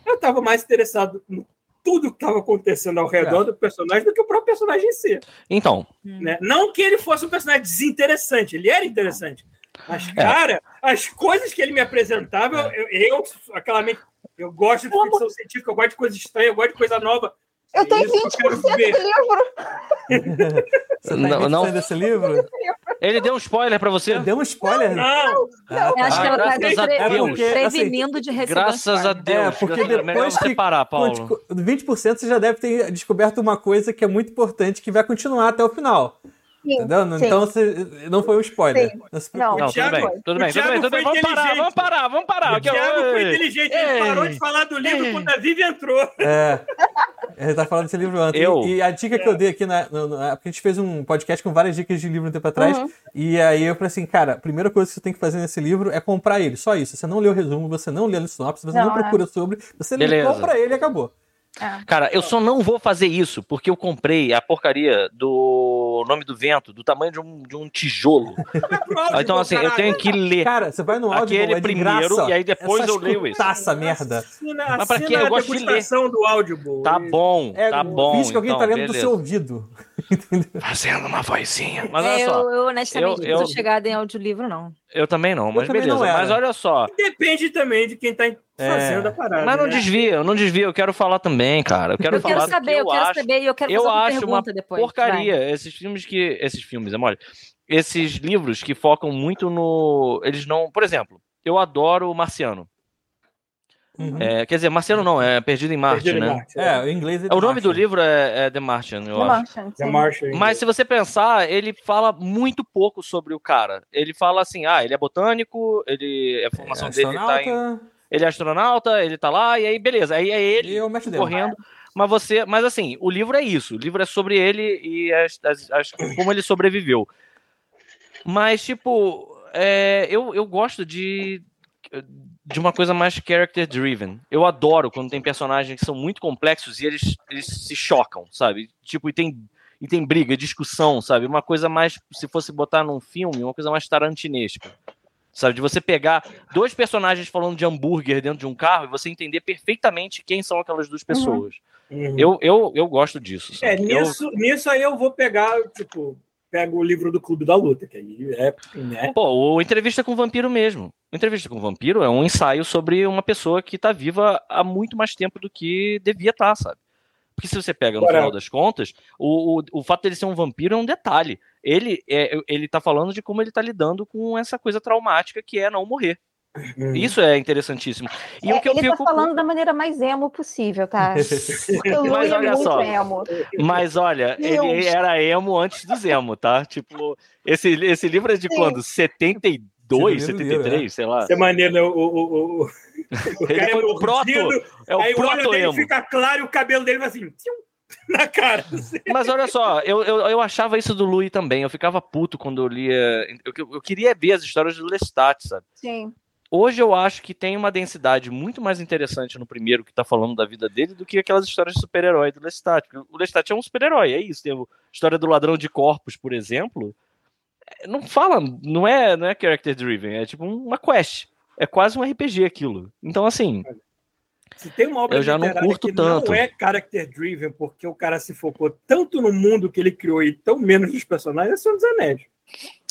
eu estava mais interessado no tudo que estava acontecendo ao redor do personagem do que o próprio personagem em si. Então, né? Não que ele fosse um personagem desinteressante, ele era interessante. Mas, cara, as coisas que ele me apresentava, eu, eu aquela mente, eu gosto de ficção científica, eu gosto de coisa estranha, eu gosto de coisa nova. Eu tenho Isso que eu quero 20% do ver. livro. Você tá Não, não, não. desse livro? ele deu um spoiler pra você? Eu dei um spoiler. Não, Eu acho Ah, é que ela tá graças a pre- Deus. pre- prevenindo de receber. Graças a spoiler. Deus. É, porque Gabriel, depois melhor que- separar, Paulo. Pô, de- 20% você já deve ter descoberto uma coisa que é muito importante que vai continuar até o final. Sim, entendeu? sim. Então você, não foi um spoiler. Sim. Não se Não. preocupe. Não, tudo Thiago- bem, tudo bem, o tudo bem, Thiago tudo foi bem. Vamos parar, inteligente. vamos parar, vamos parar. o Thiago foi Ei. inteligente, ele parou de falar do livro Ei. quando a Vivi entrou. É. Ele tá falando desse livro antes. Eu? É. E, e a dica que eu dei aqui na, no- na- Porque a gente fez um podcast com várias dicas de livro um tempo atrás. Uhum. E aí eu falei assim, cara, a primeira coisa que você tem que fazer nesse livro é comprar ele. Só isso. Você não lê o resumo, você não lê a sinopse, você não, Não, né? procura sobre, você Beleza. compra ele e acabou. Cara, eu só não vou fazer isso porque eu comprei a porcaria do Nome do Vento, do tamanho de um, de um tijolo. Então, assim, eu tenho que ler Cara, você vai no áudio, aquele é de primeiro graça. É e aí depois Essa eu leio isso. escutaça, merda. Assina, Mas pra assina quê? Eu a gosto de degustação do áudio, Tá bom, É, tá bom. finge que alguém então, tá lendo do beleza. seu ouvido. Fazendo uma vozinha. Mas É, olha só, eu, eu honestamente Eu- não eu- sou chegada em audiolivro, não. eu também não, mas também beleza. não era. mas olha só. Depende também de quem tá fazendo a parada. É. Mas não né? desvia, eu não desvia, eu quero falar também, cara. Eu quero eu falar quero do saber, que eu, eu quero acho. saber e eu quero eu fazer uma acho uma pergunta depois. Porcaria. vai. Esses filmes que. Esses filmes, é mole. Esses livros que focam muito no. Eles não. Por exemplo, eu adoro o Marciano. Uhum. É, quer dizer, Marciano não, é Perdido em Marte, Perdido em né? Marte, É, o inglês é O nome do Martian. livro é, é The Martian, eu The acho. Martian, The sim. Martian. Mas se você pensar, ele fala muito pouco sobre o cara. Ele fala assim, ah, ele é botânico, ele a formação dele tá em, É. Astronauta ele é astronauta, ele tá lá e aí beleza, aí é ele e o mestre dele. correndo. Mas você, mas assim, o livro é isso. O livro é sobre ele e as, as- as- como ele sobreviveu. Mas tipo, é, eu, eu gosto de de uma coisa mais character driven. Eu adoro quando tem personagens que são muito complexos e eles, eles se chocam, sabe? Tipo, e tem e tem briga, e discussão, sabe? Uma coisa mais se fosse botar num filme, uma coisa mais tarantinesca. Sabe, de você pegar dois personagens falando de hambúrguer dentro de um carro e você entender perfeitamente quem são aquelas duas pessoas. Uhum. Eu, eu, eu gosto disso. É, sabe? Eu- nisso, nisso aí eu vou pegar, tipo, pego o livro do Clube da Luta, que aí é, né? Pô, o Entrevista com o Vampiro mesmo. O Entrevista com o Vampiro é um ensaio sobre uma pessoa que tá viva há muito mais tempo do que devia estar, sabe? Porque se você pega no Agora- final das contas, o, o, o fato dele ser um vampiro é um detalhe. Ele, é, ele tá falando de como ele tá lidando com essa coisa traumática que é não morrer. Isso é interessantíssimo. E É, o que eu ele fico. tá falando da maneira mais emo possível, tá? Porque o Mas Lui é olha muito só. emo. Mas olha, Deus. ele era emo antes do emo, tá? Tipo, esse, esse livro é de Sim. quando? 72, Esse livro, 73, sei lá. Isso é maneiro, né? O, o, o, o Ele foi o mordido, proto, é o aí o olho dele proto-emo. fica claro e o cabelo dele vai assim, tchum, na cara. Mas olha só, eu, eu, eu achava isso do Louis também. Eu ficava puto quando eu lia. Eu, eu queria ver as histórias do Lestat, sabe? Sim. Hoje eu acho que tem uma densidade muito mais interessante no primeiro que tá falando da vida dele do que aquelas histórias de super-herói do Lestat. Porque O Lestat é um super-herói, é isso. Tem a história do ladrão de corpos, por exemplo. É, Não fala, não é, não é character driven, é tipo uma quest. É quase um RPG aquilo. Então, assim, É. Se tem uma obra Eu já não literária curto que tanto. não é character driven, porque o cara se focou tanto no mundo que ele criou e tão menos nos personagens, é Senhor dos Anéis.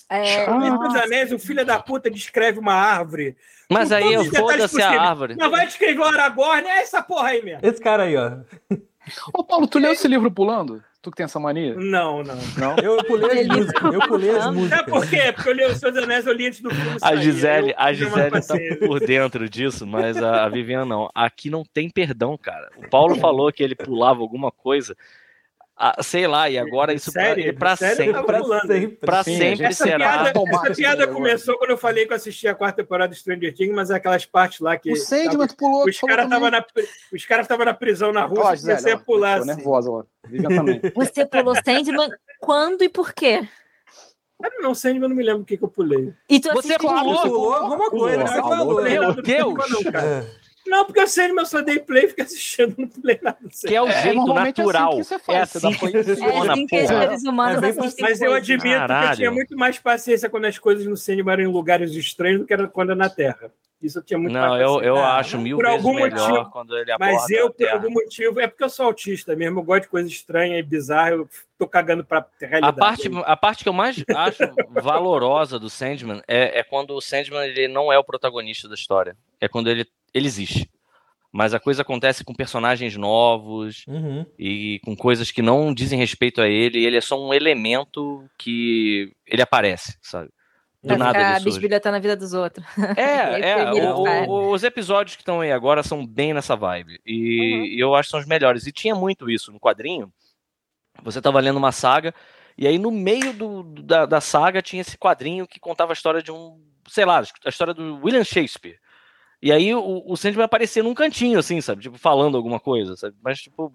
É, Ah, Hum. No Senhor dos nossa. Anéis, o filho da puta descreve uma árvore. mas Com aí todos eu os detalhes foda-se a possíveis. árvore. Mas vai descrever o Aragorn, é essa porra aí mesmo. Esse cara aí, ó. Ô, Paulo, tu leu esse livro pulando? Tu que tem essa É. mania? Não, não. Não? Eu pulei as músicas. Eu pulei as Tá Sabe por músicas. quê? Porque eu li o Senhor dos Anéis, eu li antes do filme. A sair, Gisele, eu- a eu não Gisele tá passei. por dentro disso, mas a, a Vivian não. Aqui não tem perdão, cara. O Paulo falou que ele pulava alguma coisa, ah, sei lá, e agora isso pra, Sério? e pra Sério? sempre. Pra pulando. sempre. Tá Pra Sim, sempre Essa será. piada, Automático, essa piada né, começou quando eu falei que eu assisti a quarta temporada de Stranger Things, mas é aquelas partes lá que. O Sandman, tu pulou. Os tu falou caras estavam também. na, pri- os cara tava na prisão na rua, Ó, eu comecei Gisele, a ó, pular Tô assim. nervosa, ó. Vivian também. Você pulou Sandman quando e por quê? Eu Ah, não sei, eu não me lembro o que, que eu pulei. E tu Você assistiu pulou? tudo? Pulou alguma coisa, você Nossa, falou. louco. né? Meu Não, Deus! Não, cara. É. não, porque eu sei, mas eu só dei play e fiquei assistindo, não pulei nada. não sei. Que é o jeito normalmente é assim natural. que você faz, É você dá assim que play e É funciona, assim que os porra. seres humanos É bem assistem Mas eu coisas. admito que eu Caralho. tinha muito mais paciência quando as coisas no cinema eram em lugares estranhos do que era quando era na Terra. Isso eu tinha muito mais Não, paciência. eu, eu Ah, acho mil por vezes algum melhor motivo. quando ele aborda. Mas eu, a por Terra. algum motivo, é porque eu sou autista mesmo, eu gosto de coisa estranha e bizarra, eu tô cagando pra realidade. A parte, a parte que eu mais acho valorosa do Sandman é, é quando o Sandman ele não é o protagonista da história. É quando ele, ele existe. Mas a coisa acontece com personagens novos Uhum. e com coisas que não dizem respeito a ele. E ele é só um elemento que ele aparece, sabe? Do é Pra nada ficar ele surge. bisbilhotando a vida dos outros. É, é. Ele o- é. o- os episódios que estão aí agora são bem nessa vibe. E e eu acho que são os melhores. E tinha muito isso no quadrinho. Você tava lendo uma saga, e aí no meio do- do- da, da saga tinha esse quadrinho que contava a história de um. Sei lá, a história do William Shakespeare. E aí o, o Sandman aparecia num cantinho, assim, sabe? Tipo, falando alguma coisa, sabe? Mas, tipo,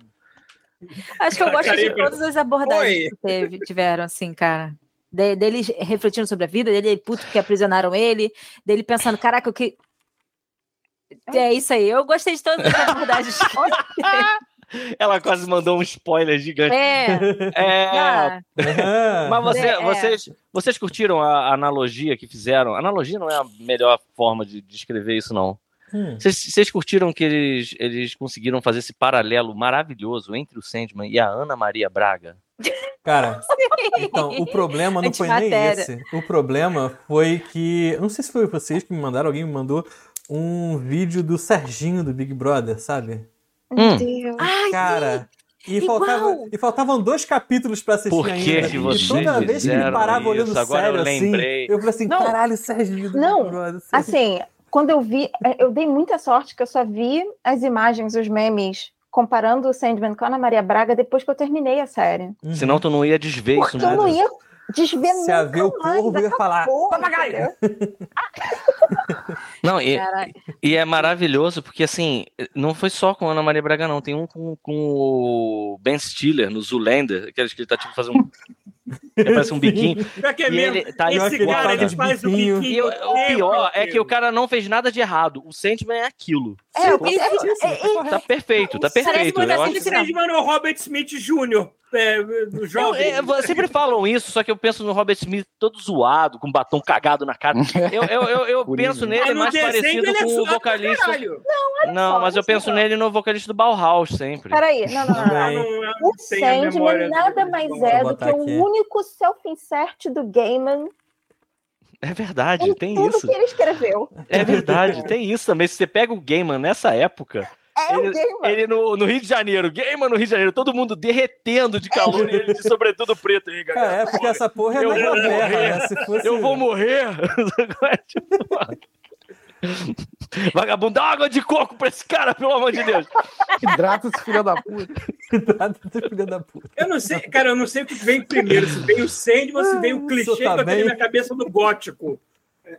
Acho que eu gosto de Caramba. todas as abordagens Oi. que teve- tiveram, assim, cara. De- deles refletindo sobre a vida, dele puto que aprisionaram ele, dele pensando, caraca, o que. É isso aí, eu gostei de todas as abordagens. ela quase mandou um spoiler gigante. é, É, cara, Ah. Mas você- É, é. vocês, vocês curtiram a analogia que fizeram? Analogia não é a melhor forma de descrever isso, não. Hum. Vocês- Vocês curtiram que eles, eles conseguiram fazer esse paralelo maravilhoso entre o Sandman e a Ana Maria Braga? Cara, então, o problema não foi nem Antimatéria. esse. O problema foi que. eu Não sei se foi vocês que me mandaram, alguém me mandou um vídeo do Serginho do Big Brother, sabe? Meu Hum. Deus. Ai, Cara. E, igual. faltava, e faltavam dois capítulos pra assistir Por que ainda. que né? e vocês toda vez que ele fizeram parava olhando isso? Agora sério eu assim, lembrei. eu falei assim, Não. caralho, Serginho do Não. Big Brother. Serginho. Assim, quando eu vi, é, eu dei muita sorte que eu só vi as imagens, os memes, comparando o Sandman com a Ana Maria Braga depois que eu terminei a série. Uhum. Senão tu não ia desver isso, Porque eu né? não ia desver Se a ver o nunca mais corvo, ia falar, porra, papagaio! entendeu? Não, e, Caralho. e é maravilhoso porque, assim, não foi só com a Ana Maria Braga, não. Tem um com, com o Ben Stiller, no Zoolander, aqueles que ele tá tipo fazendo um... ele parece um biquinho. Já que é E mesmo. ele tá Esse aquele cara, é papo ele de faz o biquinho. E biquinho. o, o pior é que o cara não fez nada de errado. O Sandman é aquilo. É, eu- Sim, eu- sim, eu- tá correto. Tá perfeito, tá Parece é perfeito. muito Eu assim acho- de- Vocês mandam o Robert Smith Jr., é, do Não, jovem. é, vo- sempre falam isso, só que eu penso no Robert Smith todo zoado, com batom cagado na cara. Eu, eu, eu, eu Por penso isso. nele Mas no mais desenho parecido ele é com o zoado pra vocalista. caralho. Não, só, mas eu olha só. penso nele no vocalista do Bauhaus sempre. é, Peraí, não, não, não. Ah, Também. não, eu não O tenho a memória Sandman do- nada do- mais do- Vou é do botar que o aqui. único self-insert do Gaiman É em verdade, tem tudo isso. que ele escreveu. É verdade, tem isso também. Se você pega o Gaiman nessa época, É Ele- o Gaiman. ele no, no Rio de Janeiro, Gaiman no Rio de Janeiro, todo mundo derretendo de calor e ele de sobretudo preto aí, galera. É, é, porque essa porra é Eu da vou guerra, morrer. né? Se fosse... Eu vou morrer. Vagabundo, dá água de coco pra esse cara, pelo amor de Deus. Hidrata esse filho da puta. Cuidado, filho da puta. Eu não sei, cara, eu não sei o que vem primeiro, se vem o Sandman ou se vem Ah, o clichê Isso tá que eu tenho bem. na minha cabeça do gótico.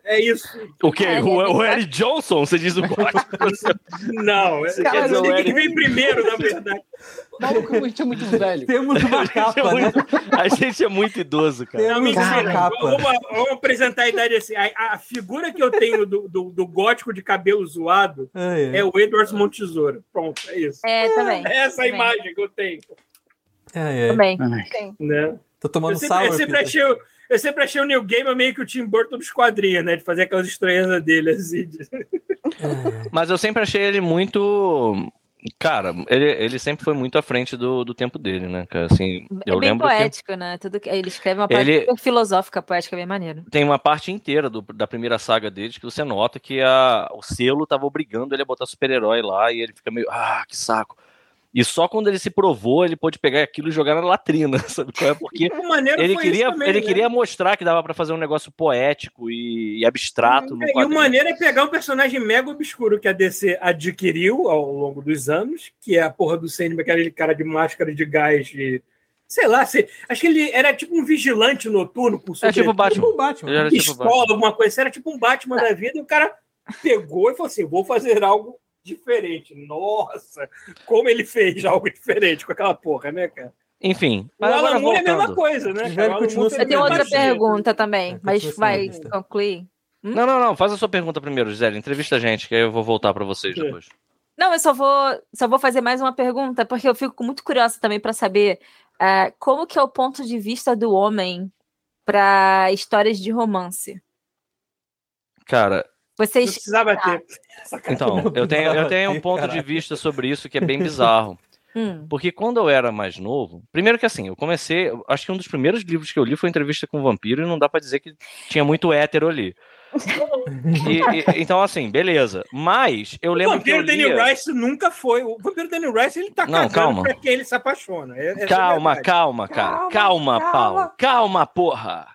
É isso. O quê? É, o, é, o Eric Johnson, você diz o gótico. Não, eu Cara, não sei o que Eric- vem primeiro, na verdade. Maluco, a gente é muito velho. Temos uma capa, né? A gente é muito idoso, cara. Não, Temos uma mentira. capa. Vamos, vamos apresentar a idade assim. A, a figura que eu tenho do, do, do gótico de cabelo zoado Ai, é o Edwards Montesouro. Pronto, é isso. É, também. É essa a também. imagem que eu tenho. ai, ai. Também. assim. Né? Tô Eu tomando sempre, eu sour, sempre Peter. achei, o- eu sempre achei o Neil Gaiman meio que o Tim Burton dos quadrinhos, né? De fazer aquelas estranhezas dele, assim. de- Mas eu sempre achei ele muito. Cara, ele, ele sempre foi muito à frente do, do tempo dele, né, cara? Assim, eu é bem lembro que poético, né? Tudo que... Ele escreve uma parte Ele- super filosófica, poética, é bem maneiro. tem uma parte inteira do- da primeira saga deles que você nota que a- o selo tava obrigando ele a botar super-herói lá e ele fica meio, ah, que saco. E só quando ele se provou, ele pôde pegar aquilo e jogar na latrina, sabe? qual é? Porque O maneiro ele foi queria, isso também, ele né? queria mostrar que dava pra fazer um negócio poético e, e abstrato no E o quadrinho. maneiro é pegar um personagem mega obscuro que a DC adquiriu ao longo dos anos, que é a porra do Sandman, que era aquele cara de máscara de gás de. Sei lá, se- acho que ele era tipo um vigilante noturno com É tipo o sobretudo, Batman. Tipo o Batman. Ele era tipo o pistola, Batman. alguma coisa. assim, Era tipo um Batman da vida, e o cara pegou e falou assim: vou fazer algo diferente. Nossa, como ele fez algo diferente com aquela porra, né, cara? Enfim, O mas agora Alan Moore é a mesma voltando. coisa, né? O cara? velho O Alan continua Moore sendo tem Eu tenho outra magia. pergunta também, É, mas continua sendo vai lista. concluir. Não, não, não, faz a sua pergunta primeiro, Gisele. Entrevista a gente, que aí eu vou voltar pra vocês Ok. depois. Não, eu só vou, só vou fazer mais uma pergunta, porque eu fico muito curiosa também para saber eh, como que é o ponto de vista do homem para histórias de romance. Cara, Não Vocês precisava ter. então, eu tenho, eu tenho um ponto de Caralho. vista sobre isso que é bem bizarro. Hum, Porque quando eu era mais novo, primeiro que assim, eu comecei, eu acho que um dos primeiros livros que eu li foi Entrevista com o Vampiro e não dá pra dizer que tinha muito hétero ali. E- e- então assim, beleza. Mas eu O lembro vampiro que eu Danny lia... Rice nunca foi. O vampiro Danny Rice ele tá Não, cagando calma. pra quem ele se apaixona. É- essa é a Calma, verdade. calma, cara. Calma, Paulo. Calma, porra.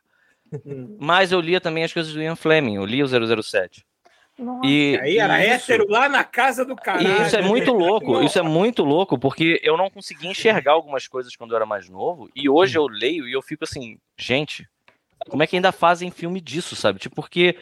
Hum. Mas eu lia também as coisas do Ian Fleming, eu li o 007. Nossa. E Aí era isso- hétero lá na casa do E caralho. isso é muito louco, Nossa. isso é muito louco, porque eu não conseguia enxergar algumas coisas quando eu era mais novo, e hoje eu leio e eu fico assim, gente, como é que ainda fazem filme disso, sabe? Tipo, porque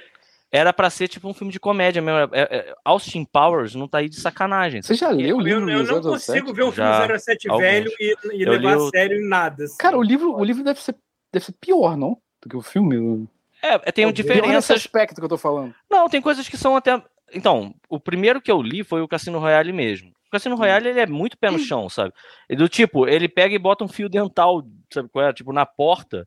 era pra ser tipo um filme de comédia mesmo. É- é- Austin Powers não tá aí de sacanagem. Você sabe? já leu o Eu, livro eu dos não anos 07? consigo ver um Já, filme 07 alguns. velho e, e Eu levar li o- a sério em nada. assim. Cara, o livro, o livro deve, ser, deve ser pior, não? Do que o filme. É, tem Pior Pior nesse diferenças. aspecto que eu tô falando. Não, tem coisas que são até. Então, o primeiro que eu li foi o Cassino Royale mesmo. O Hum. Cassino Royale, ele é muito pé no chão, sabe? É Do tipo, ele pega e bota um fio dental, sabe qual é? Tipo, na porta,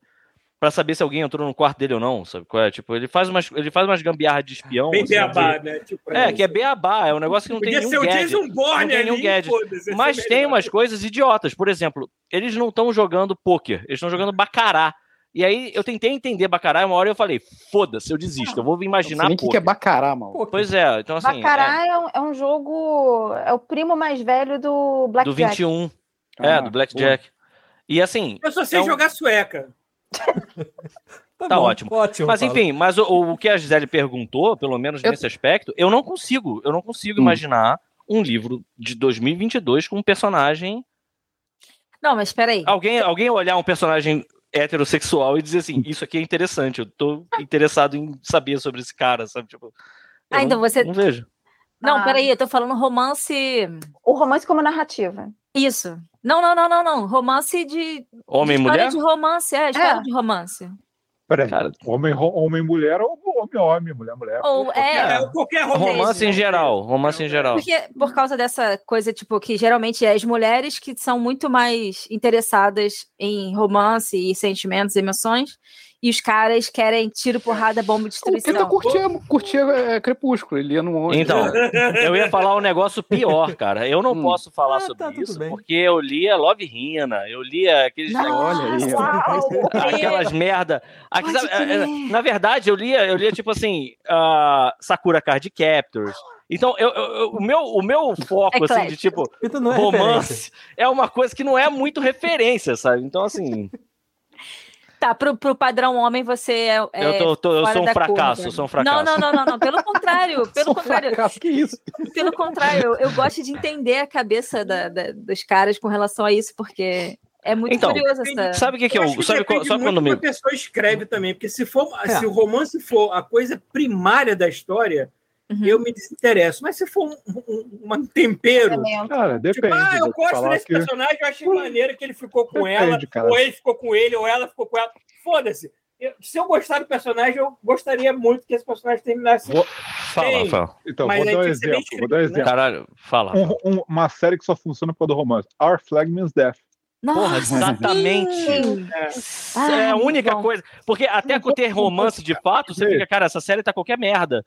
pra saber se alguém entrou no quarto dele ou não, sabe qual é? Tipo, ele faz umas, ele faz umas gambiarras de espião. Bem assim, beabá, né? Tipo, de- É, que é beabá, é um negócio que não Podia tem ser nenhum o gadget. Jason Bourne tem nenhum ali, gadget. foda-se, é ia Mas ser tem melhor. umas coisas idiotas. Por exemplo, eles não estão jogando pôquer, eles estão jogando bacará. E aí eu tentei entender bacará, e uma hora eu falei, foda-se, eu desisto, eu vou Eu imaginar não sei nem o que que é pôquer. bacará, maluco. Pô, Pois é, então assim. é- Baccarat é um, é um jogo. É o primo mais velho do Black do 21. Ah, É, do Blackjack. E assim, Eu só sei É um- jogar sueca. Tá ótimo. Ótimo. Mas Paulo. enfim, mas o, o que a Gisele perguntou, pelo menos Eu- nesse aspecto, eu não consigo, eu não consigo Hum. imaginar um livro de 2022 com um personagem, Não, mas peraí. alguém, alguém olhar um personagem heterossexual e dizer assim, isso aqui é interessante, eu tô interessado em saber sobre esse cara, sabe, tipo, eu Ah, então você- não vejo. Não, Ah. peraí, eu tô falando romance. O romance como narrativa. Isso. Não, não, não, não, não. Romance de. Homem e história mulher? de romance, é, história É. de romance. Peraí, Cara, homem, ro- homem, mulher ou homem, homem, mulher, mulher. Ou é. É, qualquer romance. um romance em geral, romance em geral. Porque por causa dessa coisa, tipo, que geralmente é as mulheres que são muito mais interessadas em romance e sentimentos e emoções, e os caras querem tiro, porrada, bomba e O Pita destruição. curtia, curtia tá é, Crepúsculo, ele ia num ônibus. Então, eu ia falar um negócio pior, cara. Eu não Hum. posso falar Ah, sobre tá, tudo isso, bem. porque eu lia Love Rina, eu lia aqueles negócios. Olha aí, ó. aquelas merda. Aqui, é. Pode sabe, é, é, crer. na verdade, eu lia, eu lia tipo assim, ah, Sakura Card Captors. Então, eu, eu- eu- o, meu, o meu foco, assim, de tipo, Pita não é referência. romance, é uma coisa que não é muito referência, sabe? Então, assim, Tá, pro, pro padrão homem você é. é eu, tô- tô- eu fora sou um da curva. fracasso, eu sou um fracasso. Não, não, não, não, não. Pelo contrário, pelo Sou contrário. um fracasso, que isso? Pelo contrário, eu, eu gosto de entender a cabeça da- da- dos caras com relação a isso, porque é muito Então, curioso essa. Sabe o que, que Eu eu. acho que sabe depende qual- sabe muito quando do que me. a pessoa escreve também, porque se, for, É. se o romance for a coisa primária da história, Uhum. eu me desinteresso. Mas se for um, um, um tempero, Cara, tipo, depende. ah, eu vou te gosto falar desse que- personagem, eu achei maneiro que ele ficou com ela, Depende, cara. ou ele ficou com ele, ou ela ficou com ela. Foda-se. Eu- Se eu gostar do personagem, eu gostaria muito que esse personagem terminasse. Vou- Fala, Sim. fala. Então, Mas vou aí dar um tem que ser bem exemplo. Vou dar um escrito, né? exemplo. Caralho, fala. fala. Um- um- uma série que só funciona por causa do romance. Our Flag Means Death. Porra, Nossa, exatamente. sim. É Ah, a muito única bom. coisa. Porque até com ter romance de fato, você fica, cara, essa série tá qualquer merda.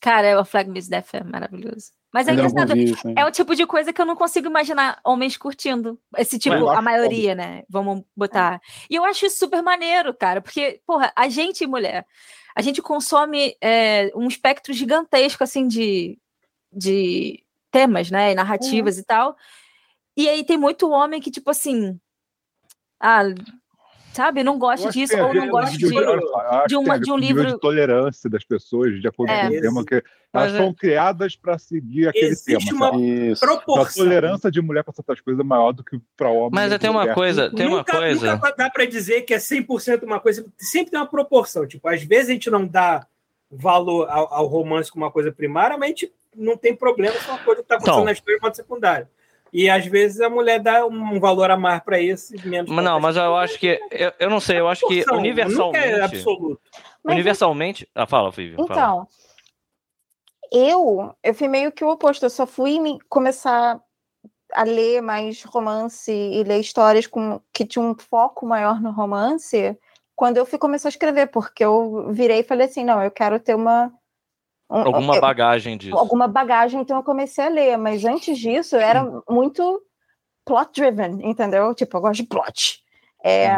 Cara, o Flag Miss Death é maravilhoso. Mas é Ainda não engraçado. vi isso, hein? É o tipo de coisa que eu não consigo imaginar homens curtindo. Esse tipo, Eu a acho maioria, né? Vamos botar. E eu acho isso super maneiro, cara, porque, porra, a gente, mulher, a gente consome é, um espectro gigantesco, assim, de, de temas, né? E Uhum. narrativas e tal. E aí tem muito homem que, tipo assim. Ah, sabe, não Eu gosta acho que disso, tem a ou ver não com gosta o de. um, nível olha só, eu acho de que uma- tem a ver de com um o nível livro- de tolerância das pessoas, de acordo É. com o tema que elas Mas é- são criadas para seguir aquele Existe tema. uma sabe? Isso. A proporção. tolerância de mulher para certas coisas é maior do que para homem. Mas e tem uma mulher. coisa, tem uma nunca, coisa. nunca dá para dizer que é 100% uma coisa. Sempre tem uma proporção. Tipo, às vezes a gente não dá valor ao, ao romance como uma coisa primária, mas a gente não tem problema com uma coisa que está acontecendo Então. na história quanto secundária. E às vezes a mulher dá um valor a mais para isso e menos. Mas não, mas eu acho que. Eu, eu não sei, eu acho que Proporção, Nunca é universalmente. absoluto. Mas Universalmente. Ah, fala, Fívio. fala. Então, eu, eu fui meio que o oposto. Eu só fui me- começar a ler mais romance e ler histórias com, que tinham um foco maior no romance quando eu fui começar a escrever, porque eu virei e falei assim, não, eu quero ter uma... um- Alguma eu- bagagem disso. alguma bagagem, então eu comecei a ler. Mas antes disso, eu era muito plot-driven, entendeu? Tipo, eu gosto de plot. É,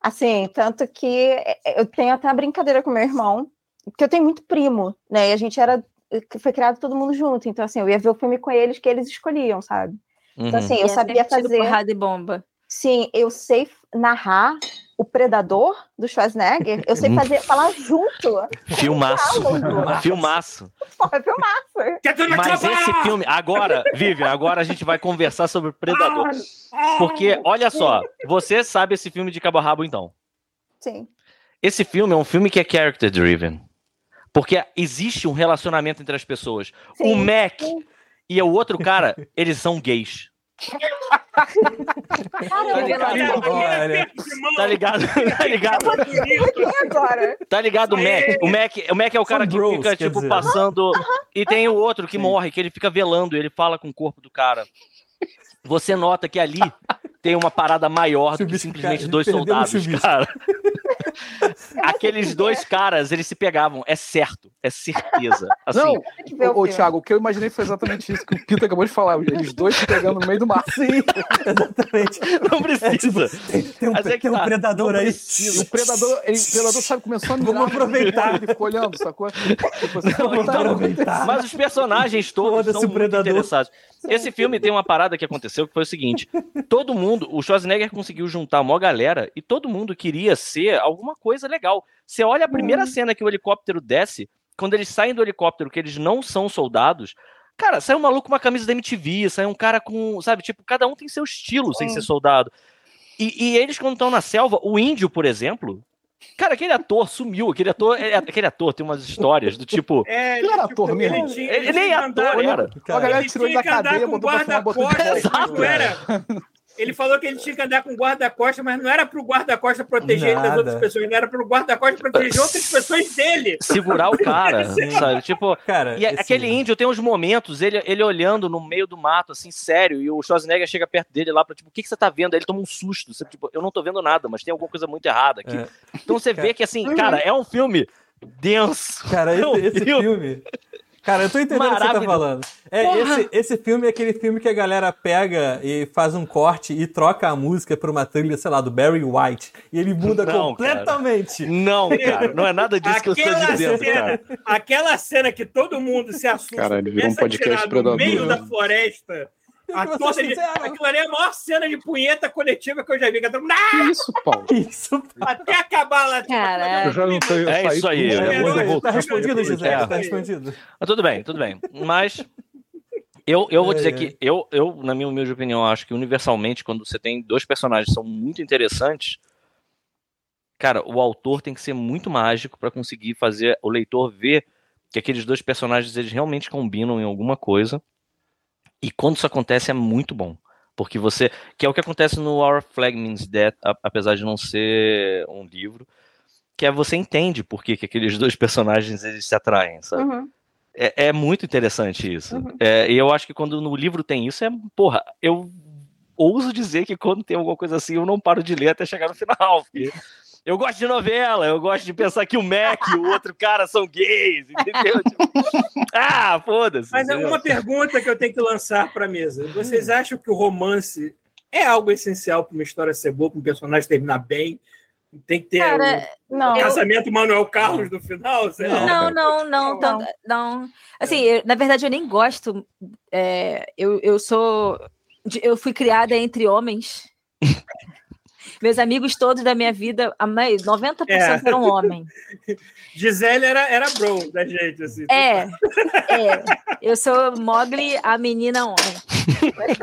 Assim, tanto que é, eu tenho até uma brincadeira com meu irmão, porque eu tenho muito primo, né? E a gente era. Foi criado todo mundo junto, então assim, eu ia ver o filme com eles que eles escolhiam, sabe? Uhum. Então assim, eu É, sabia sempre tiro, fazer. Porrada e bomba. Sim, eu sei f- narrar o Predador do Schwarzenegger, eu sei fazer falar junto. Filmaço. Diálogo. Filmaço. Pô, é filmaço. é Mas esse filme. Agora, Vivian, agora a gente vai conversar sobre Ah, Predador. Porque, olha é. só, você sabe esse filme de cabo a rabo, então. Sim. Esse filme é um filme que é character driven. Porque existe um relacionamento entre as pessoas. O sim. Mac e o outro cara, eles são gays. Caramba, ligado? eu não- Olha. Tá ligado? tá ligado? E agora? Tá ligado o Mac? Aê! O Mac, o Mac é o cara São que bros, fica, quer tipo, dizer. passando. E tem o outro que Sim. morre, que ele fica velando, ele fala com o corpo do cara. Você nota que ali tem uma parada maior do que Chubisca- simplesmente ele dois perdeu no soldados, chubisca. cara. Aqueles dois caras, eles se pegavam, é certo. É É certeza. Assim, Não, Tem que ô, ver o ô, filme. Thiago, o que eu imaginei foi exatamente isso que o Pita acabou de falar. Eles dois se pegando no meio do mar. Sim, exatamente. não precisa. Tem, tem um, Mas é que tem um tá, predador não aí. O predador, ele, o predador sabe, começou a mirar. Vamos aproveitar. Ele ficou olhando, sacou? Tipo assim, Não, o que tá então- acontecendo? Mas os personagens todos Foda-se são o muito predador. interessados. Esse filme tem uma parada que aconteceu que foi o seguinte: todo mundo, o Schwarzenegger conseguiu juntar uma galera e todo mundo queria ser alguma coisa legal. Você olha a primeira Hum. cena que o helicóptero desce, quando eles saem do helicóptero, que eles não são soldados. Cara, sai um maluco com uma camisa da MTV, sai um cara com. Sabe, tipo, cada um tem seu estilo Hum. sem ser soldado. E, e eles, quando estão na selva, o índio, por exemplo. Cara, aquele ator sumiu. Aquele ator, é, aquele ator tem umas histórias do tipo. É, Ele era tipo, ator mesmo? ele tinha- Ele nem é ator, mandaram- era. Ó, a Cara, galera Ele tirou ele tinha da que andar cadeia, com botou pra fumar, botou de guarda-costas, volta. mas não era. Ele falou que ele tinha que andar com guarda-costas, mas não era pro guarda-costas proteger ele das Nada. outras pessoas, não era pro guarda-costas proteger outras pessoas dele. segurar o cara, sabe? Tipo, cara e a- esse- aquele índio tem uns momentos, ele, ele olhando no meio do mato, assim, sério, e o Schwarzenegger chega perto dele lá pra, tipo, o que, que você tá vendo? Aí ele toma um susto, sabe? Tipo, eu não tô vendo nada, mas tem alguma coisa muito errada aqui. É. Então você vê que, assim, cara, é um filme denso. Cara, Meu esse, esse Deus. filme. Cara, eu tô entendendo o que você tá Maravilhoso. falando. É, esse, esse filme é aquele filme que a galera pega e faz um corte e troca a música por uma trilha, sei lá, do Barry White. E ele muda Não, cara. completamente. Não, cara, não é nada disso que eu estou Aquela dizendo, cara. cena, aquela cena que todo mundo se assusta, Caralho, virou um começa é a podcast tirar predador, no meio né? da floresta. E o que A vocês torta de- fizeram? aquilo ali é a maior cena de punheta coletiva que eu já vi. que é todo mundo, "Ah!" Que isso, Paulo? Isso, Até acabar lá. tipo, Caraca. Eu já não sei. eu É saí isso aí, tudo, né? é eu muito voltei. tá respondido, José. É. Tá respondido. Mas tudo bem, tudo bem. Mas eu, eu vou É, dizer é. que eu, eu, na minha humilde opinião, acho que universalmente, quando você tem dois personagens que são muito interessantes, cara, o autor tem que ser muito mágico pra conseguir fazer o leitor ver que aqueles dois personagens eles realmente combinam em alguma coisa. E quando isso acontece é muito bom. Porque você. Que é o que acontece no Our Flag Means Death, a- apesar de não ser um livro. Que é você entende por que, que aqueles dois personagens eles se atraem, sabe? Uhum. É, é muito interessante isso. Uhum. É, e eu acho que quando no livro tem isso, é. Porra, eu ouso dizer que quando tem alguma coisa assim, eu não paro de ler até chegar no final. porque Eu gosto de novela, eu gosto de pensar que o Mac e o outro cara são gays, entendeu? Tipo, ah, foda-se. Mas é entendeu? uma pergunta que eu tenho que lançar para mesa. Vocês acham que o romance é algo essencial para uma história ser boa, para um personagem terminar bem? Tem que ter Cara, Não. o eu- casamento Manuel Carlos no final? Sei lá. Não, não, não, Não. tanto- não. Assim, eu- na verdade, eu nem gosto. é, eu, eu sou. de- Eu fui criada entre homens. Meus amigos todos da minha vida, a mai- 90% É. eram homens. Gisele era, era bro da gente. Assim. É, é. Eu sou Mogli, a menina homem.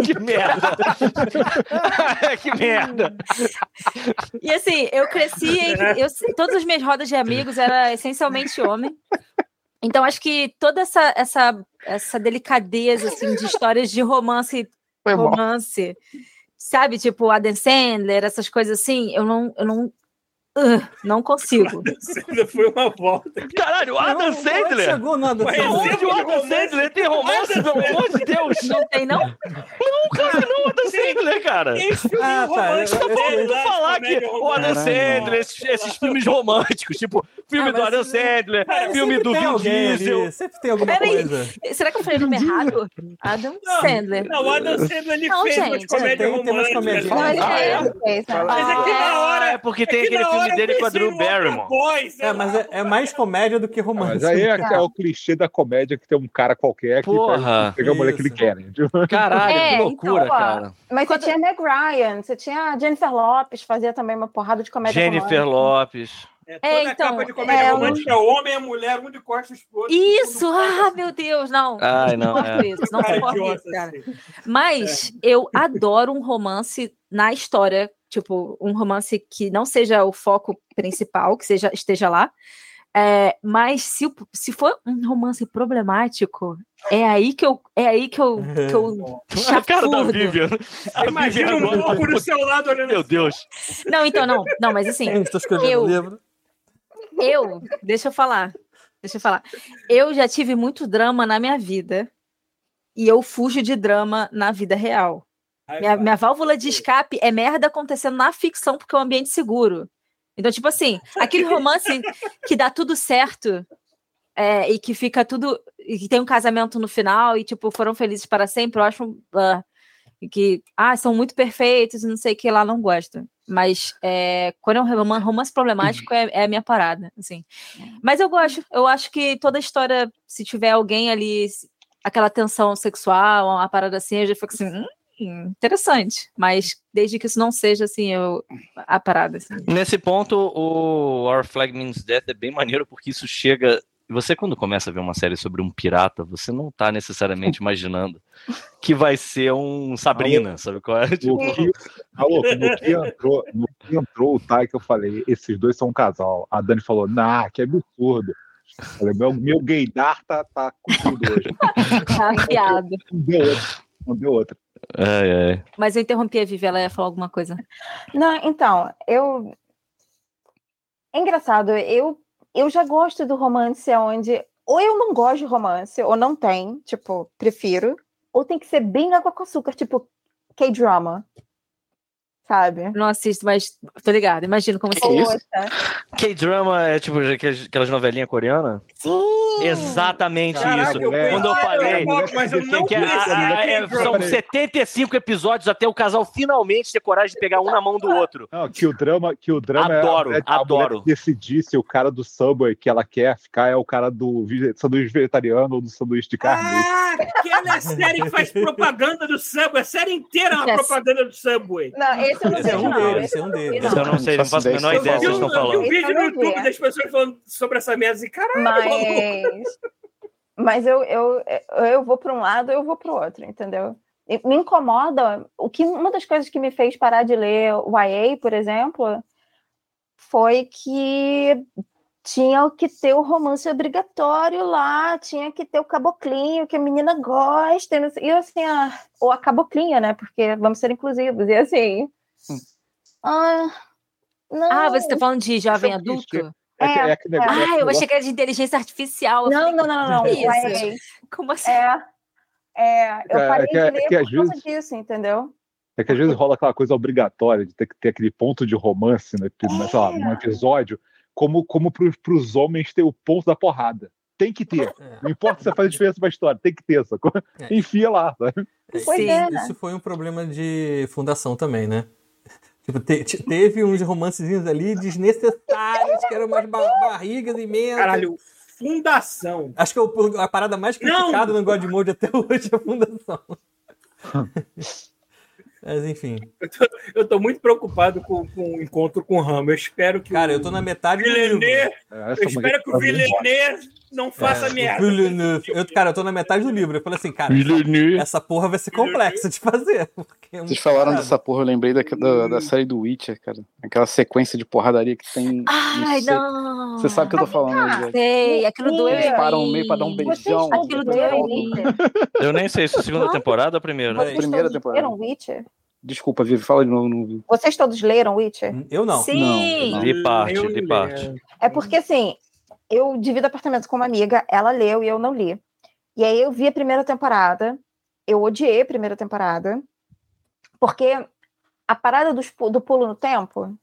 Que merda! que merda! E assim, eu cresci em. Eu, todas as minhas rodas de amigos era essencialmente homem. Então, acho que toda essa, essa, essa delicadeza assim, de histórias de romance, Foi mal. romance, sabe? Tipo, Adam Sandler, essas coisas assim, eu não. Eu não, Ugh, não consigo. Isso Foi uma volta. Caralho, o Adam Não, não Tá Sandler! Chegou no Adam Mas Sandler. ele- Onde o Adam Sandler tem romance, pelo amor de Deus? Não tem, não? Não, cara, não, é Adam Sandler, cara! é Ah, tá. eu- eu- Todo Verdade, mundo falar que comédia o romântica. Adam Caralho. Sandler, esses, esses filmes românticos, tipo, filme Ah, do mas Adam isso- Sandler, Cara, filme sempre do tem Vin alguém ali, Diesel. Sempre tem alguma Peraí. coisa. Será que eu falei o nome errado? Adam Sandler. Não, o Adam Sandler ele Não, fez umas gente. É, tem- comédias tem umas românticas. né? comédias. Não, ele Ah, é? fez, ele fez. né? não. Mas é que na hora... Ah, é porque é tem que aquele na filme hora dele com a pensei Drew no Walter Barrymore. Boy, sei É, lá. mas é, é mais comédia do que Ah, romance. Mas aí é, aquela- o clichê da comédia que tem um cara qualquer que Porra. pega- pega a mulher que ele Isso. quer. né? Tipo, Caralho, É, que loucura, então, ó, cara. Mas Quando- você tinha Meg Ryan, você tinha a Jennifer Lopes, fazia também uma porrada de comédia Jennifer romântica. Lopes. É, toda É, a então, capa de comédia é, romântica é homem é mulher, um de costas pro outro. Isso! todo mundo assim. Ah, meu Deus, não. Ai, não, suporto é. isso, não cara suporto idiota, isso, cara. assim. Mas eu adoro um romance na história, tipo, um romance que não seja o foco principal, que seja, esteja lá. É, mas se, o- se for um romance problemático, é aí que eu é aí que eu, que eu A cara da chafurdo. Vivian. A Imagina Vivian um agora. tá pouco do seu lado olhando Meu Deus. Não, então não, não, mas assim, É, Estou escrevendo Eu- um livro. Eu, deixa eu falar. Deixa eu falar. Eu já tive muito drama na minha vida. E eu fujo de drama na vida real. Ai, Minha, vai. minha válvula de escape é merda acontecendo na ficção, porque é um ambiente seguro. Então, tipo assim, aquele romance que dá tudo certo é, e que fica tudo. E que tem um casamento no final e, tipo, foram felizes para sempre, eu acho. ah, que, ah, são muito perfeitos e não sei o que lá, não gosto. Mas é, quando é um roman- romance problemático, é, é a minha parada, assim. Mas eu gosto, eu acho que toda história, se tiver alguém ali, se- aquela tensão sexual, uma parada assim, eu já fico assim, hum, interessante. Mas desde que isso não seja, assim, eu, a parada, assim. Nesse ponto, o Our Flag Means Death é bem maneiro porque isso chega. Você, quando começa a ver uma série sobre um pirata, você não tá necessariamente imaginando que vai ser um Sabrina, sabe qual é? No que, alô, no que entrou, no que entrou o Tai que eu falei, esses dois são um casal. A Dani falou, nah, que absurdo. Eu Falei, meu, meu gaydar tá, tá com tudo hoje. Tá afiado. Não deu outro. Não deu outro. Ai, ai. Mas eu interrompi a Vivi, ela ia falar alguma coisa. Não, então, eu. É engraçado, eu, eu já gosto do romance onde ou eu não gosto de romance, ou não tem, tipo, prefiro, ou tem que ser bem água com açúcar, tipo, K-drama. Sabe? Não assisto, mas tô ligada, imagino como Que seria. isso? Poxa, K-drama é tipo aquelas aquelas novelinhas coreanas? Sim! Exatamente Caraca, isso. eu conheci Quando eu falei. K-pop, mas eu não Que é- conhecia a- a- é- K-drama. são Peraí. 75 episódios até o casal finalmente ter coragem de pegar um na mão do outro. Não, que o drama, que o drama é a Adoro, mulher- a mulher adoro. que decidir se o cara do Subway que ela quer ficar é o cara do vi- sanduíche vegetariano ou do sanduíche de carne. Ah, aquela série que faz propaganda do Subway. A série inteira é uma Yes. propaganda do Subway. Não, esse eu não Esse é vejo, um não. deles, Esse esse é um deles. Isso eu não sei, não Faço faço a ideia menor do que ideia do que vocês vocês eu estão vi falando. um vídeo no Esse eu não YouTube vi. das pessoas falando sobre essa mesa e caralho, maluco. Mas, mas eu, eu, eu vou para um lado, eu vou para o outro, entendeu? E Me incomoda. O que, uma das coisas que me fez parar de ler o YA, por exemplo, foi que tinha que ter o romance obrigatório lá, tinha que ter o caboclinho que a menina gosta, e não sei- e eu assim, ah, ou a caboclinha, né? Porque vamos ser inclusivos, e assim. Ah, não. Ah, você tá falando de jovem Isso é um clichê. adulto? É, que- É, é que negócio. Ah, eu negócio- achei que era de inteligência artificial. Eu não, falei, não, não, não, não. Isso. YA. Como assim? É. É, eu É, parei que- de ler que às por causa vezes- disso, entendeu? É que às vezes rola aquela coisa obrigatória de ter que ter aquele ponto de romance né, que, sei É. lá, num episódio, como, como para os homens ter o ponto da porrada. Tem que ter. Não importa se faz diferença pra história, tem que ter essa coisa. É. Enfia lá. sabe? Pois Sim. é, né? Isso foi um problema de fundação também, né? Tipo, te- te- teve uns romancezinhos ali desnecessários, que eram umas ba- barrigas imensas. Caralho, fundação. Acho que é o- a parada mais Não! criticada no Godmode até hoje é a fundação. Mas enfim. Eu tô muito preocupado com, com o encontro com o Ramo. Eu espero que Cara, eu o tô na metade do livro. Villeneuve, É, essa eu mulher espero que o tá muito boa. Villeneuve não faça É, merda. o Villeneuve. Eu, cara, eu tô na metade do livro. Eu falei assim, cara, essa porra vai ser complexa de fazer. Porque é muito Vocês falaram parado. dessa porra, eu lembrei da, da, Hum. da série do Witcher, cara. Aquela sequência de porradaria que tem. Ai, sei. não. é- Você sabe o que eu tô falando, né, Juliette? Sei, aquilo Sim. doeu. em Eles param mim. no meio pra dar um Vocês beijão. aquilo depois doeu voltam. em Witcher? Eu nem sei se é a segunda temporada ou a primeira. Peraí. Vocês Primeira todos temporada. leram Witcher? Desculpa, Vivi, fala de novo. Não vi. Vocês todos leram Witcher? Eu não. Sim. Não, De parte, Eu de leio. parte. É porque, assim, eu divido apartamento com uma amiga, ela leu e eu não li. E aí eu vi a primeira temporada, eu odiei a primeira temporada, porque a parada dos pu- do pulo no tempo,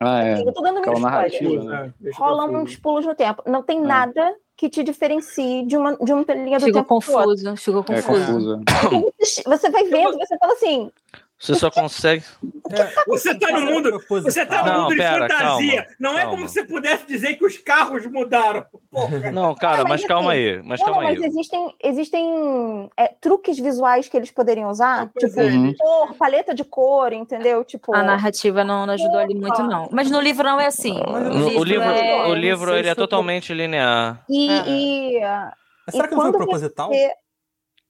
Ah, é. eu tô dando meu aquela spoiler, narrativa. Ah, deixa eu um rolam conferir. uns pulos no tempo. Não tem É. Ah. nada que te diferencie de uma, de uma linha do Chegou tempo pro outro. confuso, chegou É confuso. confusa. Você vai vendo, você fala assim, Você só consegue. É, Você tá no mundo. Você tá no Não, mundo de pera, fantasia. não é calma. como se pudesse dizer que os carros mudaram. Porra. Não, cara, Não, mas mas calma assim, aí. Mas não, não, calma mas aí. existem, existem é, truques visuais que eles poderiam usar, Pois tipo é. Uhum. cor, paleta de cor, entendeu? Tipo, A narrativa não, não ajudou ali muito, não. Mas no livro não é assim. Mas No- O livro, é- o um não livro sei ele é se eu- totalmente linear. e, Ah. e, ah, Mas será que não foi um quando proposital? você-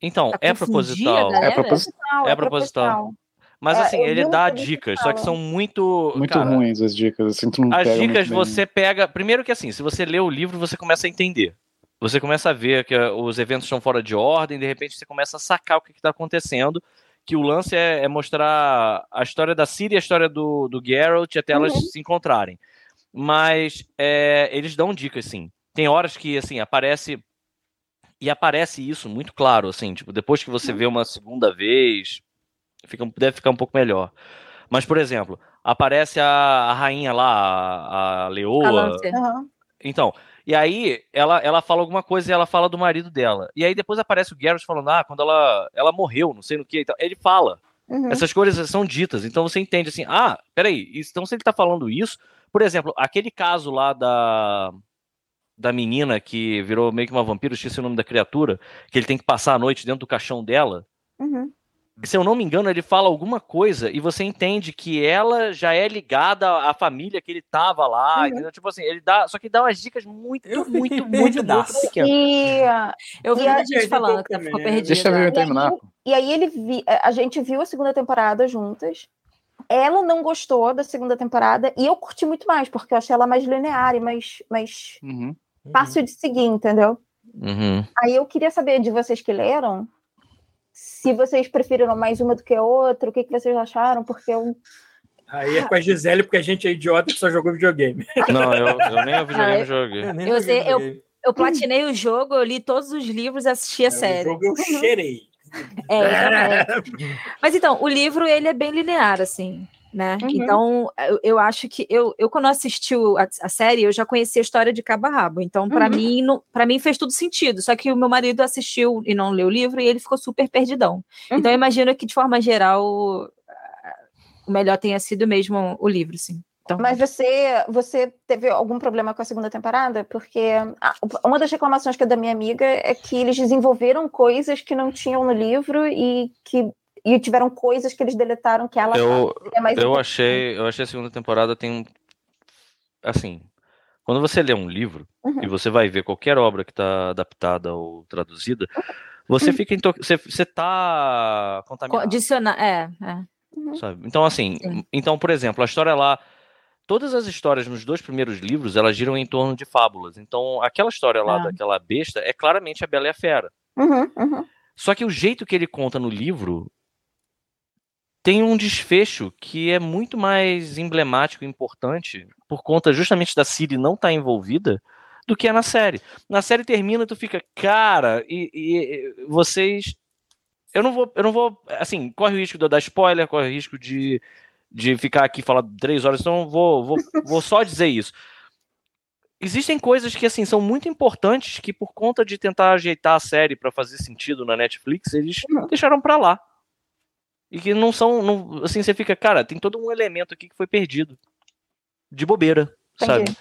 Então, Pra é confundir proposital. tá a galera. É propos- não, É proposital. Mas É, assim, eu vi ele uma dá entrevista que dicas, só que fala. são muito. Muito cara, ruins as dicas. Assim, tu não As pega dicas muito bem. você pega. Primeiro que assim, se você lê o livro, você começa a entender. Você começa a ver que ah, os eventos estão fora de ordem, de repente você começa a sacar o que está acontecendo. Que o lance é, é mostrar a história da Ciri e a história do, do Geralt até elas Uhum. se encontrarem. Mas é, eles dão dicas, sim. Tem horas que, assim, aparece. E aparece isso muito claro, assim, tipo, depois que você vê uma segunda vez, fica, um- deve ficar um pouco melhor. Mas, por exemplo, aparece a, a rainha lá, a, a A leoa. Lancer. Aham. então, E aí ela, ela fala alguma coisa e ela fala do marido dela. E aí depois aparece o Geralt falando, ah, quando ela, ela morreu, não sei no que e tal. Ele fala. Uhum. Essas coisas são ditas. Então você entende assim, ah, peraí, então se ele tá falando isso, por exemplo, aquele caso lá da da menina que virou meio que uma vampira, eu esqueci o nome da criatura, que ele tem que passar a noite dentro do caixão dela. Uhum. Se eu não me engano, ele fala alguma coisa e você entende que ela já é ligada à família que ele tava lá, Uhum. entendeu? Tipo assim, ele dá, só que dá umas dicas muito, Eu fiquei muito, muito, perdidaço. muito pequenas. E, ah, Eu vi E muita aí, gente perdi falando pouco que ela ficou também, né? perdida. Deixa eu terminar. e aí ele vi, é, a gente viu a segunda temporada juntas. Ela não gostou da segunda temporada e eu curti muito mais, porque eu achei ela mais linear e mais, mais Uhum. fácil de seguir, entendeu? Uhum. Aí eu queria saber de vocês que leram, se vocês preferiram mais uma do que a outra, o que, que vocês acharam, porque eu... Aí é com a Gisele, porque a gente é idiota que só jogou videogame. Não, eu, eu nem o videogame Ah, joguei. É, nem Eu joguei sei, eu- videogame. Eu platinei o jogo, eu li todos os livros e assisti a É, O série. jogo eu cheirei. É, eu também. Mas então, o livro ele é bem linear, assim, né? Uhum. Então, eu, eu acho que eu, eu quando assisti o- a, a série, eu já conhecia a história de cabo a rabo. Então, pra Uhum. mim, para mim fez tudo sentido. Só que o meu marido assistiu e não leu o livro e ele ficou super perdidão. Uhum. Então, eu imagino que de forma geral ah, o melhor tenha sido mesmo o livro, assim. Então, Mas você, você teve algum problema com a segunda temporada? Porque ah, uma das reclamações que é da minha amiga é que eles desenvolveram coisas que não tinham no livro e que e tiveram coisas que eles deletaram que ela Eu, é mais eu então, importante. achei, eu achei a segunda temporada tem um assim, quando você lê um livro Uhum. e você vai ver qualquer obra que está adaptada ou traduzida, você fica into... você, você tá co- contaminado, adicionar, é, é. sabe? Então assim, Sim. então por exemplo, a história lá Todas as histórias nos dois primeiros livros, elas giram em torno de fábulas. Então, aquela história lá Ah. daquela besta é claramente a Bela e a Fera. Uhum, uhum. Só que o jeito que ele conta no livro tem um desfecho que é muito mais emblemático e importante por conta justamente da Ciri não estar envolvida do que é na série. Na série termina e tu fica, cara, e, e- e vocês eu não vou, eu não vou, assim, corre o risco de eu dar spoiler, corre o risco de, de ficar aqui falar três horas, então eu vou, vou, vou só dizer isso. Existem coisas que, assim, são muito importantes que, por conta de tentar ajeitar a série pra fazer sentido na Netflix, eles Uhum. deixaram pra lá. E que não são, não- assim, você fica, cara, tem todo um elemento aqui que foi perdido. De bobeira, Entendi. sabe?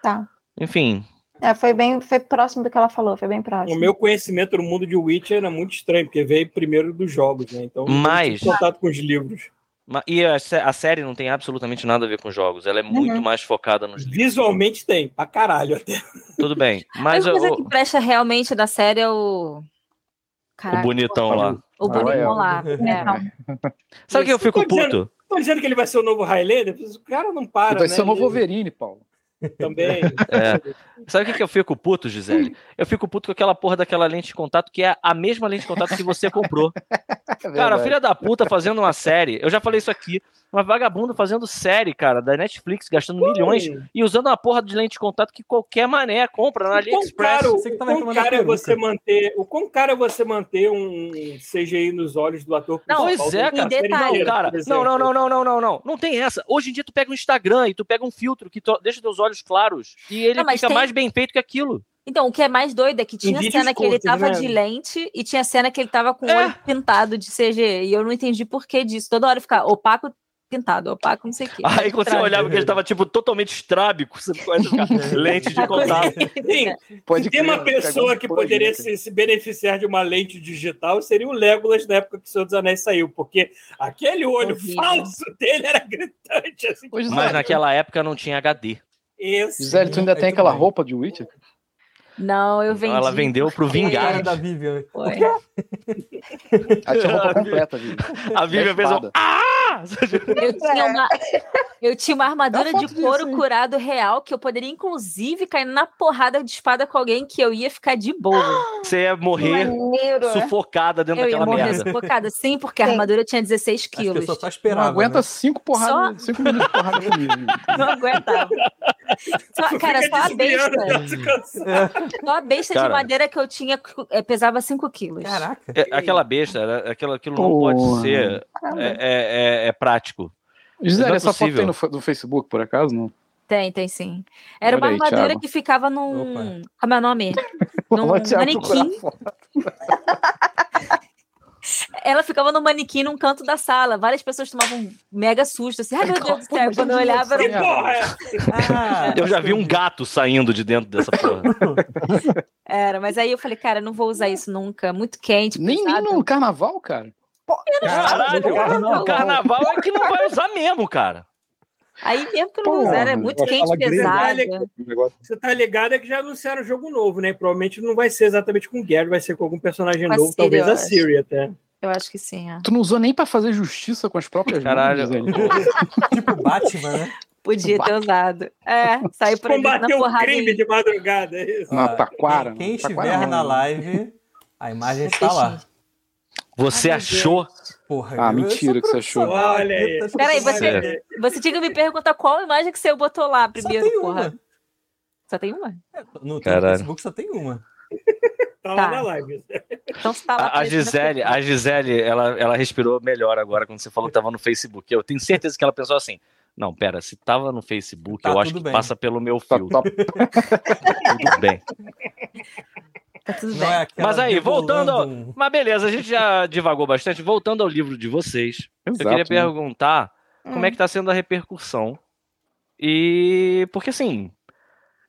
Tá. Enfim, É, foi bem foi próximo do que ela falou, foi bem próximo. O meu conhecimento no mundo de Witcher era muito estranho, porque veio primeiro dos jogos, né? Então, eu não Mas- tive contato com os livros. ma- e a, sé- a série não tem absolutamente nada a ver com jogos, ela é muito mais focada nos livros. Visualmente tem, pra caralho até. Tudo bem, A mas única coisa eu- que presta realmente da série é o. o Caraca, bonitão lá. o Rafael. bonitão lá. É. Não. Sabe o que eu fico puto? Tô dizendo que ele vai ser o novo Highlander, o cara não para, Vai né? ser o novo Ele Wolverine, Paulo. Também. É. Sabe o que, que eu fico puto, Gisele? Eu fico puto com aquela porra daquela lente de contato que é a mesma lente de contato que você comprou. É Cara, filha da puta fazendo uma série. Eu já falei isso aqui. Uma vagabunda fazendo série, cara, da Netflix, gastando Então, milhões e usando uma porra de lente de contato que qualquer mané compra na O quão AliExpress. caro, Você que o tava quão reclamando da caro é peruca. você manter, o quão caro é você manter um CGI nos olhos do ator Não, pois é, Tem uma cara. série Detalhe. inteira, Cara, por não, exemplo. não, não, não, não, não, não. Não tem essa. Hoje em dia tu pega um Instagram e tu pega um filtro que to- deixa teus olhos claros e ele Não, mas fica tem- mais bem feito que aquilo. Então, o que é mais doido é que tinha vídeos cena que ele curtos, tava né? de lente e tinha cena que ele tava com o É. olho pintado de CG. E eu não entendi por que disso. Toda hora ficar opaco pintado, opaco não sei o quê. Aí quando você Trágico. olhava que ele tava, tipo, totalmente estrábico, você ficou essa lente Tá de contato. Sim, se tem uma pessoa que né? poderia se, se beneficiar de uma lente digital, seria o Legolas na época que o Senhor dos Anéis saiu, porque aquele olho Horrível. falso dele era gritante. Assim, é Pois Mas é naquela época não tinha HD. esse. Gisele, tu ainda É, tem tudo aquela bem. roupa de Witcher? Não, eu vendi. Então Ela vendeu pro porque- Cara Vingar. da Vivian. Foi. A tia roupa completa, viu? A Vivian fez um... Espada. Ah! Eu tinha uma, eu tinha uma armadura Dá foto de couro disso aí. curado real que eu poderia, inclusive, cair na porrada de espada com alguém que eu ia ficar de boa. Você ia morrer Maneiro. sufocada dentro é Eu ia daquela morrer merda. sufocada, sim, porque a Sim. armadura tinha 16 As quilos. pessoas só Não esperavam. aguenta né? cinco porradas, cinco minutos de porrada comigo. Não aguentava. Só- Tu cara, só fica a desviando, besta. se cansa. Só a besta Cara. de madeira que eu tinha eh, pesava 5 quilos. Caraca. É, Aquela besta, era- aquilo, aquilo não Porra. pode ser é, é- é- é prático. Gisele, Não é essa foto possível. tem no, fa- no Facebook, por acaso? Não? Tem, tem sim. Era Olha uma aí, armadura Thiago. que ficava num. Como é o nome? Vou Num te procurar manequim. foto. Ela ficava num manequim num canto da sala. Várias pessoas tomavam um mega susto, assim, ai meu Deus do céu. Quando eu olhava, Que era... porra é? essa? Ah, Eu já vi um gato saindo de dentro dessa porra. era. Mas aí eu falei, cara, não vou usar isso nunca. Muito quente, Nem, nem pesado. no carnaval, cara. Caralho, Carnaval. o carnaval é que não vai usar mesmo, cara. Aí mesmo que eu não vou Porra, usar, era muito eu quente, achava pesada. grelha. O um negócio Você tá ligado é que já anunciaram jogo novo, né? Provavelmente não vai ser exatamente com o Gary, vai ser com algum personagem Com a novo, Siri, talvez eu a acho. Siri até. Eu acho que sim, ó. Tu não usou nem pra fazer justiça com as próprias Caralho. mãos, velho. tipo Batman, né? Podia ter usado. É, saiu por ali na Combater o porrada. um crime e- de madrugada, é isso. Na Ó, taquara. Quem, quem na taquara estiver não. na live, a imagem está lá. Você Ai, meu achou? Porra, Ah, eu- mentira eu sou que você achou. profissional, Olha eu- aí. eu sou Peraí, você- profissional. Sério. Você tinha que me perguntar qual imagem que você botou lá Só primeiro, tem porra. uma. É, Só tem uma? No Caralho. Facebook só tem uma. Tá, Tá. lá na live. Então você tava A, a preso na Gisele, fila. a Gisele ela, ela respirou melhor agora quando você falou que tava no Facebook. Eu tenho certeza que ela pensou assim. Não, pera, se tava no Facebook, Tá eu acho tudo que bem. passa pelo meu é Tá, fio. tá, Tudo bem. Tá tudo Não bem. é aquela Mas aí, voltando ao- debolando um- Mas beleza, a gente já divagou bastante. Voltando ao livro de vocês, eu exato, queria né? perguntar como é Hum. que tá sendo a repercussão. E porque assim,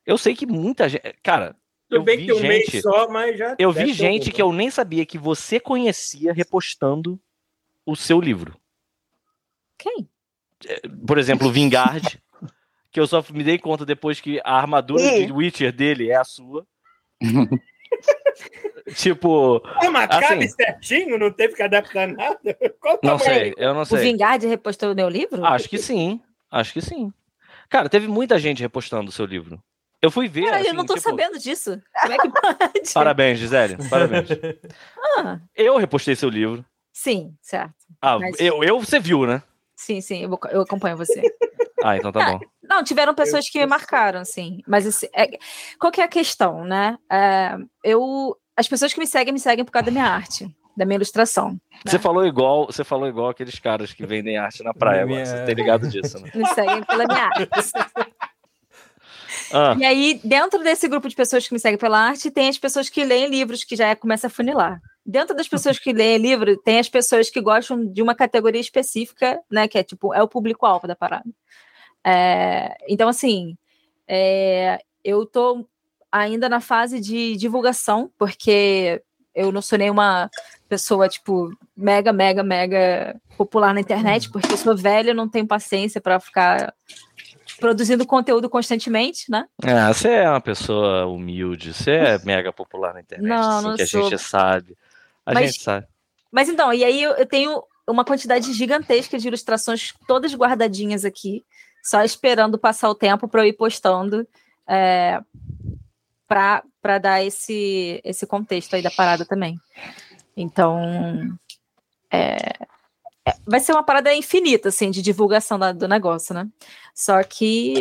eu sei que muita gente, cara, eu Tudo bem que vi tem um gente, mês só, mas já. eu deve vi ter um gente algum. que eu nem sabia que você conhecia repostando o seu livro. Quem? Por exemplo, o Vingard, que eu só me dei conta depois que a armadura Ih. de Witcher dele é a sua. tipo, Ah, mas cabe Assim. certinho, não teve que adaptar nada. Qual o não tamanho? sei, eu não O sei. Vingard repostou o meu livro? Acho que sim, acho que sim. Cara, teve muita gente repostando o seu livro. Eu fui ver. Caralho, eu assim, não tô tipo, sabendo disso. Como é que pode? Parabéns, Gisele. Parabéns. Ah, Eu repostei seu livro. sim, certo. Ah, Mas- eu, eu você viu, né? Sim, sim, eu, vou- eu acompanho você. Ah, então tá bom. Não, tiveram pessoas que me marcaram, sim. Mas assim, é- qual que é a questão, né? É, eu, as pessoas que me seguem, me seguem por causa da minha arte, da minha ilustração. Você falou igual, você falou igual aqueles caras que vendem arte na praia agora. Você tem ligado disso, né? Me seguem pela minha arte. Ah, E aí, dentro desse grupo de pessoas que me seguem pela arte, tem as pessoas que leem livros, que já é- começa a funilar. Dentro das pessoas que leem livro, tem as pessoas que gostam de uma categoria específica, né? Que é tipo, é o público-alvo da parada. É, então, assim, é, eu tô ainda na fase de divulgação, porque eu não sou nenhuma pessoa, tipo, mega, mega, mega popular na internet, porque eu sou velha, eu não tenho paciência para ficar produzindo conteúdo constantemente, né? ah, você é uma pessoa humilde, você é mega popular na internet, Não, assim, não que sou. a gente sabe. A Mas- gente sabe. Mas então, e aí eu, eu tenho uma quantidade gigantesca de ilustrações todas guardadinhas aqui, só esperando passar o tempo para eu ir postando é, para dar esse, esse contexto aí da parada também. Então, é, é, vai ser uma parada infinita, assim, de divulgação da- do negócio, né? Só que.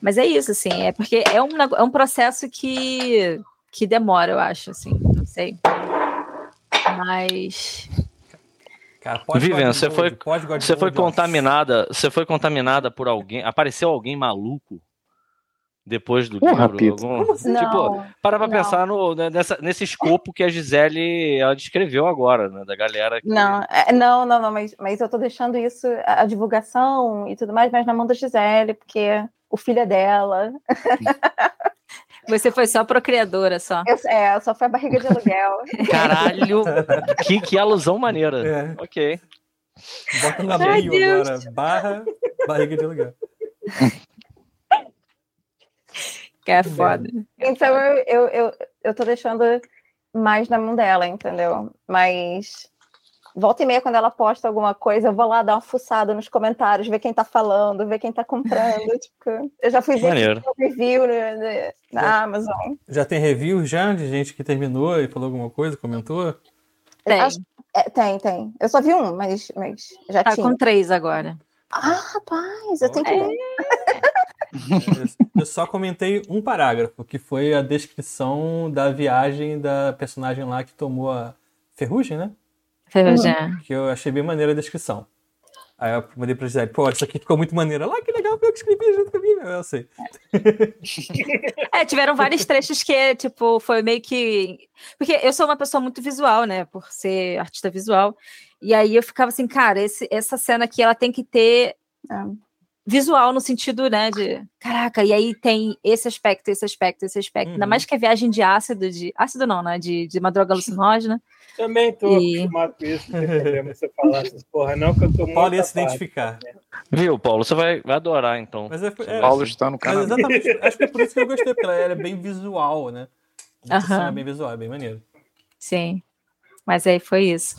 Mas é isso, assim, é porque é um, nego- é um processo que, que demora, eu acho, assim, não sei. Mas. Cara, pode Vivian, God você Mode, foi- pode God Você foi Mode, ó. contaminada, você foi contaminada por alguém, apareceu alguém maluco depois do Porra, livro? Pito. assim? algum- Tipo, Não. Para pra Não. pensar no, né, nessa- nesse escopo que a Gisele ela descreveu agora, né? Da galera que. Não, é, não, não, não, mas, mas eu tô deixando isso, a a divulgação e tudo mais, mas na mão da Gisele, porque o filho é dela. Você foi só procriadora, só. Eu, é, só foi a barriga de aluguel. Caralho! que, que alusão maneira. É, Ok. bota na Ai, bio Deus. agora. Barra, barriga de aluguel. Que é foda. Então eu, eu, eu, eu tô deixando mais na mão dela, entendeu? Mas volta e meia, quando ela posta alguma coisa, eu vou lá dar uma fuçada nos comentários, ver quem tá falando, ver quem tá comprando. tipo, eu já fui ver Maneiro. quem review no- no- na Amazon. Já tem review já de gente que terminou e falou alguma coisa, comentou? Tem. Acho- É, tem, tem. Eu só vi um, mas, mas já Tá tinha. com três agora. Ah, rapaz, eu tenho que É. Eu- ver. Eu só comentei um parágrafo, que foi a descrição da viagem da personagem lá que tomou a ferrugem, né? Ferrugem. Que eu achei bem maneira a descrição. Aí eu mandei pra Gisele, pô, isso aqui ficou muito maneiro. Ela, Ah, que legal, foi eu que escrevi junto comigo. Eu sei. É, tiveram vários trechos que, tipo, foi meio que. Porque eu sou uma pessoa muito visual, né? Por ser artista visual. E aí eu ficava assim, cara, esse- essa cena aqui ela tem que ter É. visual no sentido, né? De caraca, e aí tem esse aspecto, esse aspecto, esse aspecto. Ainda Uhum. mais que é viagem de ácido, de. ácido não, né? De, de madroga alucinógena. Também estou E- acostumado com isso, não tem problema você falar essas porra, não, que eu tô muito. Paulo é ia se safado. identificar. Viu, Paulo? Você vai, vai adorar, então. Mas é, é, Paulo está no mas Canadá. exatamente, acho que é por isso que eu gostei, porque ela era bem visual, né? A Aham. edição é bem visual, é bem maneiro. Sim. Mas aí foi isso.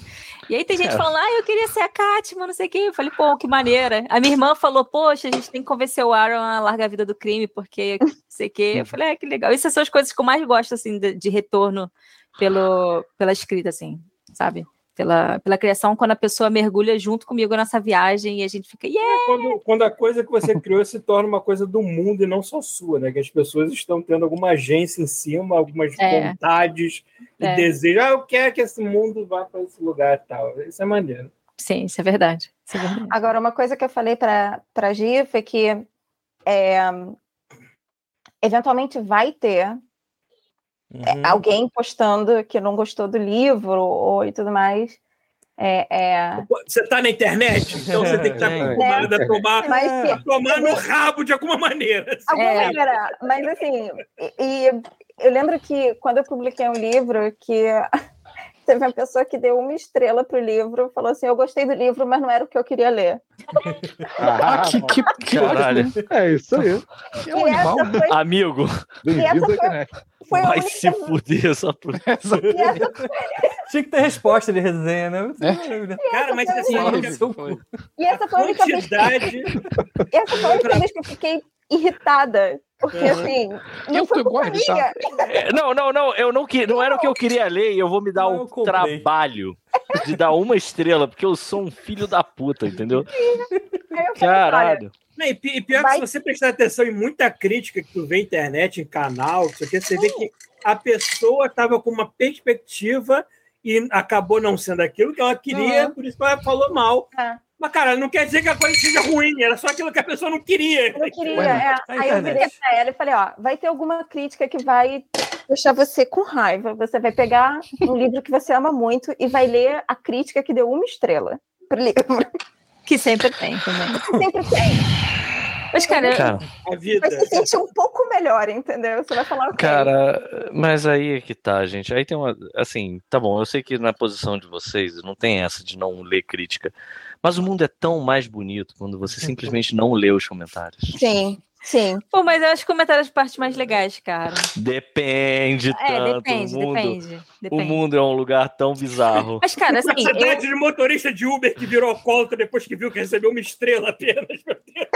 E aí tem gente É. falando, ah, eu queria ser a Katma, não sei o quê. Eu falei, pô, que maneira. A minha irmã falou, poxa, a gente tem que convencer o Aaron a largar a vida do crime, porque não sei o quê. Eu falei, ah, que legal. Essas são as coisas que eu mais gosto, assim, de, de retorno pelo, pela escrita, assim, sabe? Pela, pela criação, quando a pessoa mergulha junto comigo nessa viagem e a gente fica, yeah! Quando, quando a coisa que você criou se torna uma coisa do mundo e não só sua, né? Que as pessoas estão tendo alguma agência em cima, algumas É. vontades e É. desejos. Ah, eu quero que esse mundo vá para esse lugar e tal. Isso é maneiro. Sim, isso é verdade. Isso é verdade. Agora, uma coisa que eu falei para a Gi foi que é, eventualmente vai ter Uhum. alguém postando que não gostou do livro ou, e tudo mais. É, é, Você tá na internet, então você tem que estar É. acostumado a tomar, mas que a tomar no rabo de alguma maneira. Alguma É. maneira, mas assim, e, e eu lembro que quando eu publiquei um livro, que teve uma pessoa que deu uma estrela pro livro, falou assim, eu gostei do livro, mas não era o que eu queria ler. Ah, Ah, que, que, que Caralho. É isso aí. é um E animal. essa foi, Amigo, Bem-vindo à internet. foi a vai única- se fuder só por. e essa- Tinha que ter resposta de resenha, né? Muito É. maravilhoso. Cara, mas assim, Fala do a seu cu. e essa foi a única vez quantidade. Essa foi a única vez que eu fiquei irritada. Porque, Aham. assim, Eu tô não foi igual a culpa minha. É, Não, não, não. Eu não, que... não era o que eu queria ler e eu vou me dar Não, o eu comprei. trabalho de dar uma estrela, porque eu sou um filho da puta, entendeu? Aí eu falei, olha, Caralho. Não, e pi- e pior Vai- que se você prestar atenção em muita crítica que tu vê na internet, em canal, isso aqui, você vê que a pessoa estava com uma perspectiva e acabou não sendo aquilo que ela queria, por isso ela falou mal. É. Mas, cara, não quer dizer que a coisa seja ruim, era só aquilo que a pessoa não queria. eu não queria. Ué, é. a Aí eu internet. virei pra ela e falei, ó, vai ter alguma crítica que vai deixar você com raiva. Você vai pegar um livro que você ama muito e vai ler a crítica que deu uma estrela pro livro. Que sempre tem também. Sempre tem. Mas, cara, eu- Cara, A vida. Mas se sente um pouco melhor, entendeu? Você vai falar, ok. cara, mas aí é que tá, gente. Aí tem uma. Assim, tá bom, eu sei que na posição de vocês não tem essa de não ler crítica. Mas o mundo é tão mais bonito quando você simplesmente não lê os comentários. Sim, sim. pô, mas eu acho comentários é as partes mais legais, cara. Depende É, tanto. depende, o mundo, depende. O depende. mundo é um lugar tão bizarro. Mas, cara, assim, eu, Quantidade tá de motorista de Uber que virou alcoólatra depois que viu que recebeu uma estrela apenas.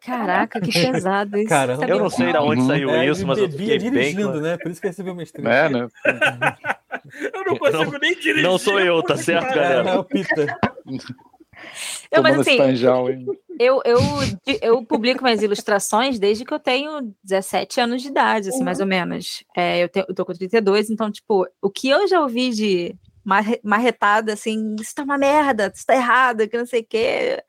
Caraca, que pesado isso. Cara, Sabe? Eu não sei de onde Uhum. saiu É, isso, ele mas eu bebia fiquei bem. dirigindo, com- né? Por isso que recebeu uma estrela. É, né? Eu não consigo nem dirigir. Não sou eu, tá puta que certo, pariu. É, galera? é o Pita. Eu, mas Tomando assim, esse tanjal, hein? eu, eu, eu publico minhas ilustrações desde que eu tenho 17 anos de idade, assim, mais ou menos. É, eu, tenho, eu tô com 32, então, tipo, o que eu já ouvi de marre- marretada, assim, isso tá uma merda, isso tá errado, que não sei o quê.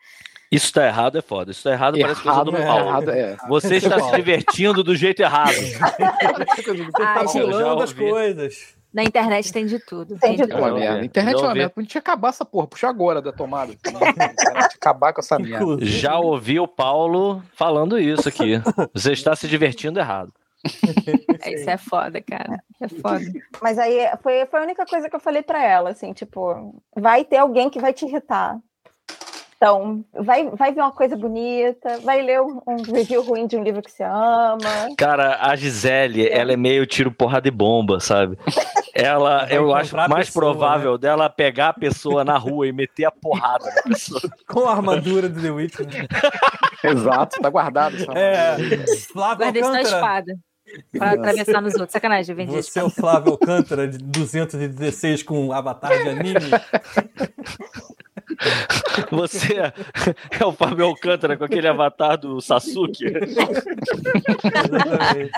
Isso tá errado, é foda. Isso tá errado, parece coisa do é, Paulo. errado, é. Você está se Paulo. divertindo do jeito errado. Você Ai, tá gente. Já pulando ouvi. as coisas. Na internet tem de tudo. Tem de É Já uma ouvi, merda. Internet já é uma ouvi. merda. Podia acabar essa porra. Puxa agora da tomada. Internet, acabar com essa Tá merda. Inclusive. Já ouvi o Paulo falando isso aqui. Você está se divertindo errado. É, Isso é foda, cara. É foda. Mas aí foi, foi a única coisa que eu falei pra ela, assim, tipo, vai ter alguém que vai te irritar. Então, vai, vai ver uma coisa bonita, vai ler um, um review ruim de um livro que você ama. Cara, a Gisele, ela é meio tiro, porrada e bomba, sabe? Ela, Vai eu acho encontrar a mais pessoa, provável dela pegar a pessoa na rua e meter a porrada na pessoa. Com a armadura do The Witch. Né? Exato, tá guardado. Essa merda. É. Flávio Guardei isso na Alcântara. espada. Pra atravessar nos outros. Sacanagem, eu vendi a Você é o Flávio Alcântara de 216 com um avatar de anime. Você é o Fábio Alcântara com aquele avatar do Sasuke. Exatamente.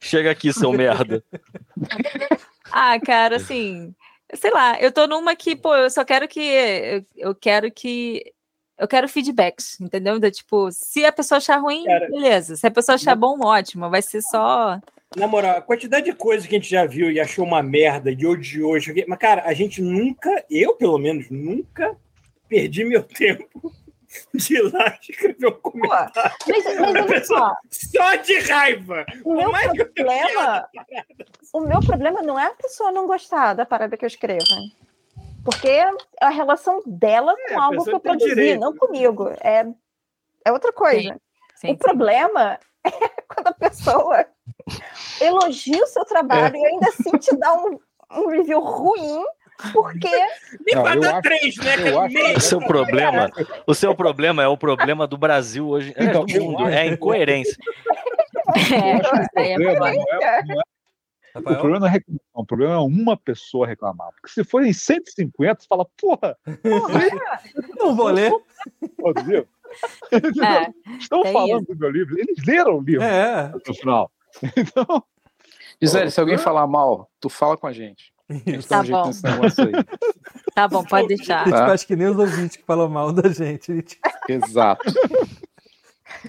Chega aqui, seu merda. Ah, cara, assim, sei lá, eu tô numa que, pô, eu só quero que eu, eu quero que Eu quero feedbacks, entendeu? Da, tipo, se a pessoa achar ruim, Cara, beleza. Se a pessoa achar bom, ótimo. Vai ser só. Na moral, a quantidade de coisas que a gente já viu e achou uma merda, de odiou, isso aqui- mas, cara, a gente nunca, eu pelo menos, nunca perdi meu tempo de ir lá escrever um Pô, comentário. mas, mas olha só, Só de raiva! o meu mais que eu problema. O meu problema não é a pessoa não gostar da parada que eu escrevo. Porque é a relação dela com É, a algo que pessoa eu tem produzi, direito. não comigo. É, é outra coisa. Sim, o problema é quando a pessoa elogia o seu trabalho e ainda assim te dá um, um review ruim, porque Nem Não, pra eu dar acho- três, né? eu Que é acho- meio. O seu problema, o seu problema é o problema do Brasil hoje, é, Então, do eu mundo, acho- é a incoerência. É, isso aí é problema foda. não é- não é- o problema não é reclamação, o problema é uma pessoa reclamar. Porque se forem 150, você fala, porra, é. Não vou ler. meu Deus. Eles É, estão tem falando do meu livro. Eles leram o livro É. no final. Então, Gisele, se alguém falar mal, tu fala com a gente. A gente dá Tá um jeito bom. nesse negócio aí. tá bom, pode deixar. A gente Tá. faz Tipo, que nem os ouvintes que falam mal da gente. A gente Exato.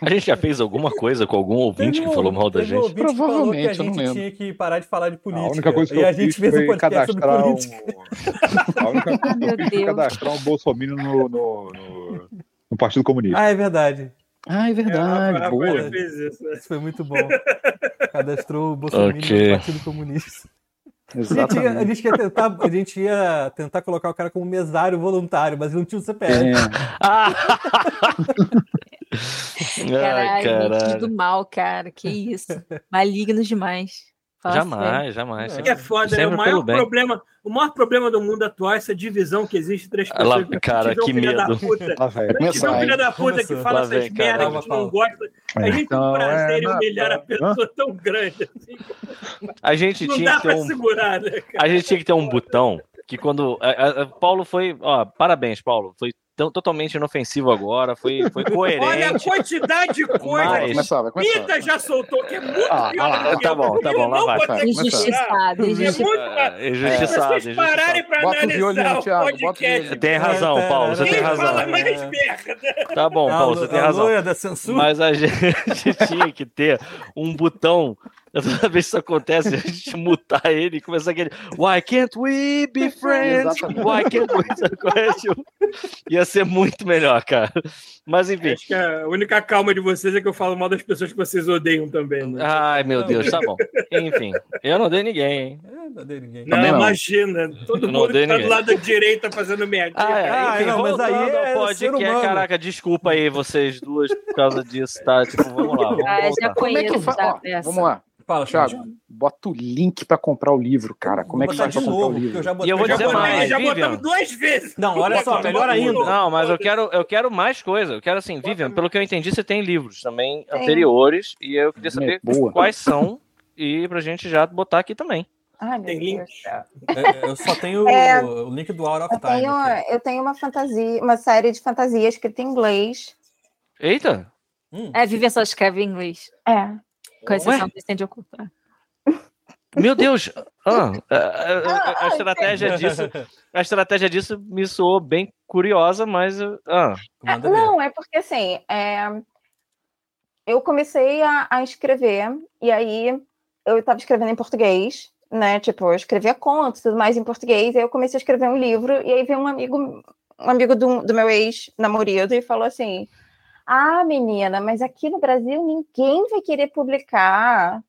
A gente já fez alguma coisa com algum ouvinte que falou mal da teve um gente? ouvinte que falou que Provavelmente, a eu não gente lembro. tinha que parar de falar de política. a única coisa que e eu a gente fiz fez um foi podcast sobre cadastrar política. um... A única coisa que Meu eu fiz foi Deus. cadastrar um bolsominion no, no, no- no Partido Comunista. Ah, é verdade. Ah, é verdade. Rafael boa. já fez isso. Isso foi muito bom. Cadastrou o Bolsonaro Ok. no Partido Comunista. A gente, ia, a Exatamente. gente ia tentar, a gente ia tentar colocar o cara como mesário voluntário, mas ele não tinha o CPF. É, Ah! Ai, Caralho, gente caralho. do mal, cara. Que isso. Malignos demais. Fala sério. Jamais, jamais. Isso que é foda, né? Sempre O pelo maior, bem. problema, o maior problema do mundo atual é essa divisão que existe entre as Ah, pessoas. lá, cara, Tiver um que filho da medo. puta- Ah, velho. Se não, começar, hein? filha um da puta que Começou. fala Lá vem, essas merdas cara. que não gosta, a gente tem um Então, prazer é, em não, humilhar a não. pessoa tão grande. assim. A gente Não tinha dá que ter pra um segurar, né, cara? A gente tinha que ter um botão que quando. a- a- a- Paulo foi. Ó, parabéns, Paulo. Foi tão- totalmente inofensivo agora. Foi, foi Olha a coerente. quantidade de coisa Vai Mas- que começar, vai começar. Pita já soltou, que é muito Ah, pior ah, do que tá eu. bom, tá Eu bom, lá não vai, vou é vai. ter que Começar. Injustiçado, É injustiçado. muito pra- É, Se injustiçado, vocês pararem injustiçado. pra Bota o violino, analisar o Thiago, bota o podcast, violino. Tem razão, Paulo. Você tem quem razão. fala mais É. merda? Tá bom, a Paulo, você lo- tem a razão. loira é da censura. Mas a gente tinha que ter um botão. Toda vez que isso acontece, a gente mutar ele e começar aquele Why can't we be friends? Exatamente. Why can't we? Sabe qual é, tipo? Ia ser muito melhor, cara. Mas enfim, Acho que É, a única calma de vocês é que eu falo mal das pessoas que vocês odeiam também. Né? É, Ai, meu Não. Deus, tá bom. Enfim, eu não dei ninguém, hein? É, não dei ninguém. Não, Também não. imagina. Todo Não mundo que odeio tá do ninguém. lado da direita fazendo merda. Ah, é, Ah, enfim, não, mas voltando aí ao é podcast, ser humano. Caraca, desculpa aí vocês duas por causa disso, tá? Tipo, vamos lá. Vamos Ah, já voltar. Como é que conheço faz? já a Ó, peça. Vamos lá. Fala, Thiago, bota o link pra comprar o livro, cara. Como é que Vou botar faz pra de comprar o novo, porque livro? eu já E botei. eu vou já dizer botei- mais, já Vivian. botamos duas vezes. Não, olha só, melhor ainda. Não, mas eu quero, eu quero mais coisa. Eu quero assim, Vivian, pelo que eu entendi, você tem livros também Tem. anteriores e eu queria saber Boa. quais são e pra gente já botar aqui também. Ai, meu Tem Deus. link? É, Eu só tenho É. o link do Out of Tá, Time. Eu então. tenho, aqui. eu tenho uma fantasia, uma série de fantasias escrita em inglês. Eita! Hum. É, Vivian só escreve em inglês. É. Com exceção do incêndio ocultar. Meu Deus! Ah, a- a- a- a estratégia disso A estratégia disso me soou bem curiosa, mas. eu- Ah, Manda ver. Não, é porque assim, é, eu comecei a, a escrever, e aí eu estava escrevendo em português, né? Tipo, eu escrevia contos e tudo mais em português, e aí eu comecei a escrever um livro, e aí veio um amigo, um amigo do, do meu ex-namorado e falou assim: Ah, menina, mas aqui no Brasil ninguém vai querer publicar.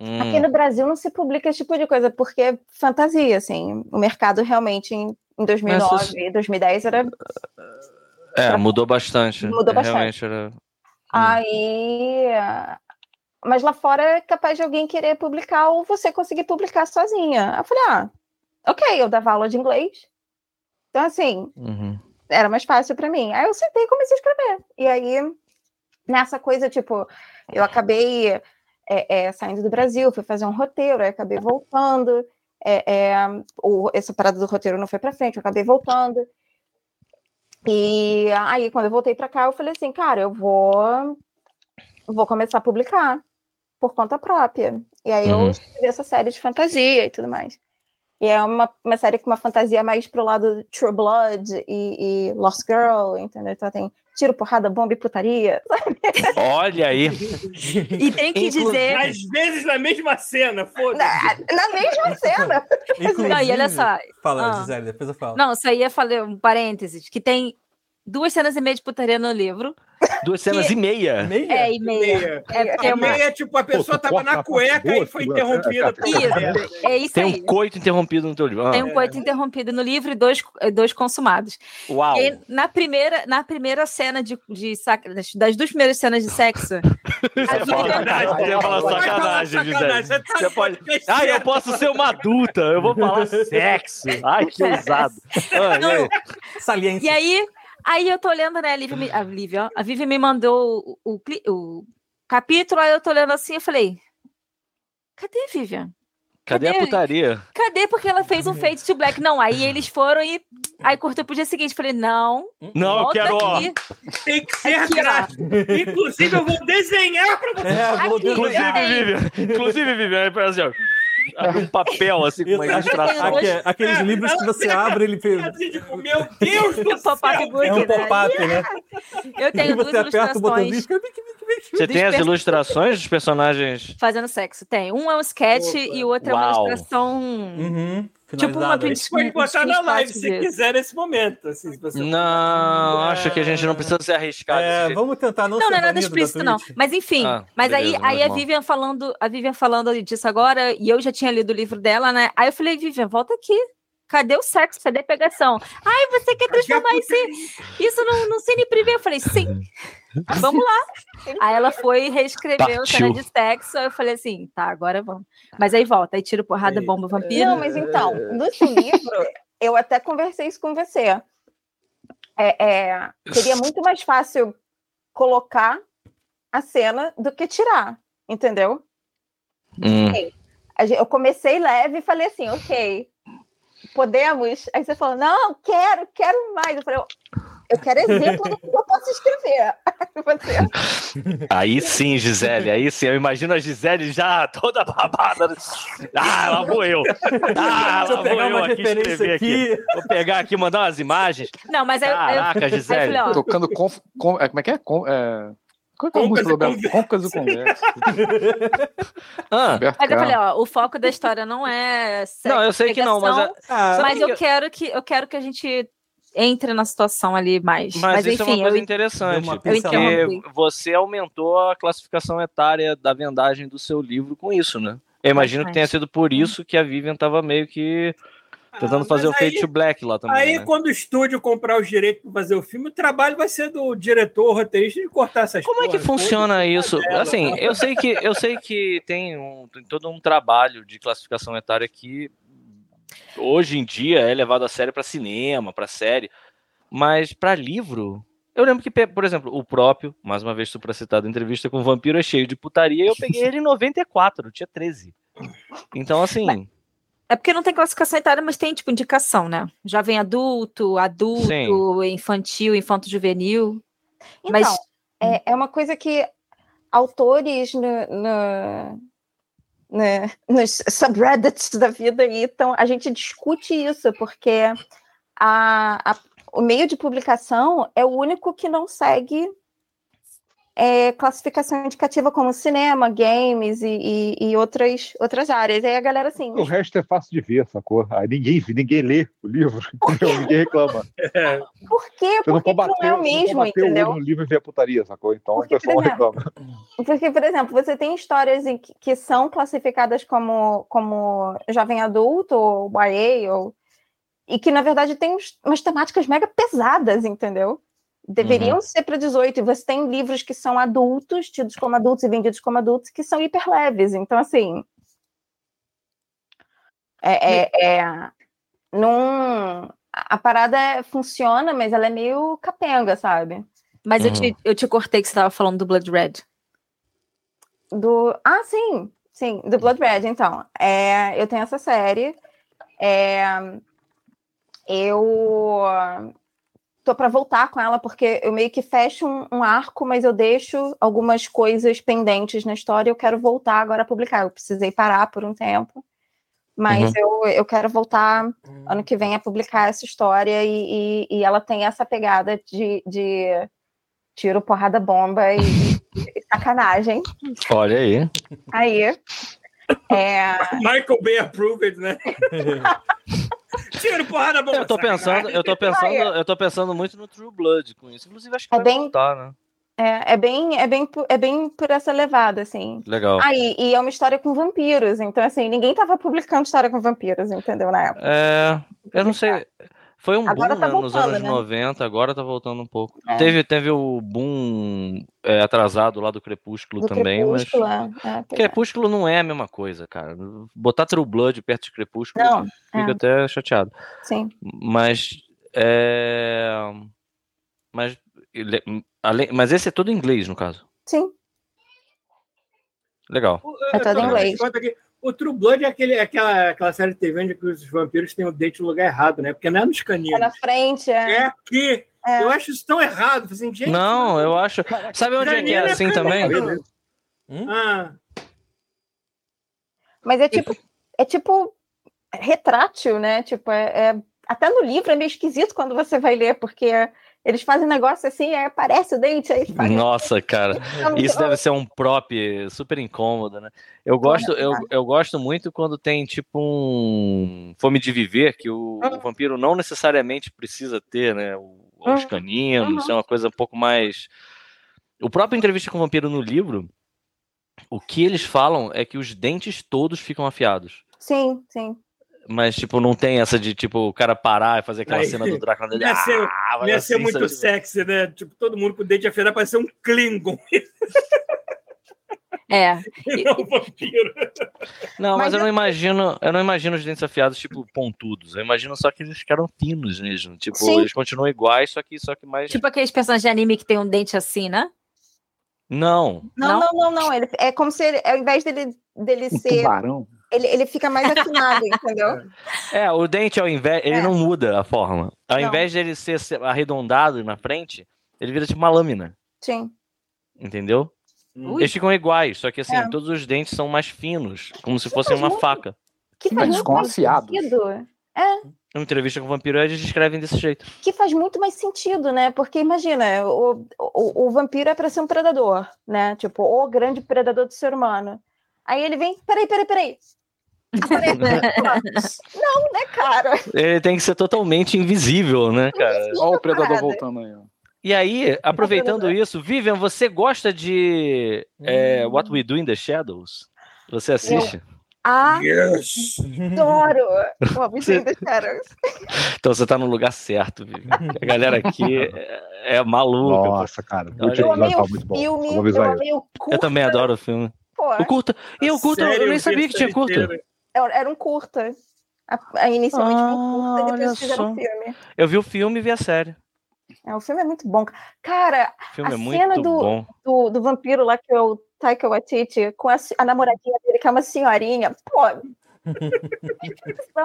hum, Aqui no Brasil não se publica esse tipo de coisa, porque é fantasia, assim. O mercado realmente em, em 2009 e 2010 era é, mudou bastante. É, Mudou bastante. Realmente era. Aí. Mas lá fora é capaz de alguém querer publicar ou você conseguir publicar sozinha. Aí Eu falei, ah, ok, eu dava aula de inglês. Então, assim, Uhum. era mais fácil para mim. Aí eu sentei e comecei a escrever. E aí, nessa coisa, tipo, eu acabei é, é, saindo do Brasil, fui fazer um roteiro, aí acabei voltando. É, é, o- essa parada do roteiro não foi para frente, eu acabei voltando. E aí, quando eu voltei para cá, eu falei assim, cara, eu vou, vou começar a publicar por conta própria. E aí Uhum. eu escrevi essa série de fantasia e tudo mais. E é uma, uma série com uma fantasia mais pro lado True Blood e, e Lost Girl, entendeu? Então tem tiro, porrada, bomba e putaria. Olha aí. E tem que dizer. Às vezes na mesma cena, foda-se. Na, na mesma cena. Inclusive, Não, e olha só. Fala, Ah. Gisele, depois eu falo. Não, isso aí é falei um parênteses, que tem duas cenas e meia de putaria no livro. Duas cenas Que- e meia. Meia? É, e meia. Meia. É, porque é, A uma- meia, tipo, a pessoa tu tava corta na a parte cueca boa, né, e foi tu- interrompida por Isso. ela. é isso Tem aí. um coito interrompido no teu livro. Ah, Tem um coito interrompido no livro e dois, eh, dois consumados. Uau. E na primeira, na primeira cena de, de sac- das, das duas primeiras cenas de sexo, Você fala sacanagem. Você Vai fala falar sacanagem, sacanagem, Gisele. tá Você no pode- podcast Ah, eu certo. posso ser uma adulta. Eu vou falar sexo. Ai, que ousado. Ah, Não, e aí? Saliência. E aí, aí eu tô olhando, né, a Vivi, me- a, Vivi, ó, a Vivi me mandou o, o cli- o capítulo, aí eu tô olhando assim, eu falei, cadê, Vivian? Cadê a Cadê? putaria? Cadê? Porque ela fez um fade to black. Não, aí eles foram e aí cortou pro dia seguinte. Falei, não, Não, eu volta quero, ó. aqui. Tem que ser Aqui, ó. gráfico. Inclusive, eu vou desenhar pra você. É, vou Aqui, desenhar. eu Inclusive, tenho. Vivian. Inclusive, Vivian, é pra assim, ó. Abre um papel assim com uma Isso, ilustração. aque- aqueles É, livros que ela você pega- abre, ele fez. Tipo, meu Deus do céu. Pop-up book, É um né? pop-up, né? Eu E tenho duas você aperta o botãozinho e ilustrações fica. bic, bic, Você bic. tem as Desperta- ilustrações dos personagens? fazendo sexo. Tem. Um é um sketch Opa. e o outro é Uau. uma ilustração. Uhum. Tipo uma finalizado. print Pode botar na live se Screenshot disso. quiser nesse momento. assim, se Hum. você- Não, É. acho que a gente não precisa se arriscar. desse É, jeito. vamos tentar não Não, ser não é nada banido da explícito, não. Twitch. Mas enfim, Ah, mas beleza, aí, aí menos a mal. Vivian falando, a Vivian falando disso agora, e eu já tinha lido o livro dela, né? Aí eu falei, Vivian, volta aqui. Cadê o sexo? Cadê a pegação? Ai, você quer transformar isso, isso num, num cine privê? Eu falei, sim. Vamos lá. Aí ela foi e reescreveu a cena de sexo. Aí eu falei assim, tá, agora vamos. Mas aí volta, aí tira porrada, bomba, vampiro. Não, mas então, no seu livro, eu até conversei isso com você. É, é, seria muito mais fácil colocar a cena do que tirar, entendeu? Hum. A gen- Eu comecei leve e falei assim, ok, podemos? Aí você falou, não, quero, quero mais. Eu falei, eu quero exemplo do que eu posso escrever. Aí você, Aí sim, Gisele, aí sim. Eu imagino a Gisele já toda babada. Ah, lá vou eu. Ah, Deixa lá eu vou pegar eu uma aqui referência escrever aqui. aqui. Vou pegar aqui, mandar umas imagens. Não, mas aí, eu- aí eu- Caraca, aí eu Gisele. falei, ó, Tocando. Conf, com, é, como é que é? Com, é qual é a Concas música e do Roberto? Concas e Conversa. Ah, Roberto Mas eu falei, Carlos. ó, o foco da história não é sexo, não, eu sei que não, mas, a- pegação, Ah, mas Sabe que- eu quero que eu quero que a gente entre na situação ali mais. mas, Mas, isso é enfim, uma coisa eu, interessante. deu uma porque pincelada. você aumentou a classificação etária da vendagem do seu livro com isso, né? Eu imagino que tenha sido por isso que a Vivian tava meio que tentando Ah, fazer o mas aí- fade to black lá também. Aí, né? quando o estúdio comprar os direitos para fazer o filme, o trabalho vai ser do diretor, roteirista, de cortar essas Como é que porra todas. funciona isso? dela. Assim, eu sei que eu sei que tem, um, tem todo um trabalho de classificação etária que hoje em dia é levado a sério para cinema, para série, mas para livro. Eu lembro que, pe- por exemplo, o próprio, mais uma vez supracitado, entrevista com o vampiro é cheio de putaria, eu peguei ele em 94, eu tinha 13. Então, assim, é porque não tem classificação etária, mas tem tipo indicação, né? Jovem adulto, adulto, Sim. infantil, infanto juvenil. Então, Mas- é, é uma coisa que autores no, no- né, nos subreddits da vida aí, então a gente discute isso, porque a- a- o meio de publicação é o único que não segue é, classificação indicativa como cinema, games e, e- e outras, outras áreas. Aí a galera assim, O resto é fácil de ver, sacou? Aí ninguém, ninguém lê o livro, entendeu? ninguém reclama. por quê? Você não Por que pode que não bater, é o não pode mesmo, bater o olho entendeu? no livro e ver a putaria, sacou? Então Porque, é. o pessoal por exemplo, reclama. Porque, por exemplo, você tem histórias em que, que são classificadas como, como jovem adulto, ou YA, ou, e que, na verdade, tem uns- umas temáticas mega pesadas, entendeu? Deveriam ser para 18. E você tem livros que são adultos, tidos como adultos e vendidos como adultos, que são hiper leves. Então, assim. É. é, é num, a a parada é- funciona, mas ela é meio capenga, sabe? Mas eu, Uhum. te, eu te cortei que você estava falando do Blood Red. Do. Ah, sim! Sim, do Blood Red, então. É, eu tenho essa série. É, eu tô para voltar com ela, porque eu meio que fecho um, um arco, mas eu deixo algumas coisas pendentes na história. Eu quero voltar agora a publicar. Eu precisei parar por um tempo. Mas eu, eu quero voltar ano que vem a publicar essa história e, e, e ela tem essa pegada de, de tiro, porrada, bomba e, e sacanagem. Olha aí. Aí. É, Michael Bay approved, né? Tiro, porrada, bomba. Eu tô pensando, eu tô pensando, eu tô pensando muito no True Blood com isso. Inclusive, acho que É vai bem- voltar, né? é, é bem, é, bem, por- é bem por essa levada, assim. Legal. Ah, e, e é uma história com vampiros, então assim, ninguém tava publicando história com vampiros, entendeu? Na época. É, eu não sei. Foi um Agora boom, tá né, nos voltando, anos né? 90, agora tá voltando um pouco. É. Teve, teve o boom é, atrasado lá do Crepúsculo Do também, mas. Crepúsculo, é, é, pois é. Crepúsculo não é a mesma coisa, cara. Botar True Blood perto de Crepúsculo Não, é. fica até chateado. sim. Mas. É... Mas. ele- além- Mas esse é todo em inglês, no caso. Sim. Legal. É todo em inglês. O True Blood é, aquele, é aquela, aquela série de TV onde que os vampiros têm o dente no lugar errado, né? Porque não é nos É caninos. na frente, É, é. aqui. É. Eu acho isso tão errado. Assim, gente, Não, eu acho. Sabe onde é que né? canino é assim também? canino. Hum? Ah, Mas é tipo, é tipo retrátil, né? Tipo, é, é- até no livro é meio esquisito quando você vai ler, porque eles fazem um negócio assim, aí aparece o dente, aí faz. Então, Nossa, cara. Isso deve ser um prop super incômodo, né? Eu gosto, eu, eu gosto muito quando tem tipo um fome de viver que o, Ah. o vampiro não necessariamente precisa ter, né? O, os caninos, é uma coisa um pouco mais. O próprio entrevista com o vampiro no livro, o que eles falam é que os dentes todos ficam afiados. Sim, sim. Mas, tipo, não tem essa de, tipo, o cara parar e fazer aquela Aí, cena do Drácula dele. ia ser- "Ah", não vai ia ser assim, muito sabe? sexy, né? Tipo, todo mundo com o dente afiado parece um Klingon É. e não um vampiro. Não, mas, Mas eu eu- não imagino, eu não imagino os dentes afiados, tipo, pontudos. Eu imagino só que eles ficaram finos mesmo. Tipo, Sim. eles continuam iguais, só que, só que mais. Tipo aqueles personagens de anime que tem um dente assim, né? Não. Não? Não, não, não, não. Ele, é como se ele, ao invés dele, dele é Um ser. tubarão. Ele, ele fica mais afinado, entendeu? É, o dente, ao invés. Ele É. não muda a forma. Ao Não. invés dele ser se- arredondado na frente, ele vira tipo uma lâmina. Sim. Entendeu? Ui. Eles ficam iguais, só que assim, É. todos os dentes são mais finos, como se fossem faz uma muito- faca. Que Mas faz muito com mais afiados. sentido. Em entrevista com o vampiro, eles descrevem desse jeito. que faz muito mais sentido, né? Porque imagina, o, o, o vampiro é para ser um predador, né? Tipo, o grande predador do ser humano. Aí ele vem, peraí, peraí, peraí. Aparece, né? Não, né, cara? Ele tem que ser totalmente invisível, né, cara? Olha o predador parada. voltando aí. ó. E aí, aproveitando isso, Vivian, você gosta de é, What We Do in the Shadows? Você assiste? Yes. Adoro! Ó, me entende, cara. Então você tá no lugar certo, Vivian. A galera aqui é, é maluca. pô. Nossa, cara. Eu Muito Eu amei legal, o muito bom. filme, Só vou eu avisar ele. amei o curta. Eu também adoro o filme. pô. O curta. E o curta, eu nem sabia que tinha curta. curto. Era era um curta. A, a- inicialmente foi um Ah, curta, e olha depois fizeram só. um filme. Eu vi o filme e vi a série. É, o filme é muito bom. Cara, O filme A é cena muito do- bom. do, do vampiro lá que é o Taika Waititi com a, se- a namoradinha dele, que é uma senhorinha. Pô!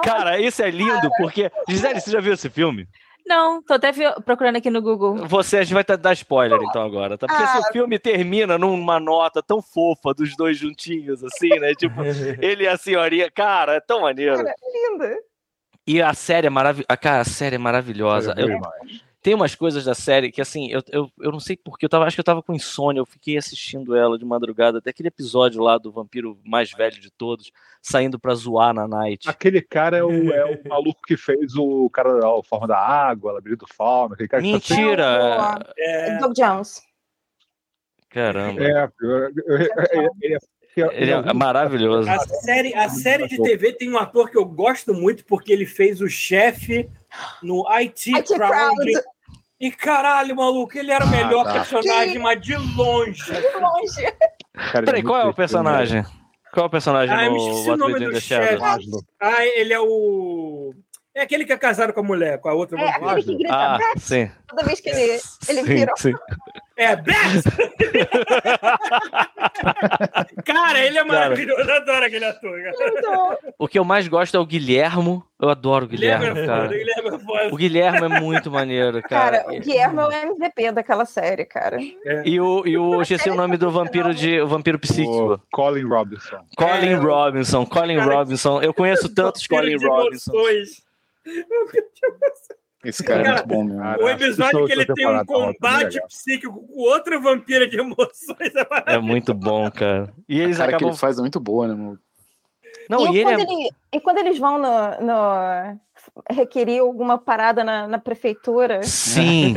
Cara, isso é lindo, porque. Gisele, você já viu esse filme? Não, tô até vi- procurando aqui no Google. Você, a gente vai tá- dar spoiler então agora, tá? Porque Ah. esse filme termina numa nota tão fofa dos dois juntinhos, assim, né? Tipo, Ele e a senhorinha, cara, é tão maneiro. Cara. linda! E a série é maravilhosa. Cara, a série é maravilhosa. Eu- Tem umas coisas da série que, assim, eu, eu, eu não sei porque, eu tava, acho que eu tava com insônia, eu fiquei assistindo ela de madrugada, até aquele episódio lá do vampiro mais velho de todos, saindo pra zoar na night. Aquele cara é o, é o maluco que fez o cara da forma da água, labirinto fauna, aquele cara que tá sempre- Mentira! Não, É Doug Jones. Caramba. É, eu- eu- eu- ele é- Ele é maravilhoso. A série, a série de TV tem um ator que eu gosto muito porque ele fez o chefe no IT, IT Crowd. Crowd. E caralho, maluco, ele era o Ah, melhor tá. personagem, mas de longe. é, De longe. cara, ele Peraí, qual é o muito né? personagem? Qual é o personagem Ah, eu me esqueci no é o What nome We Do in do the Shadows? bem. Asno. Ah, ele é o. É aquele que é casado com a mulher, com a outra É mulher. aquele que grita Ah, "Beth", sim. toda vez que ele, ele Sim, vira. sim. É, Beth! Cara, ele é maravilhoso. Eu adoro aquele ator. cara. Então, O que eu mais gosto é o Guilhermo. Eu adoro o Guilhermo, Guilherme é foda, cara. Guilherme é foda. O Guilherme é muito maneiro, cara. hum. cara, o Guilherme é o MVP daquela série, cara. E o, e o esqueci o nome do vampiro de o vampiro psíquico. O Colin Robinson. Colin É. Robinson, Colin Cara, Robinson. Eu conheço tantos Colin de Robinson. emoções. Esse cara, é Cara, muito bom mesmo. cara, O Assista episódio que outra ele tem um temporada, tá ótimo, combate legal. psíquico com outra vampira de emoções. É É muito bom, cara. E eles a cara que acabam. ele faz é muito boa, né, mano? Não, e e, ele quando é. ele- e quando eles vão no, no- requerir alguma parada na, na prefeitura, Sim.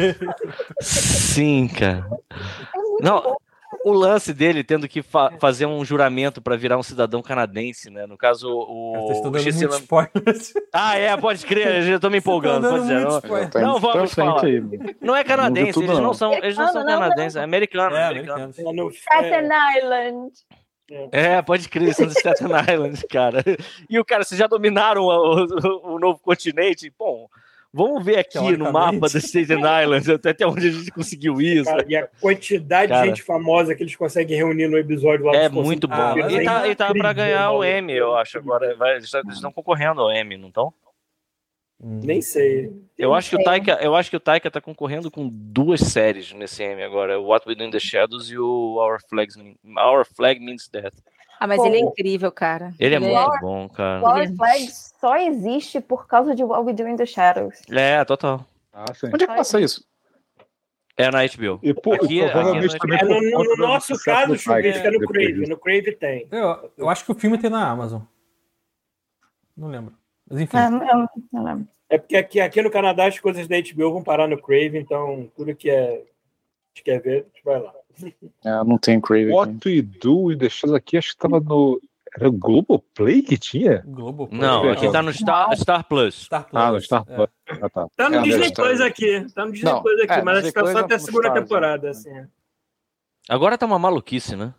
Sim, cara. é Não, o lance dele tendo que fa- fazer um juramento pra virar um cidadão canadense, né? No caso, Cara, Vocês estão o. dando esqueci o muito nome. spoiler. Vocês Ah, é, pode crer, eu já tô me estão empolgando. dando Pode dizer, muito não, spoiler. Tá indo Não, vamos pra falar. frente aí, mano. não é Não vi canadense, tudo, eles não não. são, eles não são Americano, não, canadenses, é americano, É, americano. americanos. no, Staten É. Island. É, pode crer, são de Staten Island, cara. E o cara, vocês já dominaram o, o- o novo continente? Bom, vamos ver aqui no Teoricamente. mapa do Staten Island até, até onde a gente conseguiu isso. É Cara, e a quantidade Cara. de gente famosa que eles conseguem reunir no episódio lá É dos muito bom. Conselhos mas ele Vampiros tá, é ele tá pra incrível, ganhar o maluco. M, eu acho. Agora vai- eles estão concorrendo ao M, não estão? Nem sei. Eu acho que o sei. Taika, eu acho que o Taika tá concorrendo com duas séries nesse M agora, o What We Do in the Shadows e o Our Flags Mean- Our Flag Means Death. Ah, mas Pô. ele é incrível, cara. Ele é Legal. muito bom, cara. Lower Flag só existe por causa de What We Do in the Shadows. É, total. Ah, sim. Onde é que passa isso? É na HBO. E por, Aqui- aqui provavelmente é também É, no, por no- conta no do nosso sucesso caso, do Tiger, chuveiro, fica é no depois Crave. disso. No Crave tem. Eu, eu acho que o filme tem na Amazon. Não lembro. Mas enfim. Ah, não, não lembro. É porque aqui, aqui no Canadá as coisas da HBO vão parar no Crave, então tudo que é. a gente quer ver, a gente vai lá. Ah, não tem Crave aqui. What We Do e deixando aqui, acho que tava no. Era o Globoplay que tinha? Globo. Não, aqui tá no Star, Star Plus. Star Plus. Ah, no Star É. Plus. Ah, tá. Tá no É, Disney deve estar. Plus aqui. Tá no Disney Não, Plus aqui, é, mas acho Disney que tá Plus só é até a segunda Stars, né? temporada. Assim. é. Agora tá uma maluquice, né?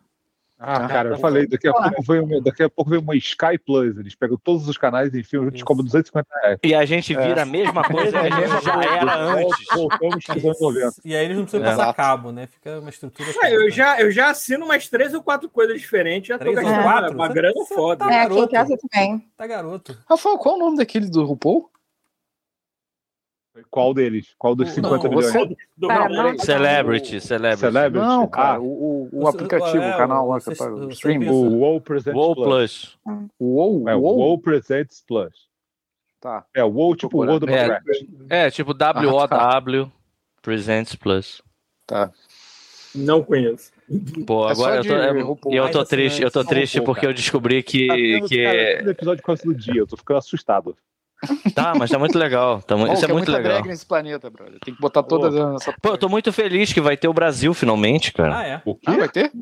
Ah, cara, eu falei, daqui a, pouco vem uma, daqui a pouco vem uma Sky Plus. Eles pegam todos os canais e enfiam juntos Isso. como 250 reais. E a gente vira a mesma coisa que a gente É, já era antes. Voltamos para os anos 90. E aí eles não precisam É. passar cabo, né? Fica uma estrutura. Ah, eu, já, eu já assino umas três ou quatro coisas diferentes, já tô Três ou gastando quatro? uma- uma Você- grana você foda. Ah, tá- É, aqui em Garoto. casa também. Tá garoto. Rafael, qual é o nome daquele do RuPaul? Qual deles? Qual dos Não, 50 você- milhões? Do Para, Ronaldo. não. Celebrity, celebrity. Celebrity? Não, Ah, cara, o, o, o O- aplicativo, é, o canal o- lá o- que tá, o- o o- stream. o WoW Presents Wow Plus. Plus. Uou, É, o uou, WoW Presents Plus. tá. É, o WoW tipo Procura. World of É. Warcraft. É, tipo WOW tá. Presents Plus. Não conheço. Pô, agora É eu só tô, de assim, é- RuPaul. e eu tô Mais triste, eu tô né? assinantes, triste RuPaul, porque cara. eu descobri Tá que, é- tendo, cara, que... todo episódio quase do dia, eu tô ficando assustado. Tá, mas tá muito legal. Tá mu- Bom, Isso é que muito muita legal. drag nesse planeta, brother. Tem que botar todas nessa. Pô, eu tô muito feliz que vai ter o Brasil finalmente, cara. Ah, é. O Ah, quê? vai ter?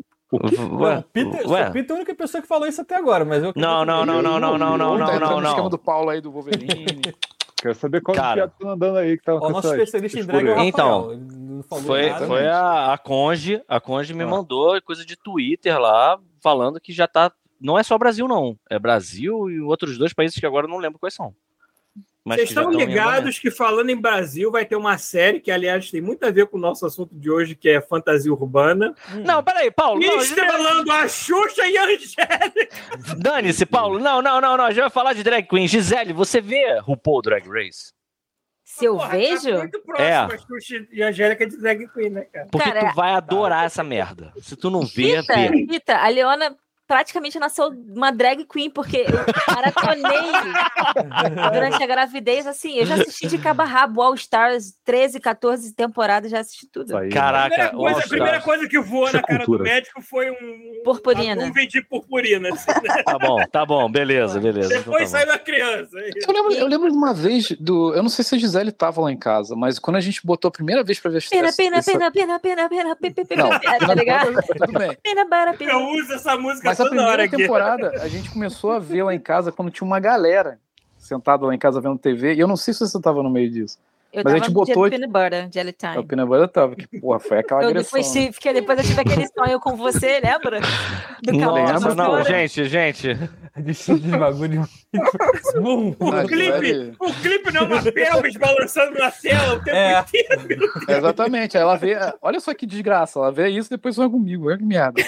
Não, Ué, o Peter, ué. o tá Peter é a única pessoa que falou isso até agora, mas eu. Não, não, não, não, não, não, não, tá não, entrando não, no esquema não. do Paulo aí do Wolverine. Quero saber qual Cara. piada tá andando aí que tá Ó, O nosso especialista em drag é o escolha. Rafael. Então, ele não falou Foi, nada. foi a, a Conge, a Conge me Ah. mandou coisa de Twitter lá, falando que já tá. Não é só Brasil, não. É Brasil e outros dois países que agora eu não lembro quais são. Mas Vocês que já estão tão em andamento. ligados que falando em Brasil vai ter uma série que, aliás, tem muito a ver com o nosso assunto de hoje, que é fantasia urbana. Hum. Não, peraí, Paulo. E Não, a gente- estrelando a Xuxa e a Angélica. Dane-se, Paulo. Não, não, não, não. A gente vai falar de drag queen. Gisele, você vê RuPaul Drag Race? Se eu Porra, vejo. Tá muito próximo É. a Xuxa e a Angélica de drag queen, né, cara? Porque Cara, tu vai adorar essa merda. Se tu não vê, Rita, vê. Rita, a Leona praticamente nasceu uma drag queen, porque eu maratonei durante a gravidez, assim, eu já assisti de cabo a rabo All Stars, 13, 14 temporadas, já assisti tudo. Aí, A primeira, Caraca, coisa, a All-Stars. primeira coisa que voou Isso é na cara do cultura. médico foi um. Purpurina. Uma nuvem de purpurina. assim, né? Tá bom, tá bom, beleza, beleza. Então Depois tá bom. saiu a criança. é isso. Eu lembro, eu lembro de uma vez do. Eu não sei se a Gisele tava lá em casa, mas quando a gente botou a primeira vez pra ver as Pena, essa- pena, essa- pena, pena, pena, pena, pena, pena, Não, pena, tá ligado? Tudo bem. Pena, bara, Eu pena. uso essa música Mas a toda hora primeira aqui. temporada a gente começou a ver lá em casa quando tinha uma galera sentada lá em casa vendo TV. E eu não sei se você tava no meio disso. Eu Mas a tava gente no dia do botou- Peanut Butter, Jelly É, O Time. Pina Butter tava, que porra, foi aquela Eu agressão. depois, né? tive, porque depois eu tive aquele sonho com você, lembra? Do Não, cavalo lembro, vassoura. não, gente, gente. Desistiu de bagulho. Bum. O Aquilo clipe, o clipe não é uma pelvis balançando na tela o tempo É. inteiro. ali- Exatamente. aí Ela vê. Olha só que desgraça. Ela vê isso e depois sonha comigo. Olha que merda.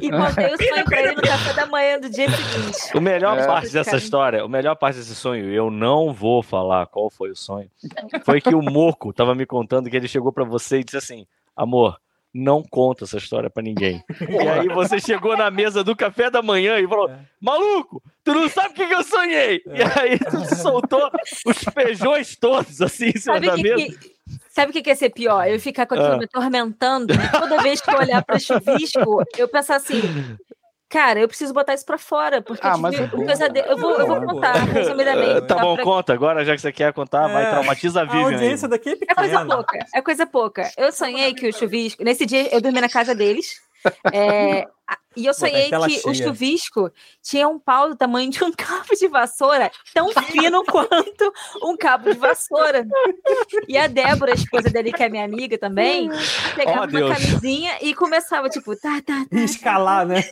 E contei o sonho pra ele no café da manhã do dia seguinte. O melhor É. parte dessa história, o melhor parte desse sonho, eu não vou falar qual foi o sonho, foi que o Moco tava me contando que ele chegou pra você e disse assim: amor. Não conta essa história pra ninguém. E aí você chegou na mesa do café da manhã e falou: É. Maluco, tu não sabe o que, que eu sonhei! E aí tu É. soltou os feijões todos assim em cima Sabe da que, mesa. que- sabe o que, que ia ser pior? Eu ficar com aquilo Ah. me atormentando e toda vez que eu olhar pra chuvisco, eu pensar assim. Cara, eu preciso botar isso pra fora, porque Ah, eu tive mas é um bom. pesadelo. Eu vou, eu vou É bom. contar, resumidamente. Ah, tá tá? bom, Pra- conta agora, já que você quer contar, vai, É. traumatiza a A Vivian. aí. audiência daqui é É coisa pequena. pouca, é coisa pouca. Eu sonhei que o chuvisco. Nesse dia eu dormi na casa deles. é, a- e eu sonhei tela que o cheia. chuvisco tinha um pau do tamanho de um cabo de vassoura, tão fino quanto um cabo de vassoura. E a Débora, a esposa dele, que é minha amiga também, pegava Oh, uma Deus. camisinha e começava, tipo, tá, tá, E escalar, né?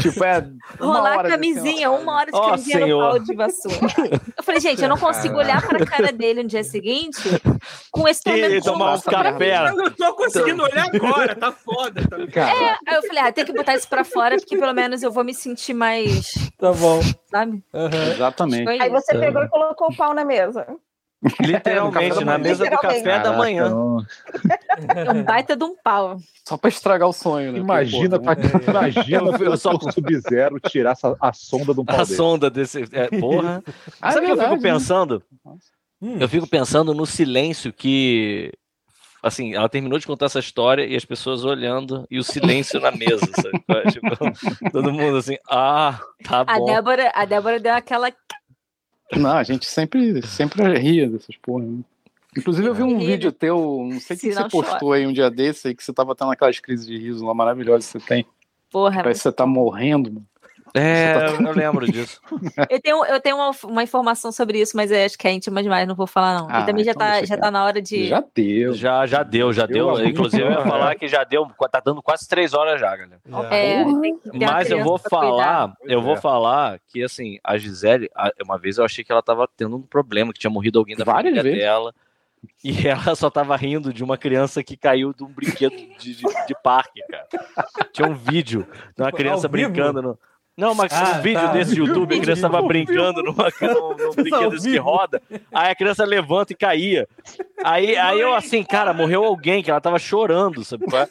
Tipo, é. uma rolar hora a de camisinha, cena. uma hora de Ó, camisinha no senhor. pau de vassoura. Eu falei, gente, eu não consigo olhar para a cara dele no dia seguinte com tá esse E tormento tomar um na cara. café. né? Eu não tô conseguindo olhar agora, tá foda. Tá... Cara, Aí eu falei, ah, tem que botar isso pra fora, porque pelo menos eu vou me sentir mais, Tá bom. sabe? é. Aham. exatamente. Foi Aí isso. você pegou e colocou o pau na mesa. Literalmente, café da na manhã. mesa do Literalmente. café da Caraca, manhã. não. É um baita de um pau. Só pra estragar o sonho, né? Imagina, Porque, pô, pra- imagina Eu- eu só- o Sub-Zero tirar essa- a sonda de um pau A dele. sonda desse. é, porra. Ah, é Sabe o que eu fico verdade, né? pensando? Hum. Eu fico pensando no silêncio que. Assim, ela terminou de contar essa história e as pessoas olhando e o silêncio na mesa. sabe? Tipo, todo mundo assim, ah, tá A bom. Débora, a Débora deu aquela. Não, a gente sempre, sempre ria dessas porra. né? Inclusive, eu vi um Menino. vídeo teu, não sei o que É. Se você não postou aí um dia desse, aí, que você tava tendo aquelas crises de riso lá maravilhosas que você tem. Porra. Parece que você tá morrendo, mano. tá É, eu lembro disso. Eu tenho, eu tenho uma, uma informação sobre isso, mas eu acho que é íntima demais, não vou falar, não. Ah, e também já, então tá, deixa já quieto. tá na hora de. É. Já deu. Já, já deu, já Deu deu. a Inclusive, eu ia música, falar que já deu, tá dando quase três horas já, galera. É, Uhum. Porra. tem que ter uma Mas eu criança vou pra cuidar. falar, eu vou é. falar que assim, a Gisele, a- uma vez eu achei que ela tava tendo um problema, que tinha morrido alguém da Várias família vezes. dela. E ela só tava rindo de uma criança que caiu de um brinquedo de, de- de parque, cara. Tinha um vídeo de uma Ao criança vivo? brincando no. Não, mas Ah, um vídeo tá. desse de YouTube, a criança tava Ao vivo. brincando numa, num, num brinquedo desse que vivo. roda, aí a criança levanta e caía. Aí, aí eu assim, cara, morreu alguém, que ela tava chorando, sabe? qual é?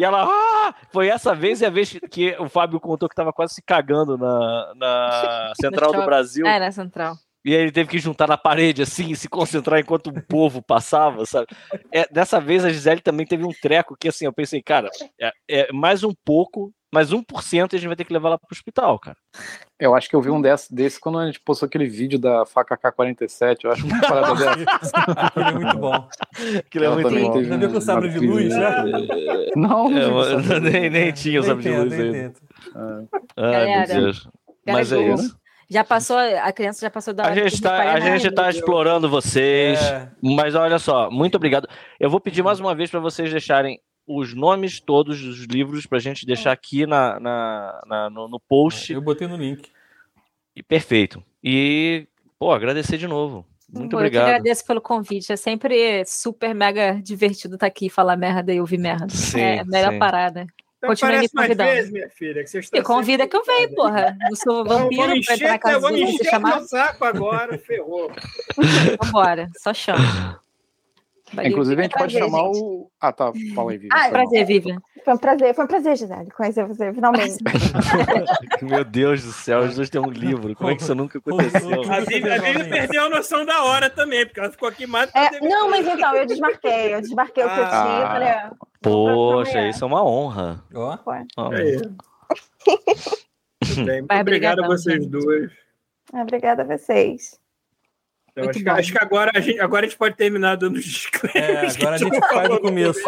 E ela, ah! Foi essa vez e a vez que o Fábio contou que tava quase se cagando na, na Central do Brasil. É, na central. E aí ele teve que juntar na parede, assim, e se concentrar enquanto o povo passava, sabe? É, dessa vez a Gisele também teve um treco que, assim, eu pensei, cara, é, é mais um pouco, mais 1% e a gente vai ter que levar ela pro hospital, cara. Eu acho que eu vi um desse, desse quando a gente postou aquele vídeo da faca K-47. Eu acho que uma parada dessa. Aquele é muito bom. Aquilo é Ela muito também bom. teve Ainda bem com uma sabre de crise. luz, né? Não, É, não mas- nem, nem tinha o Nem sabre de tento, luz nem ainda. tento. Ai, meu Galera, Deus. Mas é Galera, isso. Já passou, a criança já passou da hora. A de gente tá, a parar, né? gente tá explorando vocês. É. Mas olha só, muito obrigado. Eu vou pedir mais uma vez para vocês deixarem os nomes todos dos livros para a gente deixar aqui na, na- na- no, no post. Eu botei no link. E perfeito. E, pô, agradecer de novo. Muito Pô, Eu que obrigado. agradeço pelo convite. É sempre super mega divertido estar aqui e falar merda e ouvir merda. Sim, é a melhor sim. parada. Então Continue me aparece mais convidando. vezes, minha filha. Que você está E convida que eu venho, porra. Não sou vampiro pra entrar na casa vou me dos outros e encher chamar. teu saco agora, ferrou. Vambora, só chama. Valeu. Inclusive, a gente pode Prazer, chamar gente. o. Ah, tá. Fala aí, Vivi. Ah, prazer, Vivian. Foi um prazer, foi um prazer, Gisele, conhecer você, finalmente. Meu Deus do céu, os dois têm um livro. Como é que isso nunca aconteceu? A Vivi, a Vivi perdeu a noção da hora também, porque ela ficou aqui mais. É, não, mas então, eu desmarquei, eu desmarquei o que eu tinha, Ah. falei, ah, Poxa, isso é uma honra. Ó, Uma honra. Aí. Tudo bem, Muito Mas obrigado a brigadão, vocês gente. duas. "Ah, obrigada a vocês. Então, Muito acho, que, bom. acho que agora a gente, agora a gente pode terminar dando disclaimer. é, agora a gente faz do começo.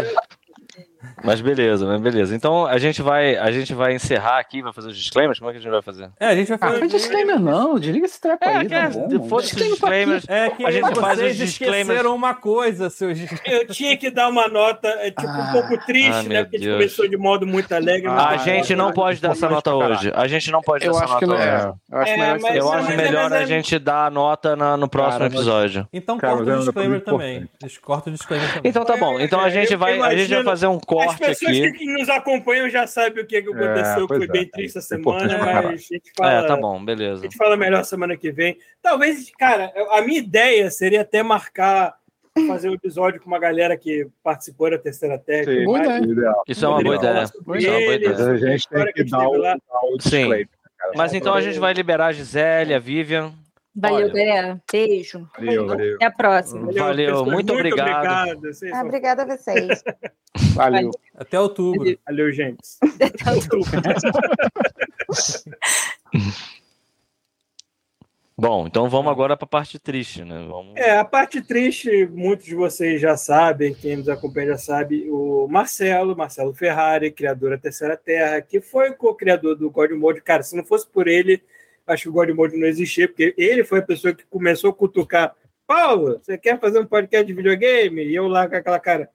Mas beleza, mas beleza. Então a gente vai, a gente vai encerrar aqui, vai fazer os disclaimers. Como é que a gente vai fazer? É, a gente vai Ah, não fazer. tem disclaimer não, desliga esse treco aí, tá cara, bom? foda-se os Disclaimer pra quê? disclaimers. É que A gente vocês faz os disclaimers. esqueceram uma coisa, seus. Eu tinha que dar uma nota, é, tipo, um Ah. pouco triste, Ah, né? meu Porque a gente Deus. começou de modo muito alegre. mas- Ah, A gente não pode dar essa nota hoje. A gente não pode dar Eu essa acho que nota não hoje. é. Eu acho É, melhor mas- isso aí. Eu acho mas- melhor mas- a gente dar a nota na- no próximo Cara, mas- episódio. Então Cara, corta o um mas é uma coisa disclaimer também. Corta o disclaimer também. Então tá bom. Então a gente Eu vai, a gente vai imagino- fazer um As corte pessoas aqui. que nos acompanham já sabem o que, que aconteceu, É, que pois foi é, bem é triste essa importante semana, pra mas caralho. a gente fala. É, tá bom, A beleza. gente fala melhor semana que vem. Talvez, cara, eu- a minha ideia seria até marcar, fazer um episódio com uma galera que participou da terceira técnica. Sim, Boa ideia. ideal. Isso é uma boa Legal. ideia. Isso é uma boa Mas ideia. a gente tem Agora que que dar um- o, esteve lá. dar o Sim. disclaimer. né, cara. Mas então a gente vai liberar a Gisele, a Vivian. Valeu, Olha. galera. Beijo. então, Valeu, valeu. Até a próxima. Valeu, pessoal. muito obrigado. Vocês Ah, são- obrigada a vocês. Valeu. Até Uhum. outubro. Valeu, gente. Bom, então vamos agora pra parte triste, né? Vamos... É, a parte triste, muitos de vocês já sabem, quem nos acompanha já sabe, o Marcelo, Marcelo Ferrari, criador da Terceira Terra, que foi co-criador do God Mode. Cara, se não fosse por ele, acho que o God Mode não existia, porque ele foi a pessoa que começou a cutucar. Paulo, você quer fazer um podcast de videogame? E eu lá com aquela cara,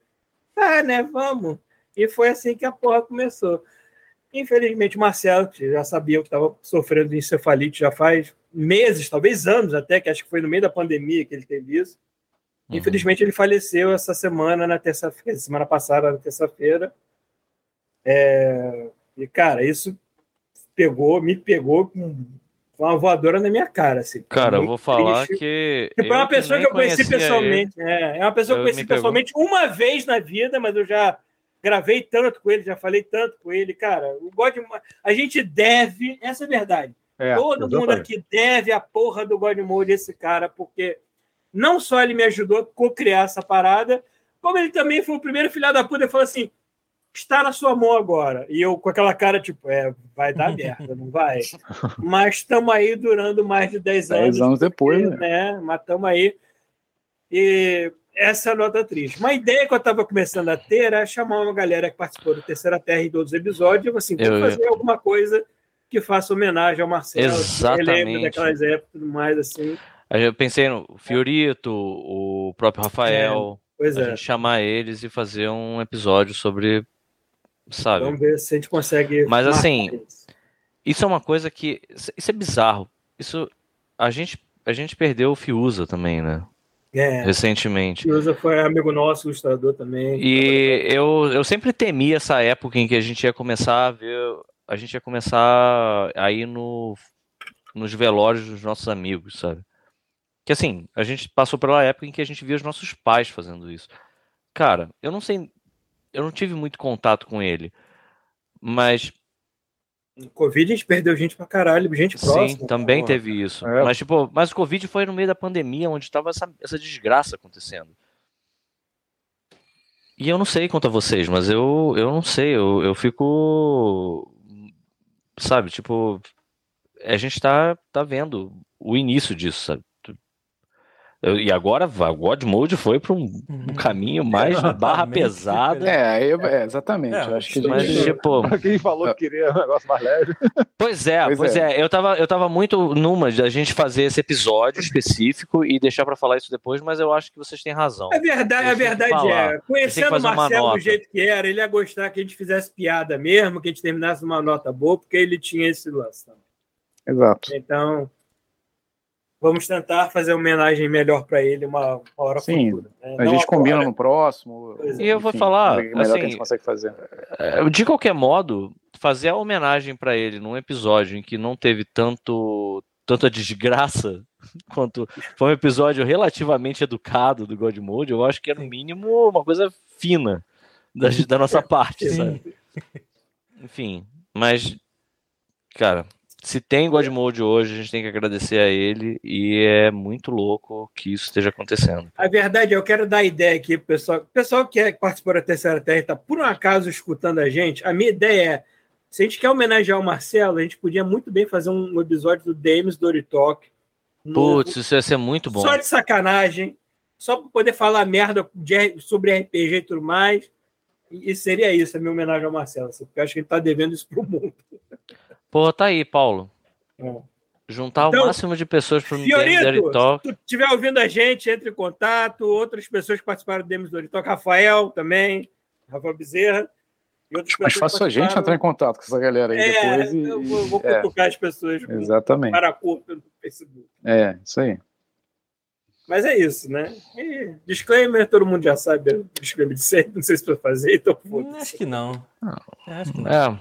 ah, né, vamos. E foi assim que a porra começou. Infelizmente, o Marcelo, que já sabia que estava sofrendo de encefalite já faz meses, talvez anos até, que acho que foi no meio da pandemia que ele teve isso. Uhum. Infelizmente, ele faleceu essa semana, na terça-feira, semana passada, na terça-feira. É, E, cara, isso pegou, me pegou com uma voadora na minha cara. Assim. Cara, eu Muito vou falar triste. que. Tipo, é uma que pessoa nem que eu conheci conhecia ele- pessoalmente. É, é uma pessoa que Eu eu conheci me pegou. pessoalmente uma vez na vida, mas eu já gravei tanto com ele, já falei tanto com ele. Cara, o God Mode- a gente deve, essa é a verdade. É, Todo mundo exatamente. aqui deve a porra do God Mode esse cara, porque não só ele me ajudou a co-criar essa parada, como ele também foi o primeiro filho da puta e falou assim: está na sua mão agora. E eu com aquela cara, tipo, é, vai dar merda, não vai. Mas estamos aí durando mais de 10 anos Dez anos depois, né? né? Matamos aí. E essa é a nota triste. Uma ideia que eu estava começando a ter era chamar uma galera que participou do Terceira Terra e de outros episódios, eu, assim, Eu- vamos fazer alguma coisa que faça homenagem ao Marcelo. que Exatamente. relembre daquelas épocas e tudo mais, assim. Aí Eu pensei no Fiorito, o próprio Rafael, Pois a é. gente chamar eles e fazer um episódio sobre. Sabe? Vamos ver se a gente consegue. Mas, marcar assim, isso. Isso é uma coisa que. isso- Isso é bizarro. Isso. A gente, a gente perdeu o Fiuza também, né? É. Recentemente. O Usa foi amigo nosso, ilustrador também. E eu, eu sempre temi essa época em que a gente ia começar a ver. A gente ia começar a ir no, nos velórios dos nossos amigos, sabe? Que assim, a gente passou pela época em que a gente via os nossos pais fazendo isso. Cara, eu não sei. Eu não tive muito contato com ele. Mas No Covid a gente perdeu gente pra caralho, gente Sim, próxima. também Porra. teve isso. É. Mas, tipo, mas o Covid foi no meio da pandemia, onde estava essa, essa desgraça acontecendo. E eu não sei quanto a vocês, mas eu, eu não sei, eu, eu fico. Sabe, tipo. A gente tá, tá vendo o início disso, sabe? Eu- e agora a God Mode foi para um, Hum, um caminho mais barra Totalmente pesada. diferente. É, eu- é, exatamente. É, eu acho que a Mas, gente... tipo. Pra quem falou que queria um negócio mais leve. Pois é, pois, Pois é. Eu, tava, eu tava muito numa da gente fazer esse episódio específico e deixar pra falar isso depois, mas eu acho que vocês têm razão. É verdade, a Tem que verdade falar. é. Conhecendo o fazer uma Marcelo nota. do jeito que era, ele ia gostar que a gente fizesse piada mesmo, que a gente terminasse numa nota boa, porque ele tinha esse lance. também. Exato. Então, vamos tentar fazer uma homenagem melhor para ele uma, uma hora Sim, futura. né? A Não gente agora. combina no próximo. Pois é. E eu vou falar, o melhor que a assim, gente consegue fazer. É, De qualquer modo, fazer a homenagem pra ele num episódio em que não teve tanto tanta desgraça quanto foi um episódio relativamente educado do God Mode, eu acho que é no mínimo uma coisa fina da, da nossa parte, Sim. sabe? Enfim, mas, cara, se tem Godmode hoje, a gente tem que agradecer a ele e é muito louco que isso esteja acontecendo. A verdade é, eu quero dar a ideia aqui pro pessoal. O pessoal que é- que participou da Terceira Terra está por um acaso escutando a gente. A minha ideia é, se a gente quer homenagear o Marcelo, a gente podia muito bem fazer um episódio do Dames Dory Talk. novo. Putz, isso ia ser muito bom. Só de sacanagem. Só pra poder falar merda de- sobre RPG e tudo mais. E seria isso, a minha homenagem ao Marcelo. assim, Porque eu acho que ele tá devendo isso pro mundo. Porra, tá aí, Paulo. É. Juntar Então, o máximo de pessoas pro Fiorito, Dirty Talk. Se tu estiver ouvindo a gente, entre em contato. Outras pessoas que participaram do Demis do Talk, Rafael também, Rafael Bezerra. E outras Mas pessoas faça a que gente entrar participaram. em contato com essa galera aí depois. É, E, eu vou, vou e- é, cutucar as pessoas com exatamente. para a curta no Facebook. É, isso aí. Mas é isso, né? E disclaimer, todo mundo já sabe. o Disclaimer de sempre, não sei se pra fazer, então Hum, foda-se. Acho que não. Acho que não. É.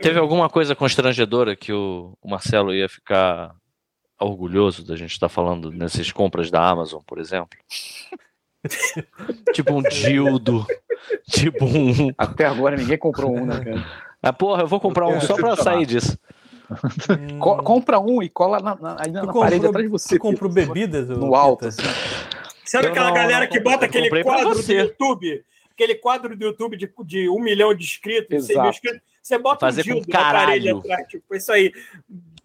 Teve alguma coisa constrangedora que o, o Marcelo ia ficar orgulhoso da gente estar falando nessas compras da Amazon, por exemplo? tipo um dildo. Tipo um. Até agora ninguém comprou um, né, cara? Ah, porra, eu vou comprar um só pra sair disso. Hum, Uhum. Co- compra um e cola na, na, aí na Tu parede comprou- atrás de você. tu comprou Pita. bebidas? ô, No alto, Pita? assim. Sabe Eu aquela não- galera não que comprei, bota eu aquele comprei pra quadro do você. YouTube? Aquele quadro do YouTube de, de um milhão de inscritos, de cem mil Exato. inscritos. Você bota Fazer um com dildo na parede caralho. atrás, tipo, isso aí.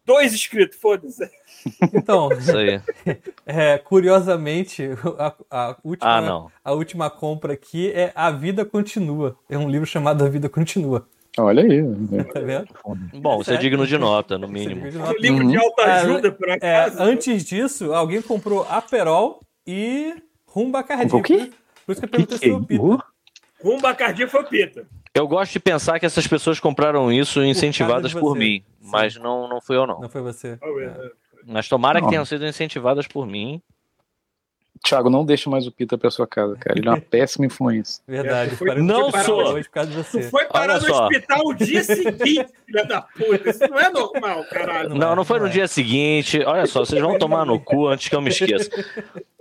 Dois inscritos, foda-se. Então, Isso aí. é, curiosamente, a, a última, Ah, não. a última compra aqui é A Vida Continua. É um livro chamado A Vida Continua. Olha aí. né? Tá vendo? Bom, isso é digno de nota, no mínimo. Esse livro Um de nota. livro Uhum. de autoajuda, por É, acaso. antes disso, alguém comprou Aperol e Rumba Cardíaco. Comprou o quê? né? Por isso que eu Que é? perguntei é sobre o Pita. queimou? Rumba cardíaca Eu gosto de pensar que essas pessoas compraram isso incentivadas de por, você. mim, Sim. mas não, não fui eu, não. Não foi você. Mas tomara Não. que tenham sido incentivadas por mim. Tiago, não deixa mais o Pita pra sua casa, cara. Ele é uma péssima influência. Verdade. É, foi- Parece que Não eu parei sou. Hoje por causa de Tu você. foi parar Olha no só. hospital o dia seguinte, filha da puta. Isso não é normal, caralho. Não, não foi no é. dia seguinte. Olha só, vocês vão tomar no cu antes que eu me esqueça.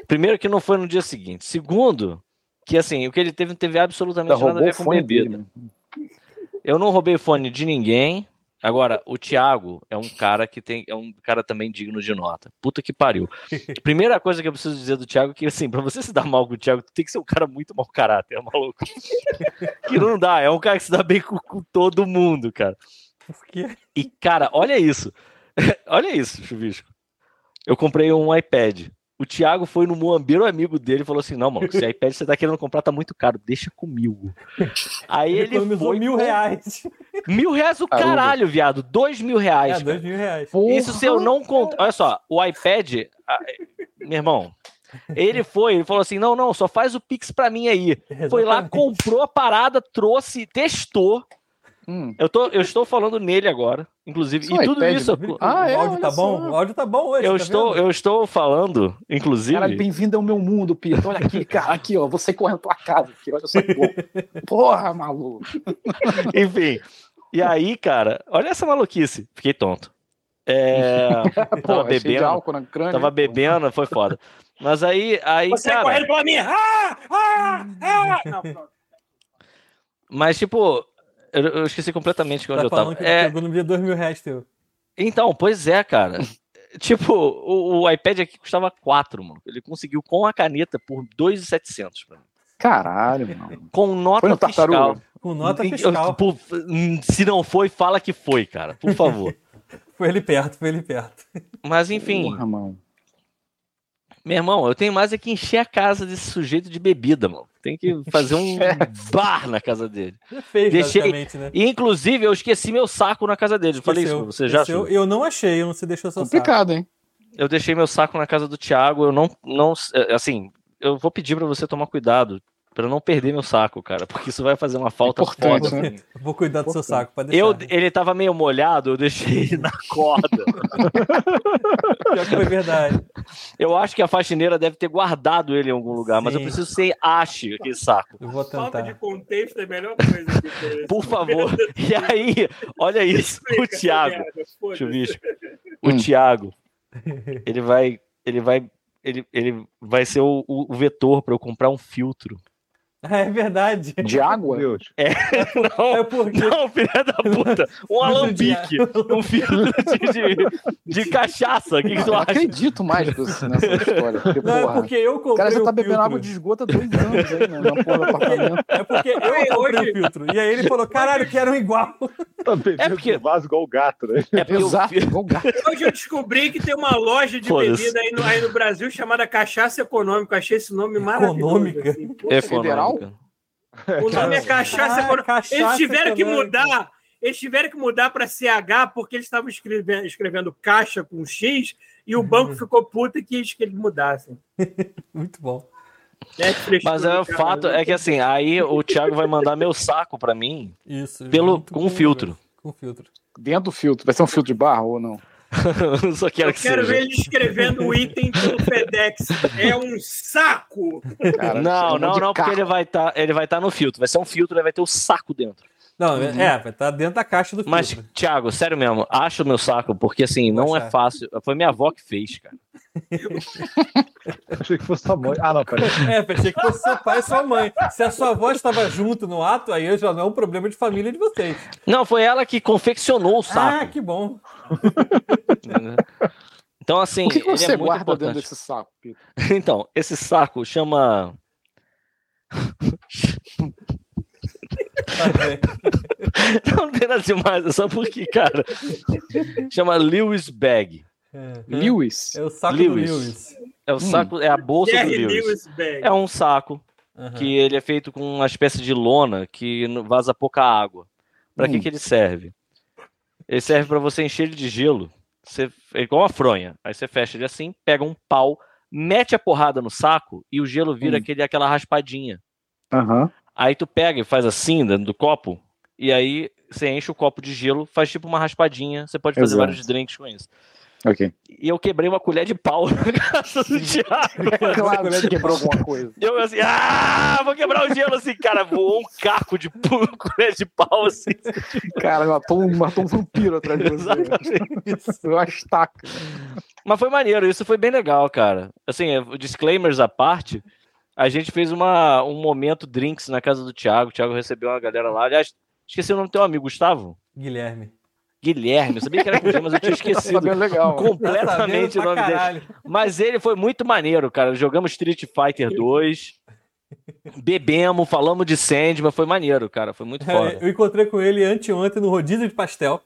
Primeiro, que não foi no dia seguinte. Segundo, que assim, o que ele teve não teve Ainda absolutamente nada a Tá, roubou o ver com fone bebida. dele. mano. Eu não roubei fone de ninguém. Agora, o Thiago é um cara que tem. É um cara também digno de nota. Puta que pariu. Primeira coisa que eu preciso dizer do Thiago é que, assim, pra você se dar mal com o Thiago, tu tem que ser um cara muito mau caráter, é maluco. que não dá. É um cara que se dá bem com, com todo mundo, cara. Porque- E, cara, olha isso. olha isso, chuvisco. Eu comprei um iPad. O Thiago foi no muambeiro amigo dele e falou assim: Não, mano, esse iPad você tá querendo comprar, tá muito caro, deixa comigo. Aí ele, economizou foi mil com- reais. Mil reais o Caramba. caralho, viado. Dois mil reais. É, dois mil reais. cara. Isso se eu não conto. Olha só, o iPad. a- Meu irmão. Ele foi, ele falou assim: não, não, só faz o Pix pra mim aí. Foi lá, Exatamente. comprou a parada, trouxe, testou. Hum. Eu, tô, eu estou falando nele agora, inclusive. um Isso e é tudo iPad, isso. eu- Ah, é, o áudio olha tá só. bom? O áudio tá bom hoje. Eu tá estou, vendo? eu estou falando, inclusive. Caralho, bem-vindo ao meu mundo, Pita. Olha aqui, cara. Aqui, ó. Você correndo pra casa aqui. Olha só que bom. Porra, maluco. Enfim. E aí, cara, olha essa maluquice. Fiquei tonto. É, Porra, tava cheio de bebendo, álcool na crânio. tava bebendo, foi foda. Mas aí, aí Você é cara, correndo pela minha. Ah! Ah! Ah! Não, pronto. Mas, tipo, eu, eu esqueci completamente onde Tá eu tava. falando que É, pegou no dia dois mil reais teu. então, pois é, cara. tipo, o, o iPad aqui custava 4, mano. Ele conseguiu com a caneta por 2,700 pra mim. Caralho, mano. Com nota Foi no fiscal. tartaruga. Com nota Eu- fiscal. por- se não foi, fala que foi, cara. Por favor. Foi ele perto, foi ele perto. Mas, enfim, Porra, mano. meu irmão, eu tenho mais é que encher a casa desse sujeito de bebida, mano. Tem que fazer um bar na casa dele. Já fez, Deixei- basicamente, né? E, inclusive, eu esqueci meu saco na casa dele. Eu falei isso Esqueceu, pra você já? esqueceu. Silvio? Eu não achei, eu não sei deixou seu saco. Complicado, hein? eu deixei meu saco na casa do Thiago, eu não, não é, assim, eu vou pedir pra você tomar cuidado pra não perder meu saco, cara, porque isso vai fazer uma falta Importante, foda. né? Vou cuidar do seu saco, pode deixar. Eu, ele tava meio molhado, eu deixei ele na corda. Pior que foi verdade. Eu acho que a faxineira deve ter guardado ele em algum lugar, mas eu Sim. preciso ser ache aquele saco. Eu vou Falta de tentar. contexto é a melhor coisa que tem. Por favor. E aí, olha isso, o Explica essa Thiago, merda, foda-se. chuvisco, o Hum. Thiago, ele vai, ele vai, ele, ele vai ser o, o o vetor pra eu comprar um filtro. Ah, é verdade. De água? Meu Deus. Não, É porque Não, filha da puta. Um alambique. Um filtro de, de, de cachaça. O que, que Não, tu eu não acha? acredito mais nessa nessa história. Porque, Não, é porra, porque eu comprei o cara já tá o bebendo filtro. água de esgoto há dois anos aí, né, na porra do apartamento. É porque eu comprei o filtro. E aí ele falou, caralho, quero um igual. Tá bebendo É porque- no vaso igual o gato, né? É porque o Exato, fi- igual um gato. Hoje É eu descobri que tem uma loja de Foda-se. bebida aí no, aí no Brasil chamada Cachaça Econômica. Eu Achei esse nome maravilhoso. Econômica? assim. É econômica. Federal? O nome é cachaça. Ah, coro- eles cachaça tiveram que econômica. mudar. Eles tiveram que mudar para CH porque eles estavam escrevendo, escrevendo caixa com X e o banco ficou puto e quis que eles mudassem. Muito bom. Né? Que frescura, Mas é o cara. fato é que assim, aí o Thiago vai mandar meu saco pra mim Isso. pelo É muito com bom, né? um filtro. velho. Com filtro. Dentro do filtro. Vai ser um filtro de barro ou não? Eu Só quero Eu que quero seja. ver ele escrevendo o item pelo FedEx. É um saco! Cara, não, um monte não, de não, porque carro. ele é vai estar, ele vai estar no filtro. Vai ser um filtro, ele vai ter o saco dentro. Não, é, vai estar dentro da caixa do filtro. Mas Thiago, sério mesmo, acha o meu saco porque assim, Vou não é achar. fácil. Foi minha avó que fez, cara. Achei que fosse sua mãe. Ah, não, peraí. É, pensei que fosse seu pai e sua mãe. Se a sua avó estava junto no ato, aí já não é um problema de família de vocês. Não, foi ela que confeccionou o Ah, saco. que bom. Então assim, O que, que ele você é muito guarda importante. dentro desse saco, Pita? Então, esse saco chama Tá bem. Não tem nada demais, é só porque, cara. Chama Lewis Bag. É. Hum. Lewis? É o saco Lewis. do Lewis. Hum. É o saco, é a bolsa do Jerry Lewis. Lewis Bag. É um saco Aham. que ele é feito com uma espécie de lona que não- vaza pouca água. Pra que Hum. que ele serve? Ele serve pra você encher ele de gelo. Você, é igual uma fronha. Aí você fecha ele assim, pega um pau, mete a porrada no saco e o gelo vira Hum. aquele, aquela raspadinha. Aham. Aí tu pega e faz assim dentro do copo, e aí você enche o copo de gelo, faz tipo uma raspadinha, você pode fazer Exato. vários drinks com isso. Ok. E eu quebrei uma colher de pau na casa do Thiago. Claro que você quebrou alguma coisa. Eu assim, ah, vou quebrar o gelo assim, cara, voou um caco de pu- colher de pau assim. Cara, matou um, matou um vampiro atrás de você. Exatamente. Eu acho taca. Mas foi maneiro, isso foi bem legal, cara. Assim, é, disclaimers à parte, a gente fez uma, um momento drinks na casa do Thiago, o Thiago recebeu uma galera lá. Aliás, esqueci o nome do teu amigo, Gustavo? Guilherme. Guilherme, eu sabia que era com G, mas eu tinha Tá esquecido bem legal. completamente o Tá sabendo pra nome dele. caralho. Mas ele foi muito maneiro, cara. Jogamos Street Fighter 2, bebemos, falamos de Sandman, foi maneiro, cara. Foi muito É, foda. eu encontrei com ele anteontem no rodízio de pastel.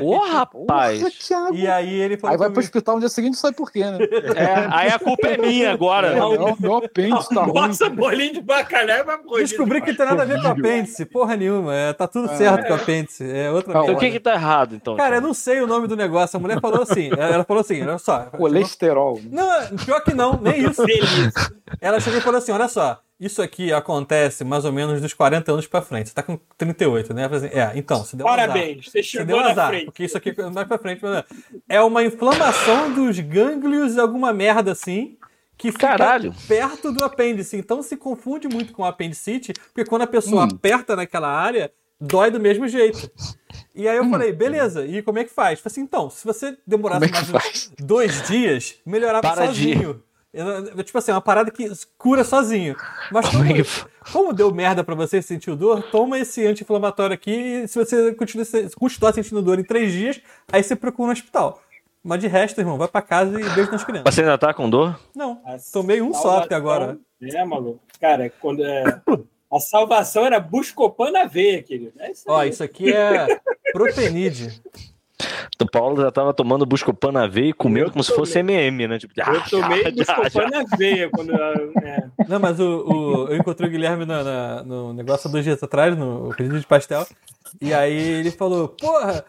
Ô, Porra, rapaz! Thiago. E aí ele falou Aí vai pro comigo, hospital no dia seguinte e sai por quê, né? É, aí a culpa é minha agora. Não, não, meu um apêndice tá ruim. Nossa, bolinho de bacalhau é uma coisa. Descobri que não tem nada a ver com apêndice. Porra nenhuma. é, tá tudo certo com apêndice. É outra Então Então, o merda. que que tá errado, então? Cara, eu Thiago? não sei o nome do negócio. A mulher falou assim. Ela ela falou assim, olha só. Colesterol. né? Não, é, pior que não, nem isso. Feliz. Ela chegou e falou assim: olha só, isso aqui acontece mais ou menos dos 40 anos pra frente. Você tá com 38, né? Eu falei assim, é, então, se deu um azar. Parabéns, você Você chegou deu na azar, frente. porque isso aqui é mais pra frente. Mas não. é uma inflamação dos gânglios e alguma merda assim. Que fica Caralho. perto do apêndice. Então se confunde muito com apendicite, porque quando a pessoa aperta naquela área, dói do mesmo jeito. E aí eu falei, beleza, e como é que faz? Falei assim, então, se você demorasse Como é que mais uns dois dias, melhorava Para de- sozinho. Eu- Tipo assim, uma parada que cura sozinho. Mas Como é que como, fa- como deu merda pra você e sentiu dor, toma esse anti-inflamatório aqui e se você continua- se continuar sentindo dor em três dias, aí você procura um hospital. Mas de resto, irmão, vai pra casa e beijo nas crianças. Você ainda tá com dor? Não, tomei um só até agora. É, maluco. Cara, quando é... a salvação era Buscopan na veia, querido. É isso Ó, aí. isso aqui é Propenide. O Paulo já tava tomando Buscopan na veia e comendo Eu como se tomei. fosse MM, né? Tipo, ah, Eu tomei já, já, já. Buscopan na veia. Quando, é, Não, mas o, o- eu encontrei o Guilherme na- na- no negócio há dois dias atrás, no pedido de pastel. E aí ele falou: Porra,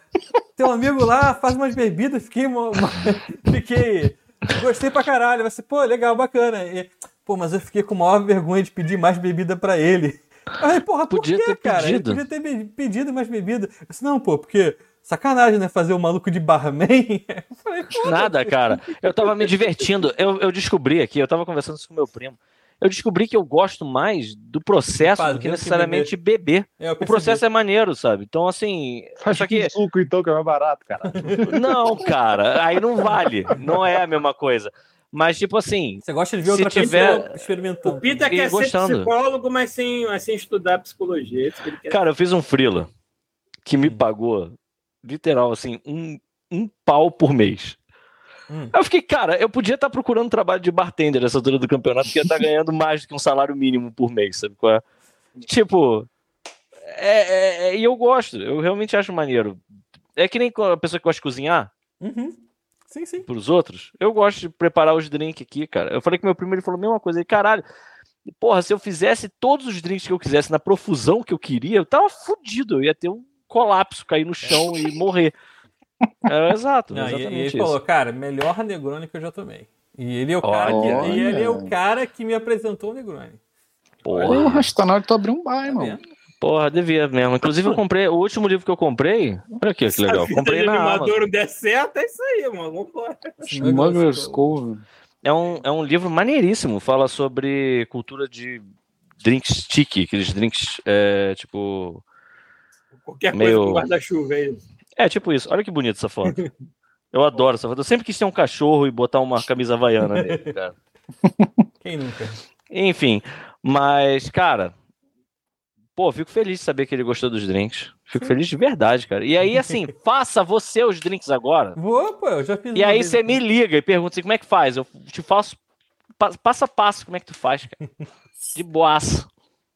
teu amigo lá faz umas bebidas, fiquei. mo- mo- fiquei gostei pra caralho. Vai ser, pô, legal, bacana. E, pô, mas eu fiquei com maior vergonha de pedir mais bebida pra ele. Aí, porra, por Podia quê, ter cara? Ele pedido. podia ter be- pedido mais bebida. Eu disse, não, pô, porque sacanagem, né? Fazer o maluco de barman. É, Eu falei, pô, Nada, cara. Eu tava me divertindo. Eu, eu descobri aqui, eu tava conversando isso com meu primo. Eu descobri que eu gosto mais do processo Fazer do que que necessariamente beber. é, eu O percebi. processo é maneiro, sabe? Então, assim. Faz Só que. com suco, então, que é mais barato, cara. Não, cara. Aí não vale. Não é a mesma coisa. Mas, tipo assim. Você gosta de ver Se outra tiver- pessoa experimentando. o Pita E quer gostando. ser psicólogo, mas sem, mas sem estudar psicologia. é isso que ele quer. Cara, eu fiz um Freela que me Hum. pagou, literal, assim, um, um pau por mês. Hum. Aí eu fiquei, cara, eu podia estar procurando trabalho de bartender nessa altura do campeonato, porque ia estar ganhando mais do que um salário mínimo por mês, sabe qual é? Tipo, é, é- é- e eu gosto, eu realmente acho maneiro. É que nem a pessoa que gosta de cozinhar Uhum. Sim, sim. pros outros, eu gosto de preparar os drinks aqui, cara. Eu falei com meu primo, ele falou a mesma coisa, ele, caralho, E, porra, se eu fizesse todos os drinks que eu quisesse na profusão que eu queria, eu tava fudido. Eu ia ter um colapso, cair no chão e morrer. É, exato. Não, e- e, exatamente ele isso. falou, cara, melhor Negroni que eu já tomei. E ele é o, cara Olha. que, e ele é o cara que me apresentou o Negroni. Olha, o Porra, Rastanal tu abriu um bar, Tá irmão. vendo? porra, devia mesmo. Inclusive, eu comprei. O último livro que eu comprei. Olha aqui, que Se a legal. vida é Comprei de na animador Amazon. não der certo, é isso aí, mano. Vambora. Assim, assim, Smuggler's Cove. É um, é um livro maneiríssimo. Fala sobre cultura de drink stick, aqueles drinks é, tipo. Qualquer coisa Meio- com guarda-chuva aí. É, tipo isso. Olha que bonita essa foto. Eu adoro essa foto. Eu sempre quis ter um cachorro e botar uma camisa havaiana nele, É. cara. Quem nunca? Enfim, mas, cara, pô, fico feliz de saber que ele gostou dos drinks. Fico feliz de verdade, cara. E aí, assim, faça você os drinks agora. Vou, pô, eu já fiz E uma aí vez. você me liga e pergunta assim, como é que faz? Eu te faço pa- passo a passo como é que tu faz, cara. De boaço.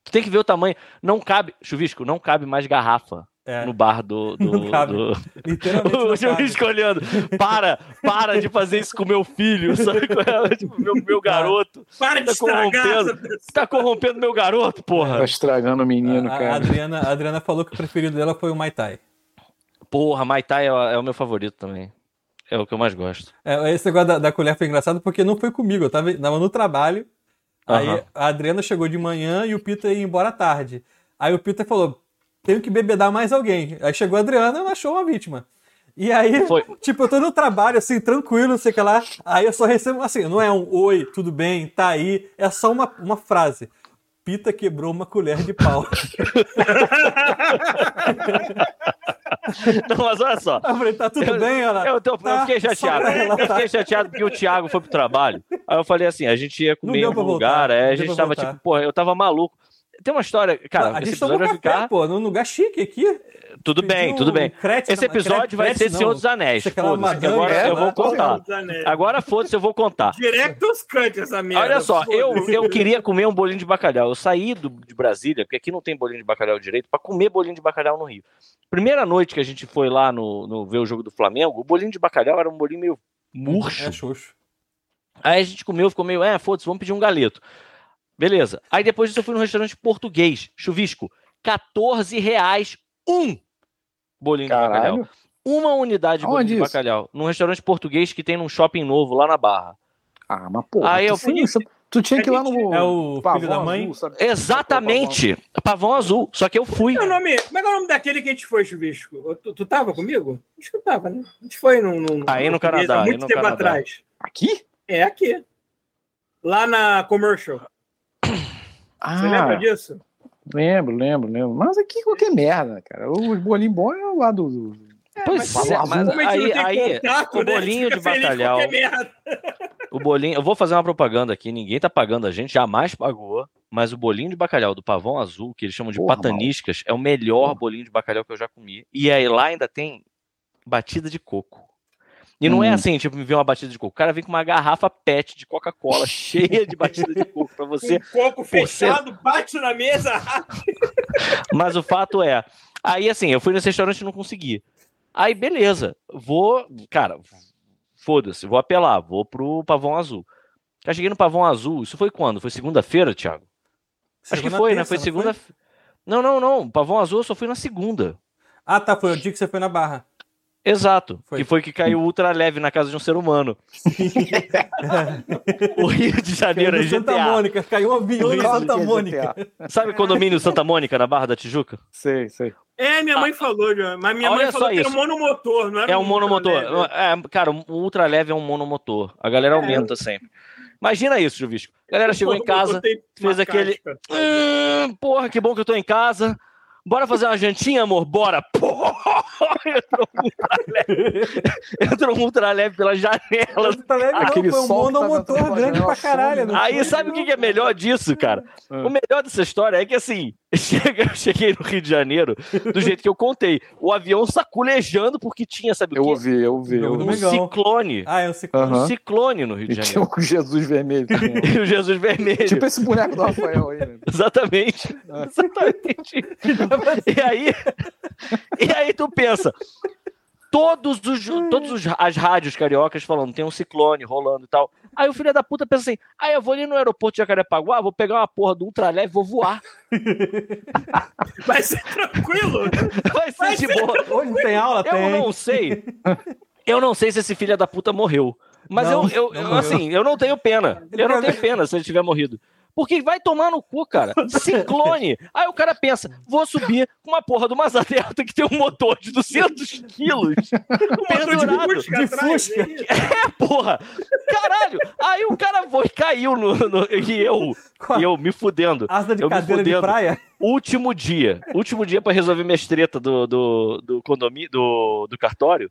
Tu tem que ver o tamanho. Não cabe, chuvisco, não cabe mais garrafa É, no bar do. do, Não cabe. do- literalmente o não cabe. chuvisco olhando. Para, para de fazer isso com meu filho, sabe? qual é? Tipo, meu, meu garoto. Para de Tá estragar corrompendo. essa pessoa. Tá corrompendo meu garoto, porra. Tá estragando o menino, A- a, cara. Adriana, a Adriana falou que o preferido dela foi o Mai Tai. Porra, Maitai é, o- é o meu favorito também. É o que eu mais gosto. É, esse negócio da, da colher foi engraçado porque não foi comigo, eu tava, tava no trabalho. Aí Aham. a Adriana chegou de manhã e o Peter ia embora à tarde. Aí o Peter falou: tenho que bebedar mais alguém. Aí chegou a Adriana e ela achou uma vítima. E aí, Foi. tipo, eu tô no trabalho, assim, tranquilo, não sei o que lá. Aí eu só recebo, assim, não é um oi, tudo bem, tá aí. É só uma, uma frase. Pita quebrou uma colher de pau. Não, mas olha só. Eu falei, tá tudo bem, ela? Eu, tô- eu Tá, fiquei chateado. só pra Eu relatar. fiquei chateado porque o Thiago foi pro trabalho. Aí eu falei assim: a gente ia Não comer em deu algum pra voltar, lugar, não aí a deu gente pra tava voltar. tipo, porra, eu tava maluco. Tem uma história, cara, a esse gente tomou episódio vai café, ficar. pô, num lugar chique aqui. Tudo bem, Pediu tudo bem. um crete, Esse não, mas crete- episódio vai ser crete Senhor não. dos Anéis. Isso é aquela Foda-se, madame, agora é, eu vou né? contar. Agora foda-se, eu vou contar. Direto aos cantos essa merda. Olha só, eu, Foda-se. eu queria comer um bolinho de bacalhau. Eu saí do- de Brasília, porque aqui não tem bolinho de bacalhau direito, pra comer bolinho de bacalhau no Rio. Primeira noite que a gente foi lá no, no ver o jogo do Flamengo, o bolinho de bacalhau era um bolinho meio murcho. É xoxo. Aí a gente comeu, ficou meio, é, foda-se, vamos pedir um galeto. Beleza. Aí depois disso eu fui num restaurante português, chuvisco, 14 reais um bolinho de bacalhau Caralho. uma unidade de bolinho Aonde de isso? bacalhau num restaurante português que tem num shopping novo lá na Barra. Ah, mas porra. Aí tu eu sim, você- Tu tinha que ir lá no. É o filho Pavão da mãe? Azul, sabe? Exatamente! Pavão azul, só que eu fui. Como é, o nome, como é que é o nome daquele que a gente foi, Chuvisco? Tu, tu tava comigo? Acho que eu tava, né? A gente foi num. num Aí no num- Canadá, Há aí muito no tempo Canadá. atrás. Aqui? É aqui. Lá na Commercial. Você lembra Ah, disso? lembro, lembro, lembro. Mas aqui qualquer merda, cara. Os bolinhos bons é lá do. do- Pois mas é, Pavão mas Azul- aí, aí né? o bolinho de bacalhau, o bolinho, eu vou fazer uma propaganda aqui, ninguém tá pagando a gente, jamais pagou, mas o bolinho de bacalhau do Pavão Azul, que eles chamam de Porra, pataniscas, é o melhor bolinho de bacalhau que eu já comi. E aí lá ainda tem batida de coco. E não é Hum. assim, tipo, me vem uma batida de coco. O cara vem com uma garrafa pet de Coca-Cola cheia de batida de coco pra você Você, um coco fechado, bate na mesa. Mas o fato é, aí assim, eu fui nesse restaurante e não consegui. Aí beleza, vou, cara, foda-se, vou apelar, vou pro Pavão Azul. Já cheguei no Pavão Azul, isso foi quando? Foi segunda-feira, Thiago? Acho que Chegou na foi, né? terça, Foi não segunda. Não, não, não, Pavão Azul eu só fui na segunda. Ah, tá, foi o dia que você foi na barra. Exato. Foi. Que foi que caiu ultra leve na casa de um ser humano. o Rio de Janeiro é Caiu no Santa GTA. Mônica, caiu um avião Claro em que Santa é GTA. Mônica. Sabe o condomínio Santa Mônica na Barra da Tijuca? Sei, sei. É, minha mãe falou, já. mas minha Ah, Olha mãe falou só que era um isso. monomotor, né? não era É um monomotor. ultraleve. É, cara, o ultra leve é um monomotor. A É. galera aumenta sempre. Imagina isso, Juvisco. A galera chegou em casa. Um Tem fez uma aquele- casca. "Hum, porra, que bom que eu tô em casa. Bora fazer uma jantinha, amor? Bora! Porra! Entrou um ultra leve. Entrou um ultra leve pela janela. Santa Leve Aquele não, foi um sol que tá monomotor dentro da grande janela pra caralho. né? some, não Aí foi, sabe o não. que que é melhor disso, cara? Ah. O melhor dessa história é que assim, chega- eu cheguei no Rio de Janeiro do jeito que eu contei. O avião saculejando porque tinha, sabe Eu o quê? ouvi, eu ouvi. Eu Jogo do Um ouvi. Domingão. ciclone. Ah, eu sei. Aham. Um ciclone no Rio E de Janeiro. tinha o Jesus vermelho também. E o Jesus Vermelho. tipo esse boneco do Rafael aí, né? Exatamente. Ah. Exatamente. E aí, e aí tu pensa, todos os, todos os, as rádios cariocas falando, tem um ciclone rolando e tal. Aí o filho da puta pensa assim, ah, eu vou ali no aeroporto de Jacarepaguá, vou pegar uma porra do ultraleve e vou voar. Vai ser é tranquilo. Vai ser de boa. é. Hoje tem aula, Eu tem. não sei. Eu não sei se esse filho da puta morreu. Mas Não, eu, eu, não eu, morreu. assim, eu não tenho pena. Eu não tenho pena se ele tiver morrido. Porque vai tomar no cu, cara. Ciclone. Aí o cara pensa, vou subir com uma porra de uma Zaterta que tem um motor de 200 quilos. Um motor Pendurado. de Fusca De atrás, Fusca. é isso. Porra! Caralho! Aí o cara foi, caiu no, no- e eu, Com a e eu me fudendo. Asa de eu me cadeira de fudendo. praia? Último dia. Último dia pra resolver minhas tretas do, do, do condomínio, do, do cartório.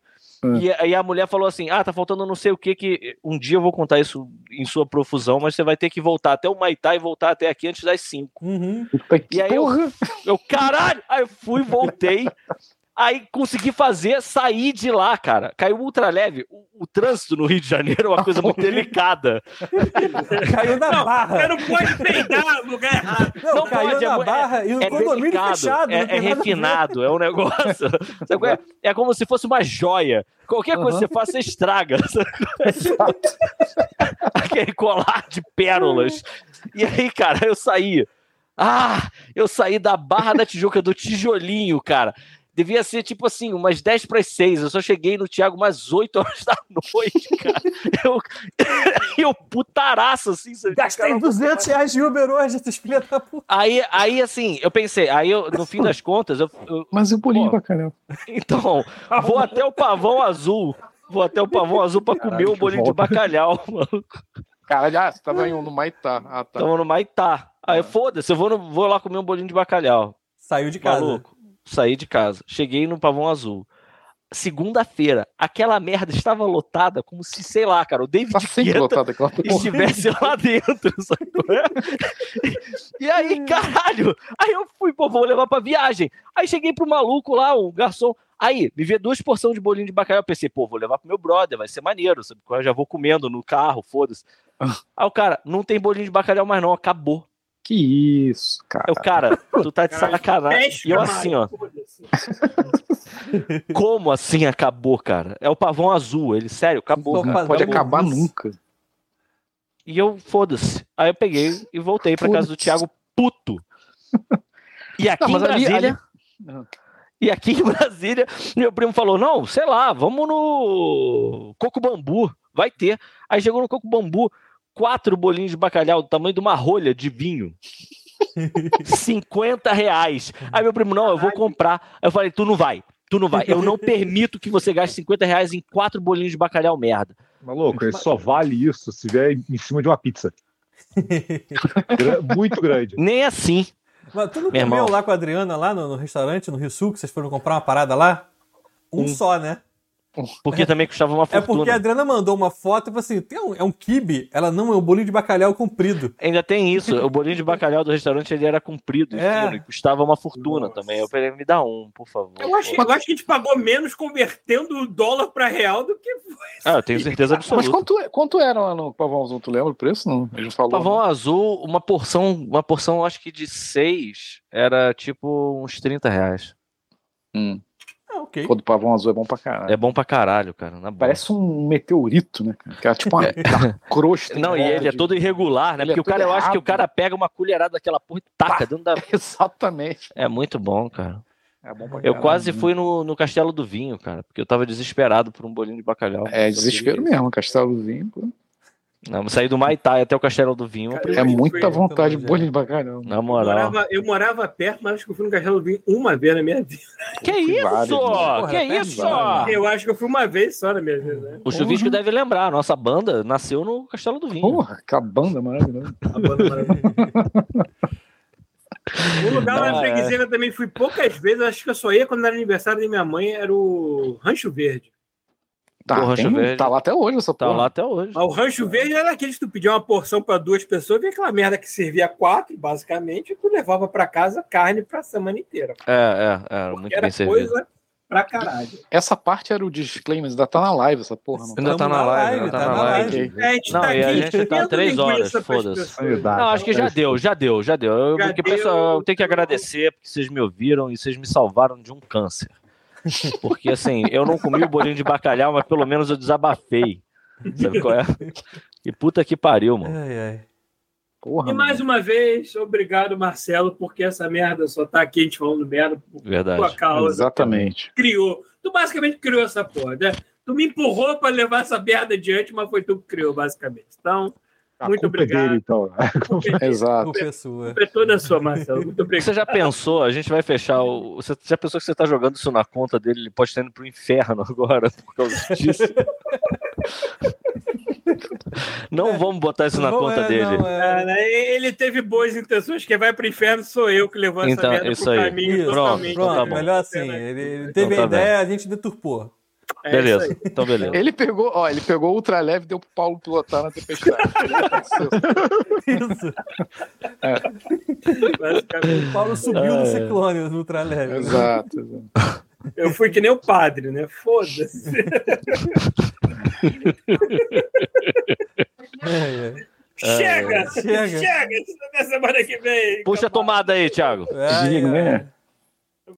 E aí a mulher falou assim: Ah, tá faltando não sei o que que. Um dia eu vou contar isso em sua profusão, mas você vai ter que voltar até o Maitá e voltar até aqui antes das 5. Uhum. Puta que E aí eu- porra! Eu, caralho! Aí eu fui, voltei. Aí consegui fazer, sair de lá, cara. Caiu ultra leve. O, o trânsito no Rio de Janeiro é uma coisa muito delicada. Caiu na barra. Você não pode peidar no lugar errado. Não, Não caiu pode, é na mu- barra e no É condomínio delicado, fechado. é, é não tem nada a ver. refinado, é um negócio. Sabe qual é? É como se fosse uma joia. Qualquer coisa que você faça, você estraga. Aquele colar de pérolas. E aí, cara, eu saí. Ah, eu saí da Barra da Tijuca, do tijolinho, cara. Devia ser tipo assim, umas 10 para 6. Eu só cheguei no Thiago umas 8 horas da noite, cara. Eu, eu putaraço assim. sabe? Gastei 200 reais de Uber hoje, esses filha da puta. Aí, aí, assim, eu pensei, aí eu, no fim das contas, eu- eu, Mas e o bolinho Pô. bacalhau? então, vou até o pavão azul. Vou até o pavão azul pra comer Caralho, o bolinho de volta. bacalhau, mano. Caralho, ah, você tava em um no Maitá. Ah, tá. Tamo no Maitá. Aí, foda-se, eu vou, no- vou lá comer um bolinho de bacalhau. Saiu de casa. Maluco. Saí de casa. Cheguei no pavão azul. Segunda-feira, aquela merda estava lotada como se, sei lá, cara, o tá David sempre Guetta lotado aquela porra. estivesse lá dentro, sacou? É? E Hum. aí, caralho, aí eu fui, pô, vou levar pra viagem. Aí cheguei pro maluco lá, o garçom. Aí, me vê duas porções de bolinho de bacalhau. Eu Pensei, pô, vou levar pro meu brother, vai ser maneiro, sabe? Eu já vou comendo no carro, foda-se. Ah. Aí o cara, não tem bolinho de bacalhau mais não, acabou. Que isso, cara. Eu, cara, tu tá de Caralho, sacanagem. Fecha, E eu Mário, assim, ó, foda-se. como assim acabou, cara? É o pavão azul, ele, sério, acabou. Tô cara. fazendo Pode acabar isso. nunca. E eu, foda-se. Aí eu peguei e voltei pra casa do Foda-se. Thiago puto. E aqui Não, em mas ali- Ah. Brasília... ali- E aqui em Brasília, meu primo falou, não, sei lá, vamos no Coco Bambu, vai ter. Aí chegou no Coco Bambu, quatro bolinhos de bacalhau do tamanho de uma rolha de vinho. 50 reais. Aí meu primo, não, eu vou comprar. Aí eu falei, tu não vai, tu não vai. Eu não permito que você gaste 50 reais em quatro bolinhos de bacalhau merda. Maluco, ele só vale isso se vier em cima de uma pizza. Gra- Muito grande. Nem assim. Mas tu não Meu comeu irmão. lá com a Adriana, lá no, no restaurante, no Rio Sul, que vocês foram comprar uma parada lá? Um, Um. só, né? Porque também custava uma É porque a fortuna. Adriana mandou uma foto e falou assim: tem um- é um kibe? Ela não, é um bolinho de bacalhau comprido. Ainda tem isso. O bolinho de bacalhau do restaurante ele era comprido e É. fino, e custava uma fortuna Nossa. também. Eu falei, me dá um, por favor. Eu acho, eu acho que a gente pagou menos convertendo o dólar para real do que Ah, eu tenho certeza Mas absoluta. quanto, é- quanto era lá no Pavão Azul? Tu lembra o preço? Não, ele não falou. Pavão né? azul, uma porção, uma porção acho que de seis era tipo uns 30 reais. Hum. Ah, ok. Pô, do Pavão Azul é bom pra caralho. É bom pra caralho, cara. Na boa. Parece um meteorito, né? Cara? Que é tipo uma crosta. Não, e né, ele é de- todo irregular, né? Ele é Porque o cara, todo eu acho que o errado. cara pega uma colherada daquela porra e taca dentro da. Exatamente. É muito bom, cara. É bom pra Eu caralho. quase fui no, no Castelo do Vinho, cara, porque eu tava desesperado por um bolinho de bacalhau. É desespero mesmo, Castelozinho. pô. Não, saí do Maitá até o Castelo do Vinho. Cara, É Eu né? muita fui- vontade também, boa de bacalhau. Na eu moral. morava, eu morava perto, mas acho que eu fui no Castelo do Vinho uma vez na minha vida. Que fui isso? várias vezes. Porra, que até isso? várias. Eu acho que eu fui uma vez só na minha vida. Né? O Chuvisco deve lembrar, nossa banda nasceu no Castelo do Vinho. Porra, que a banda maravilhosa. A banda maravilhosa. O lugar lá Ah, na é. freguesia que eu também fui poucas vezes, acho que eu só ia quando era aniversário da minha mãe, era o Rancho Verde. Tá, Porra, tem- Rancho Verde. tá lá até hoje essa Tá porra. lá até hoje. Mas o Rancho Verde era aquele que tu pedia uma porção para duas pessoas, vinha aquela merda que servia quatro, basicamente, e tu levava para casa carne pra semana inteira. É, é, é, muito era bem servido. coisa pra caralho. Essa parte era o disclaimer, ainda tá na live essa porra. Não tá? Ainda tá na live, ainda tá na live. live. É, a gente Não, tá e a aqui gente tá enchendo três linguiça horas, pras foda-se. pessoas. Não, acho É que já deu, já deu, já deu. Eu, Já porque, deu. pessoal, eu tenho que agradecer porque vocês me ouviram e vocês me salvaram de um câncer. Porque assim, eu não comi o bolinho de bacalhau, mas pelo menos eu desabafei. Sabe qual é? E puta que pariu, mano. Ai, ai. Porra, E mais uma vez, obrigado, Marcelo, porque essa merda só tá aqui a gente falando merda por tua Verdade. mano. causa. Exatamente. Criou. Tu basicamente criou essa porra, né? Tu me empurrou pra levar essa merda adiante, mas foi tu que criou, basicamente. Então, A Muito culpa é obrigado. dele, então. Exato. Por pessoa. é toda sua, Marcelo. Muito obrigado. Você já pensou, a gente vai fechar o. Você já pensou que você tá jogando isso na conta dele, ele pode estar indo pro inferno agora por causa disso. Não vamos botar isso na Não conta é, dele. não é. Cara, ele teve boas intenções. Quem vai pro inferno sou eu que levou essa Então, merda isso pro aí. caminho Isso, totalmente. Pronto, tá bom. melhor assim. É, né? Ele, ele Então teve tá a ideia, a gente deturpou. É isso aí. Beleza, então beleza. Ele pegou, ó, ele pegou o ultraleve e deu pro Paulo pilotar na tempestade. Isso. Basicamente, O Paulo subiu no ciclone no ultraleve. Exato. exato. Eu fui que nem o padre, né? Foda-se. É, é. Chega! Chega. Chega! Isso é na semana que vem. Puxa a Acabou. tomada aí, Thiago. Ai, Digo, ai. né?